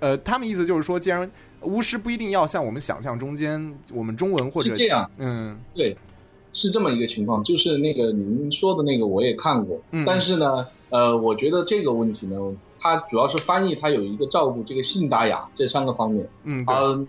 Speaker 10: 呃，他们意思就是说，既然巫师不一定要像我们想象中间，我们中文或者
Speaker 8: 是这样
Speaker 10: 嗯
Speaker 8: 对，是这么一个情况，就是那个您说的那个我也看过，
Speaker 10: 嗯
Speaker 8: 但是呢，呃，我觉得这个问题呢，它主要是翻译，它有一个照顾这个信达雅这三个方面。
Speaker 10: 嗯，
Speaker 8: 呃，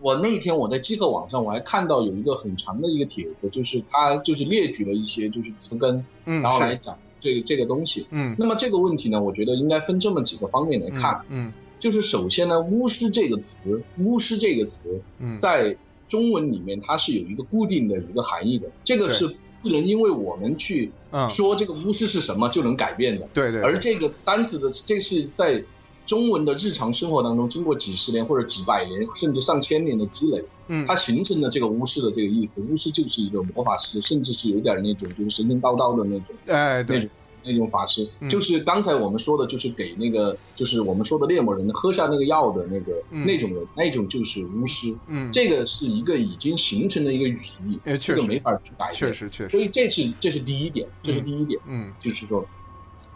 Speaker 8: 我那天我在极客网上我还看到有一个很长的一个帖子，就是它就是列举了一些就是词根，
Speaker 10: 嗯
Speaker 8: 然后来
Speaker 10: 是
Speaker 8: 讲这个这个东西。
Speaker 10: 嗯
Speaker 8: 那么这个问题呢，我觉得应该分这么几个方面来看。
Speaker 10: 嗯
Speaker 8: 就是首先呢，巫师这个词，巫师这个词，
Speaker 10: 嗯
Speaker 8: 在中文里面它是有一个固定的一个含义的，这个
Speaker 10: 对
Speaker 8: 是不能因为我们去
Speaker 10: 嗯
Speaker 8: 说这个巫师是什么就能改变的。
Speaker 10: 对对对
Speaker 8: 而这个单词的，这是在中文的日常生活当中，经过几十年或者几百年甚至上千年的积累，
Speaker 10: 嗯
Speaker 8: 它形成了这个巫师的这个意思。巫师就是一个魔法师，甚至是有点那种就是神神叨叨的那种。
Speaker 10: 哎，
Speaker 8: 那种那种法师，
Speaker 10: 嗯
Speaker 8: 就是刚才我们说的，就是给那个，就是我们说的猎魔人喝下那个药的那个、
Speaker 10: 嗯
Speaker 8: 那种人，那种就是巫师。
Speaker 10: 嗯
Speaker 8: 这个是一个已经形成的一个语义，
Speaker 10: 哎确
Speaker 8: 这个
Speaker 10: 实
Speaker 8: 没法去改变。
Speaker 10: 确实确实
Speaker 8: 所以这是这是第一点，这是第一点。
Speaker 10: 嗯
Speaker 8: 就是说，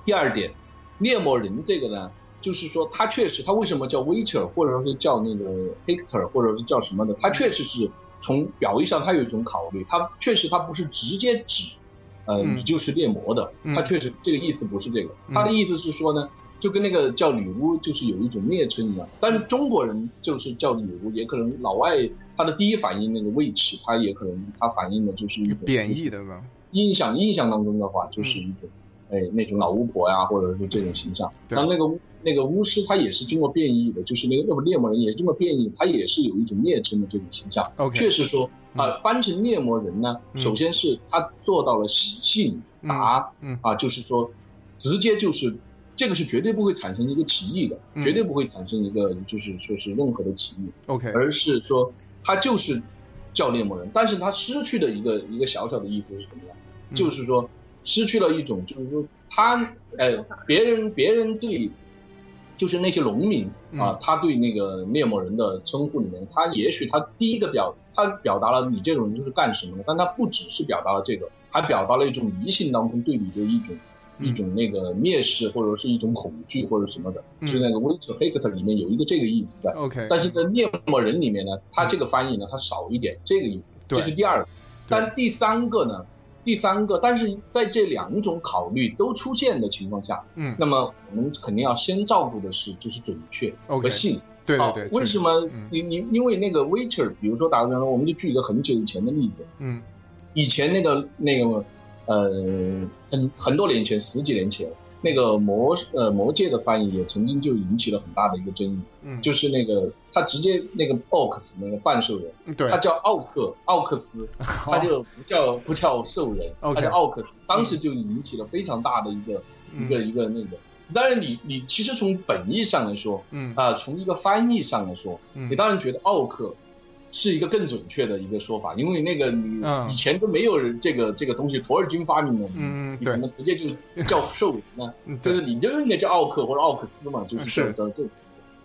Speaker 8: 第二点，猎魔人这个呢，就是说他确实，他为什么叫 Witcher，或者说是叫那个 Hector，或者是叫什么的，他确实是从表意上他有一种考虑，他确实他不是直接指，呃，
Speaker 10: 嗯
Speaker 8: 你就是猎魔的，
Speaker 10: 嗯
Speaker 8: 他确实这个意思不是这个，
Speaker 10: 嗯
Speaker 8: 他的意思是说呢。就跟那个叫女巫就是有一种蔑称一样，但是中国人就是叫女巫，也可能老外他的第一反应那个 witch，他也可能他反映的就是一种
Speaker 10: 贬义的吧？
Speaker 8: 印象印象当中的话，就是一种、哎那种老巫婆呀，或者是这种形象。
Speaker 10: 嗯对
Speaker 8: 那那个巫那个巫师他也是经过变异的，就是那个那么猎魔人也是经过变异，他也是有一种蔑称的这种形象。
Speaker 10: OK
Speaker 8: 确实说啊、呃翻成猎魔人呢，
Speaker 10: 嗯
Speaker 8: 首先是他做到了信达、
Speaker 10: 嗯嗯
Speaker 8: 啊，就是说直接就是。这个是绝对不会产生一个歧义的，
Speaker 10: 嗯
Speaker 8: 绝对不会产生一个就是说是任何的歧义。
Speaker 10: OK，
Speaker 8: 而是说他就是叫猎魔人，但是他失去的一个一个小小的意思是什么呢？
Speaker 10: 嗯
Speaker 8: 就是说失去了一种，就是说他呃，别人别人对，就是那些农民啊
Speaker 10: 嗯，
Speaker 8: 他对那个猎魔人的称呼里面，他也许他第一个表他表达了你这种人就是干什么的，但他不只是表达了这个，还表达了一种迷信当中对你的一种。
Speaker 10: 嗯
Speaker 8: 一种那个蔑视，或者是一种恐惧，或者什么的，
Speaker 10: 嗯
Speaker 8: 是那个《Winter Hector》里面有一个这个意思在。
Speaker 10: OK，
Speaker 8: 但是在猎魔人里面呢，它这个翻译呢，它少一点，这个意思，
Speaker 10: 对
Speaker 8: 这是第二个。但第三个呢，第三个，但是在这两种考虑都出现的情况下，
Speaker 10: 嗯
Speaker 8: 那么我们肯定要先照顾的是就是准确
Speaker 10: OK，
Speaker 8: 和信。
Speaker 10: 对对
Speaker 8: 啊
Speaker 10: 对，
Speaker 8: 为
Speaker 10: 确
Speaker 8: 什
Speaker 10: 实嗯
Speaker 8: 么你你因为那个 Witcher，比如说打个比方说，我们就举一个很久以前的例子，
Speaker 10: 嗯
Speaker 8: 以前那个那个呃很很多年前，十几年前，那个魔呃魔界的翻译也曾经就引起了很大的一个争议，
Speaker 10: 嗯
Speaker 8: 就是那个他直接那个 ox 那个半兽人，
Speaker 10: 对哦
Speaker 8: 他叫奥克奥克斯，他就不叫不叫兽人，
Speaker 10: OK
Speaker 8: 他叫奥克斯，当时就引起了非常大的一个、
Speaker 10: 嗯
Speaker 8: 一个一个那个。当然你，你其实从本意上来说，
Speaker 10: 嗯
Speaker 8: 啊、从一个翻译上来说，
Speaker 10: 嗯
Speaker 8: 你当然觉得奥克是一个更准确的一个说法，因为那个你
Speaker 10: 嗯
Speaker 8: 以前都没有人这个这个东西，土耳其发明的，
Speaker 10: 嗯嗯
Speaker 8: 你
Speaker 10: 对
Speaker 8: 怎么直接就叫兽人呢？
Speaker 10: 嗯对
Speaker 8: 就是你就应该叫奥克或者奥克斯嘛，就是
Speaker 10: 嗯是
Speaker 8: 叫这。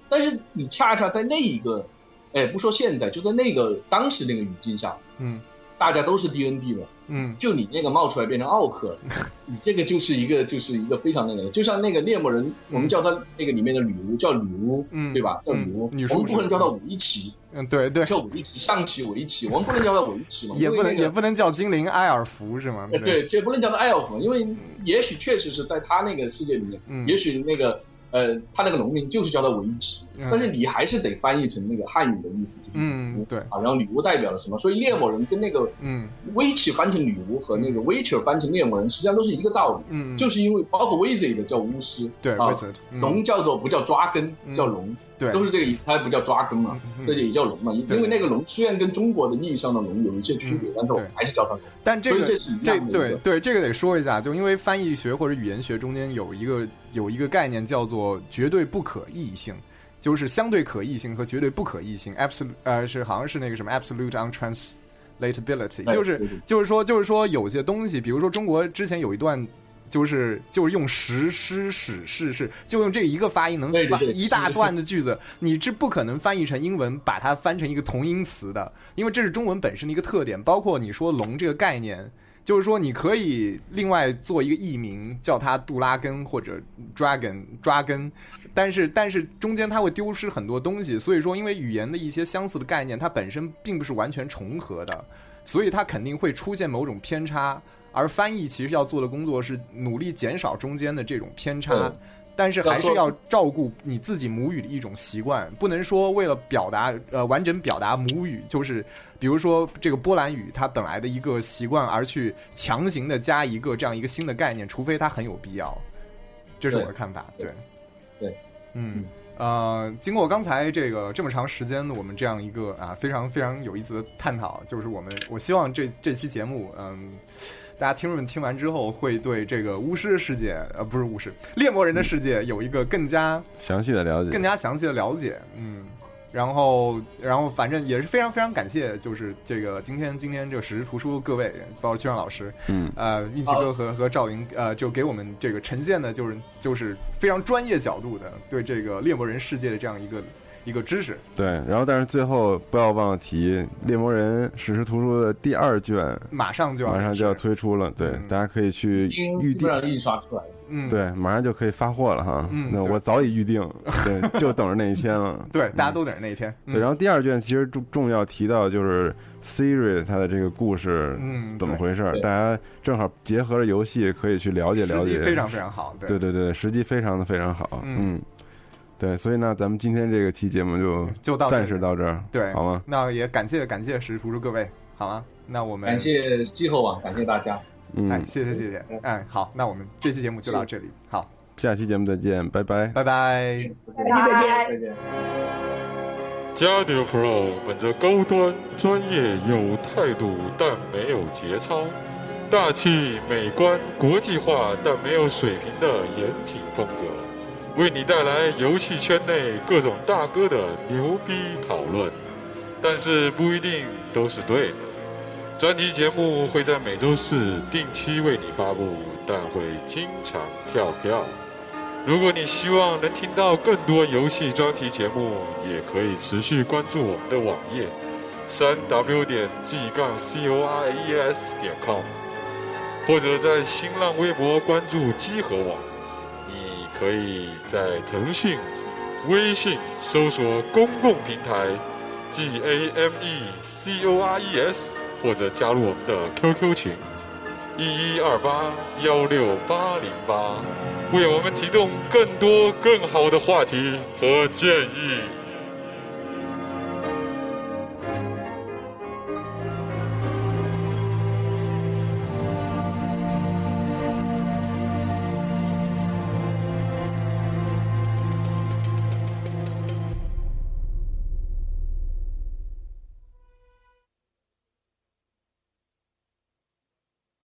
Speaker 8: 但是你恰恰在那一个，哎，不说现在，就在那个当时那个语境下，
Speaker 10: 嗯
Speaker 8: 大家都是 D N D 的，
Speaker 10: 嗯
Speaker 8: 就你那个冒出来变成奥 克了，你这个就是一个就是一个非常那个的，就像那个猎魔人，我们叫他那个里面的女巫叫女巫，
Speaker 10: 嗯
Speaker 8: 对吧？叫女巫，
Speaker 10: 嗯女
Speaker 8: 我
Speaker 10: 术
Speaker 8: 们
Speaker 10: 士
Speaker 8: 不能叫他围棋，
Speaker 10: 嗯，对对，
Speaker 8: 叫围棋、象棋、围棋，我们不能叫他围棋嘛，
Speaker 10: 也不
Speaker 8: 因为
Speaker 10: 能
Speaker 8: 那个
Speaker 10: 也不能叫精灵埃尔福是吗？
Speaker 8: 呃，对，这不能叫他爱好朋因为也许确实是在他那个世界里面，
Speaker 10: 嗯
Speaker 8: 也许那个呃，他那个农民就是叫他围棋，
Speaker 10: 嗯
Speaker 8: 但是你还是得翻译成那个汉语的意思，就是
Speaker 10: 嗯对，
Speaker 8: 好像女巫代表了什么，所以猎魔人跟那个
Speaker 10: 嗯
Speaker 8: 威奇翻成女巫和那个 Witcher 翻成猎魔人，实际上都是一个道理，
Speaker 10: 嗯嗯
Speaker 8: 就是因为包括 Wizard 叫巫师，
Speaker 10: 对
Speaker 8: 啊
Speaker 10: wizard，嗯
Speaker 8: 龙叫做不叫抓根，
Speaker 10: 嗯
Speaker 8: 叫龙，
Speaker 10: 对
Speaker 8: 都是这个意思，它不叫抓根嘛
Speaker 10: 嗯，嗯
Speaker 8: 这也叫龙嘛，
Speaker 10: 对
Speaker 8: 因为那个龙虽然跟中国的意义上的龙有一些区别
Speaker 10: 嗯，
Speaker 8: 但是我
Speaker 10: 对
Speaker 8: 还是叫它龙。
Speaker 10: 但这
Speaker 8: 所
Speaker 10: 个
Speaker 8: 以这是一
Speaker 10: 这
Speaker 8: 样的一
Speaker 10: 对
Speaker 8: 个
Speaker 10: 对这个得说一下，就因为翻译学或者语言学中间有一个有一个概念叫做绝对不可译性，就是相对可译性和绝对不可译性，absolute 呃是好像是那个什么 absolute untranslatability，
Speaker 8: 哎
Speaker 10: 就是
Speaker 8: 对对
Speaker 10: 就是说就是说有些东西，比如说中国之前有一段。就是就是用实诗史事是，就用这一个发音能
Speaker 8: 对对
Speaker 10: 把
Speaker 8: 对
Speaker 10: 一大
Speaker 8: 是
Speaker 10: 段的句子，你是不可能翻译成英文，把它翻成一个同音词的，因为这是中文本身的一个特点。包括你说“龙”这个概念，就是说你可以另外做一个译名，叫它杜拉根或者 dragon dragon，但是但是中间它会丢失很多东西。所以说，因为语言的一些相似的概念，它本身并不是完全重合的，所以它肯定会出现某种偏差。而翻译其实要做的工作是努力减少中间的这种偏差
Speaker 4: 嗯，
Speaker 10: 但是还是
Speaker 4: 要
Speaker 10: 要照顾你自己母语的一种习惯，不能说为了表达呃完整表达母语，就是比如说这个波兰语它本来的一个习惯而去强行的加一个这样一个新的概念，除非它很有必要，这是我的看法。对，
Speaker 8: 对，
Speaker 10: 嗯。呃，经过刚才这个这么长时间的我们这样一个啊非常非常有意思的探讨，就是我们我希望这这期节目，嗯，大家听众们听完之后会对这个巫师世界，呃，不是巫师猎魔人的世界有一个更加
Speaker 9: 详细的了解，
Speaker 10: 更加详细的了解，嗯，然后然后反正也是非常非常感谢，就是这个今天今天这个史诗图书各位，包括邱亮老师，
Speaker 9: 嗯
Speaker 10: 呃，运气哥和和赵云，呃，就给我们这个呈现的就是就是非常专业角度的对这个猎魔人世界的这样一个一个知识，
Speaker 9: 对，然后但是最后不要忘了提《猎魔人史诗图书》的第二卷，
Speaker 10: 马上就要
Speaker 9: 马上就要推出了，对，大家可以去
Speaker 8: 已经
Speaker 9: 预
Speaker 8: 基
Speaker 9: 定
Speaker 8: 本，上印刷出来了。
Speaker 10: 嗯
Speaker 9: 对，马上就可以发货了哈。
Speaker 8: 嗯
Speaker 9: 那我早已预定， 对，就等着那一天了。
Speaker 10: 对，大家都等着那一天，嗯
Speaker 9: 对，然后第二卷其实重重要提到就是 Siri 它的这个故事，
Speaker 10: 嗯
Speaker 9: 怎么回事儿？
Speaker 10: 对
Speaker 9: 大家正好结合着游戏可以去了解了
Speaker 10: 时机
Speaker 9: 解，
Speaker 10: 非常非常好对
Speaker 9: 对对对，时机非常的非常好，
Speaker 10: 嗯
Speaker 9: 嗯，对，所以呢，咱们今天这个期节目就
Speaker 10: 就到这里
Speaker 9: 暂时到这儿，
Speaker 10: 对，
Speaker 9: 好吗？
Speaker 10: 那也感谢感谢史诗图书各位，好吗？那我们
Speaker 8: 感谢季后网，感谢大家。
Speaker 9: 嗯
Speaker 10: 哎，谢谢谢谢，哎，好，那我们这期节目就到这里，好，
Speaker 9: 下期节目再见，拜拜，
Speaker 10: 拜拜，
Speaker 8: 拜
Speaker 12: 拜，
Speaker 8: 再见。
Speaker 11: Jadeo Pro 本着高端、专业、有态度，但没有节操；大气、美观、国际化，但没有水平的严谨风格，为你带来游戏圈内各种大哥的牛逼讨论，但是不一定都是对的。专题节目会在每周四定期为你发布，但会经常跳票。如果你希望能听到更多游戏专题节目，也可以持续关注我们的网页，三 w 点 g 杠 c o r e s 点 com，或者在新浪微博关注机核网。你可以在腾讯、微信搜索公共平台 G A M E C O R E S，或者加入我们的 QQ 群一一二八幺六八零八，为我们提供更多更好的话题和建议。